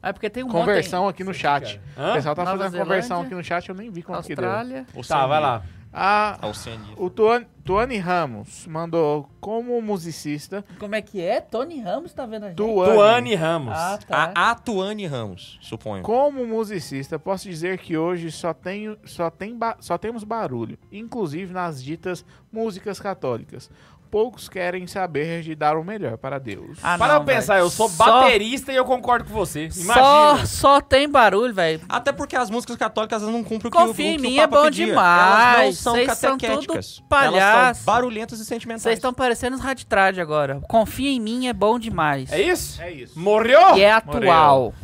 É porque tem um conversão aqui no chat. Hã? O pessoal tava Nova fazendo a conversão Zelândia? aqui no chat, eu nem vi como monte que em deu. Austrália. Tá, vai lá. A, A Oceania. o Tuan- Tuane Ramos mandou como musicista. Como é que é? Tony Ramos tá vendo a gente? Tuane. Tuane Ramos. Ah, tá. A Atuane Ramos, suponho. Como musicista, posso dizer que hoje só, tenho, só, tem ba- só temos barulho, inclusive nas ditas músicas católicas. Poucos querem saber de dar o melhor para Deus. Ah, Para não, eu pensar, velho. eu sou Só- baterista e eu concordo com você. Imagina. Só, só tem barulho, velho. Até porque as músicas católicas elas não cumprem o que, o, o Confia em que mim, o é Papa bom pedia. demais. Elas não são Vocês são catequéticas. tudo Elas palhaço. são barulhentas e sentimentais. Vocês estão parecendo os rádio trad agora. Confia em mim, é bom demais. É isso? É isso. Morreu? E é atual.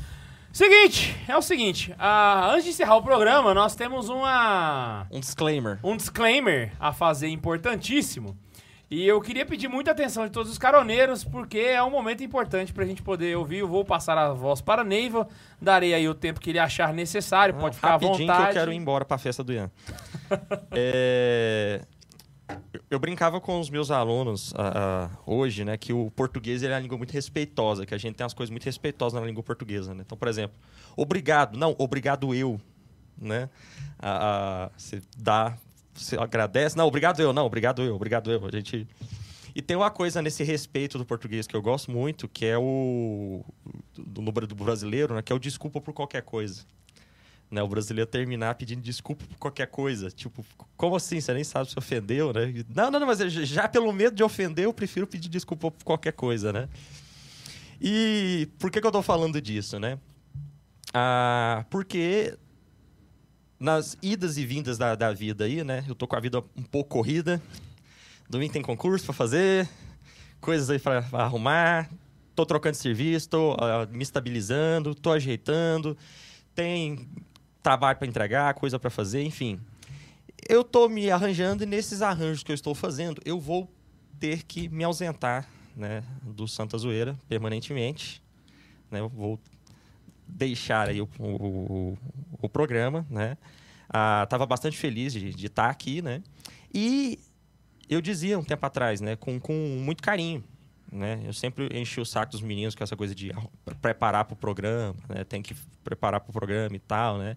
Seguinte, é o seguinte. ah, antes de encerrar o programa, nós temos uma... Um disclaimer. um disclaimer a fazer importantíssimo. E eu queria pedir muita atenção de todos os caroneiros, porque é um momento importante pra gente poder ouvir. Eu vou passar a voz para Neiva, darei aí o tempo que ele achar necessário, Não, pode ficar à rapidinho vontade. que eu quero ir embora pra festa do Ian. (laughs) É, eu- Eu brincava com os meus alunos ah, ah, hoje, né, que o português ele é uma língua muito respeitosa, que a gente tem umas coisas muito respeitosas na língua portuguesa, né? Então, por exemplo, obrigado, não, obrigado eu, né? Ah, ah, Você dá, você agradece, não, obrigado eu, não, obrigado eu, obrigado eu. A gente e tem uma coisa nesse respeito do português que eu gosto muito, que é o do, do- do brasileiro, né, que é o desculpa por qualquer coisa né, o brasileiro terminar pedindo desculpa por qualquer coisa. Tipo, como assim? Você nem sabe se ofendeu, né? E, Não, não, não, mas eu já já pelo medo de ofender, eu prefiro pedir desculpa por qualquer coisa, né? E por que, que eu tô falando disso, né? Ah, porque nas idas e vindas da, da vida aí, né? Eu tô com a vida um pouco corrida. Domingo tem concurso pra fazer, coisas aí pra, pra arrumar. Tô trocando de serviço, tô ah, me estabilizando, tô ajeitando. Tem trabalho pra entregar, coisa pra fazer, enfim. Eu tô me arranjando e nesses arranjos que eu estou fazendo, eu vou ter que me ausentar, né, do Santa Zoeira permanentemente. Né? Eu vou deixar aí o, o, o- o programa, né? Ah, tava bastante feliz de estar aqui, né? E eu dizia um tempo atrás, né? Com, com muito carinho, né? Eu sempre enchi o saco dos meninos com essa coisa de arru- preparar para o programa, né? Tem que preparar para o programa e tal, né?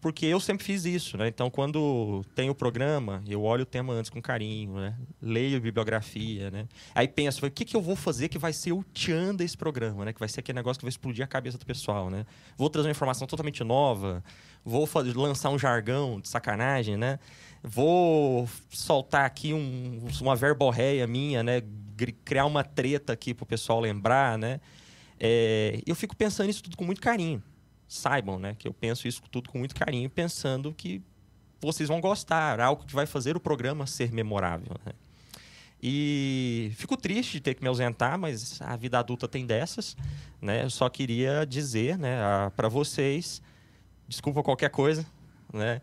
Porque eu sempre fiz isso, né? Então, quando tem o programa, eu olho o tema antes com carinho, né? Leio a bibliografia, né? Aí penso, o que, que eu vou fazer que vai ser o tchan desse programa, né? Que vai ser aquele negócio que vai explodir a cabeça do pessoal, né? Vou trazer uma informação totalmente nova, vou fa- lançar um jargão de sacanagem, né? Vou soltar aqui um- uma verborreia minha, né? Gri- Criar uma treta aqui pro pessoal lembrar, né? É, eu fico pensando nisso tudo com muito carinho. Saibam, né? Que eu penso isso tudo com muito carinho, pensando que vocês vão gostar, algo que vai fazer o programa ser memorável, né? E fico triste de ter que me ausentar, mas a vida adulta tem dessas, né? Eu só queria dizer, né, para vocês, desculpa qualquer coisa, né?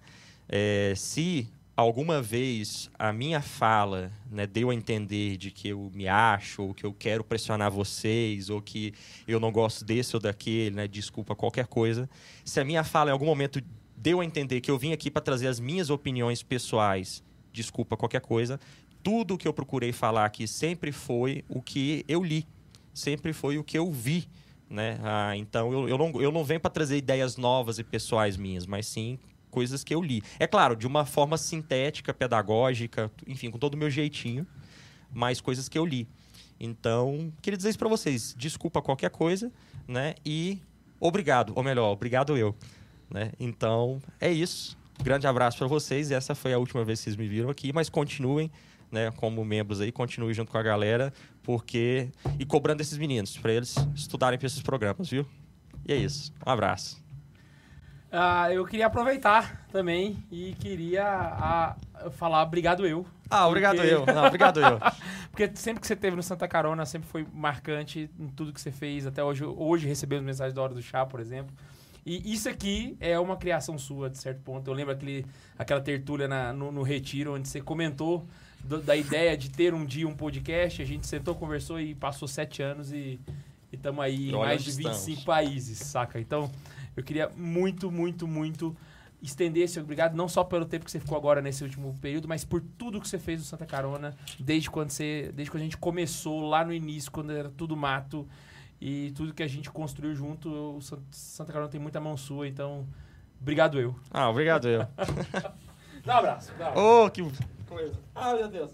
É, se alguma vez a minha fala né, deu a entender de que eu me acho, ou que eu quero pressionar vocês, ou que eu não gosto desse ou daquele, né? Desculpa qualquer coisa. Se a minha fala em algum momento deu a entender que eu vim aqui para trazer as minhas opiniões pessoais, desculpa qualquer coisa. Tudo o que eu procurei falar aqui sempre foi o que eu li, sempre foi o que eu vi, né? Ah, então eu, eu não eu não venho para trazer ideias novas e pessoais minhas, mas sim coisas que eu li. É claro, de uma forma sintética, pedagógica, enfim, com todo o meu jeitinho, mas coisas que eu li. Então, queria dizer isso pra vocês. Desculpa qualquer coisa, né? E obrigado, ou melhor, obrigado eu. Né? Então, é isso. Grande abraço pra vocês. Essa foi a última vez que vocês me viram aqui, mas continuem, né, como membros aí, continuem junto com a galera, porque e cobrando esses meninos pra eles estudarem pra esses programas, viu? E é isso. Um abraço. Ah, eu queria aproveitar também e queria ah, falar obrigado eu. Ah, obrigado eu. Não, obrigado (laughs) eu. Porque sempre que você teve no Santa Carona, sempre foi marcante em tudo que você fez. Até hoje, hoje recebemos mensagens da Hora do Chá, por exemplo. E isso aqui é uma criação sua, de certo ponto. Eu lembro aquele, aquela tertúlia na- no, no Retiro, onde você comentou do- da ideia de ter um dia um podcast. A gente sentou, conversou e passou sete anos e estamos aí E em olha mais onde de estamos. 25 países, saca? Então, eu queria muito, muito, muito estender esse obrigado, não só pelo tempo que você ficou agora nesse último período, mas por tudo que você fez no Santa Carona, desde quando você, desde quando a gente começou lá no início, quando era tudo mato e tudo que a gente construiu junto, o San- Santa Carona tem muita mão sua, então obrigado eu. Ah, obrigado eu. Dá um abraço. Dá um abraço. Oh, que Ah, meu Deus.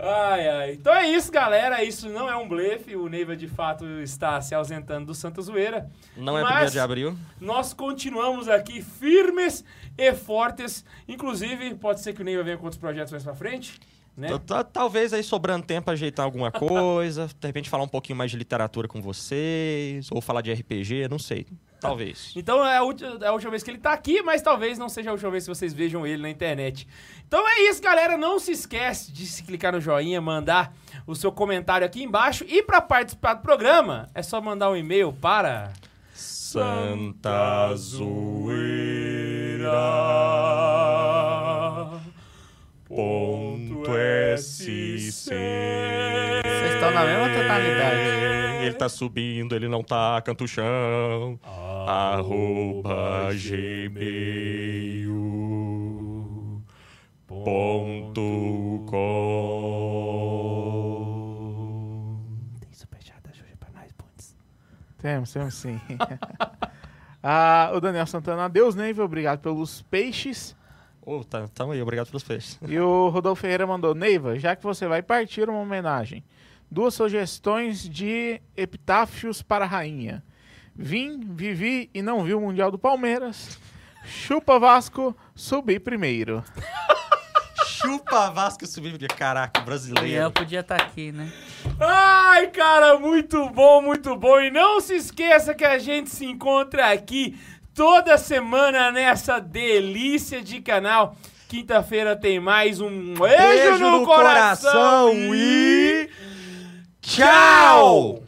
Ai, ai. Então é isso, galera. Isso não é um blefe. O Neiva, de fato, está se ausentando do Santa Zoeira. não é Mas- primeiro de abril. Nós continuamos aqui firmes e fortes. Inclusive, pode ser que o Neiva venha com outros projetos mais pra frente, né? Tal- tal- Talvez aí sobrando tempo pra ajeitar alguma coisa, de repente falar um pouquinho mais de literatura com vocês, ou falar de RPG, não sei. Talvez. Então é a, última, é a última vez que ele tá aqui, mas talvez não seja a última vez que vocês vejam ele na internet. Então é isso, galera. Não se esquece de se clicar no joinha, mandar o seu comentário aqui embaixo. E pra participar do programa, é só mandar um e-mail para. Santa Vocês estão na mesma totalidade. Ele tá subindo, ele não tá canta o chão. Arroba gmail. Ponto com. Tem superchat da Xuxa pra nós, Bundes. Temos, temos sim. (laughs) Ah, o Daniel Santana, adeus, Neiva. Obrigado pelos peixes. Ô, tá, tamo aí, obrigado pelos peixes. E o Rodolfo Ferreira mandou: Neiva, já que você vai partir uma homenagem, duas sugestões de epitáfios para a rainha. Vim, vivi e não vi o Mundial do Palmeiras. Chupa Vasco, subi primeiro. Chupa Vasco Subindo. Caraca, Ian brasileiro. podia estar aqui, né? Ai, cara, muito bom, muito bom. E não se esqueça que a gente se encontra aqui toda semana nessa delícia de canal. Quinta-feira tem mais um beijo, Beijo no coração e Tchau!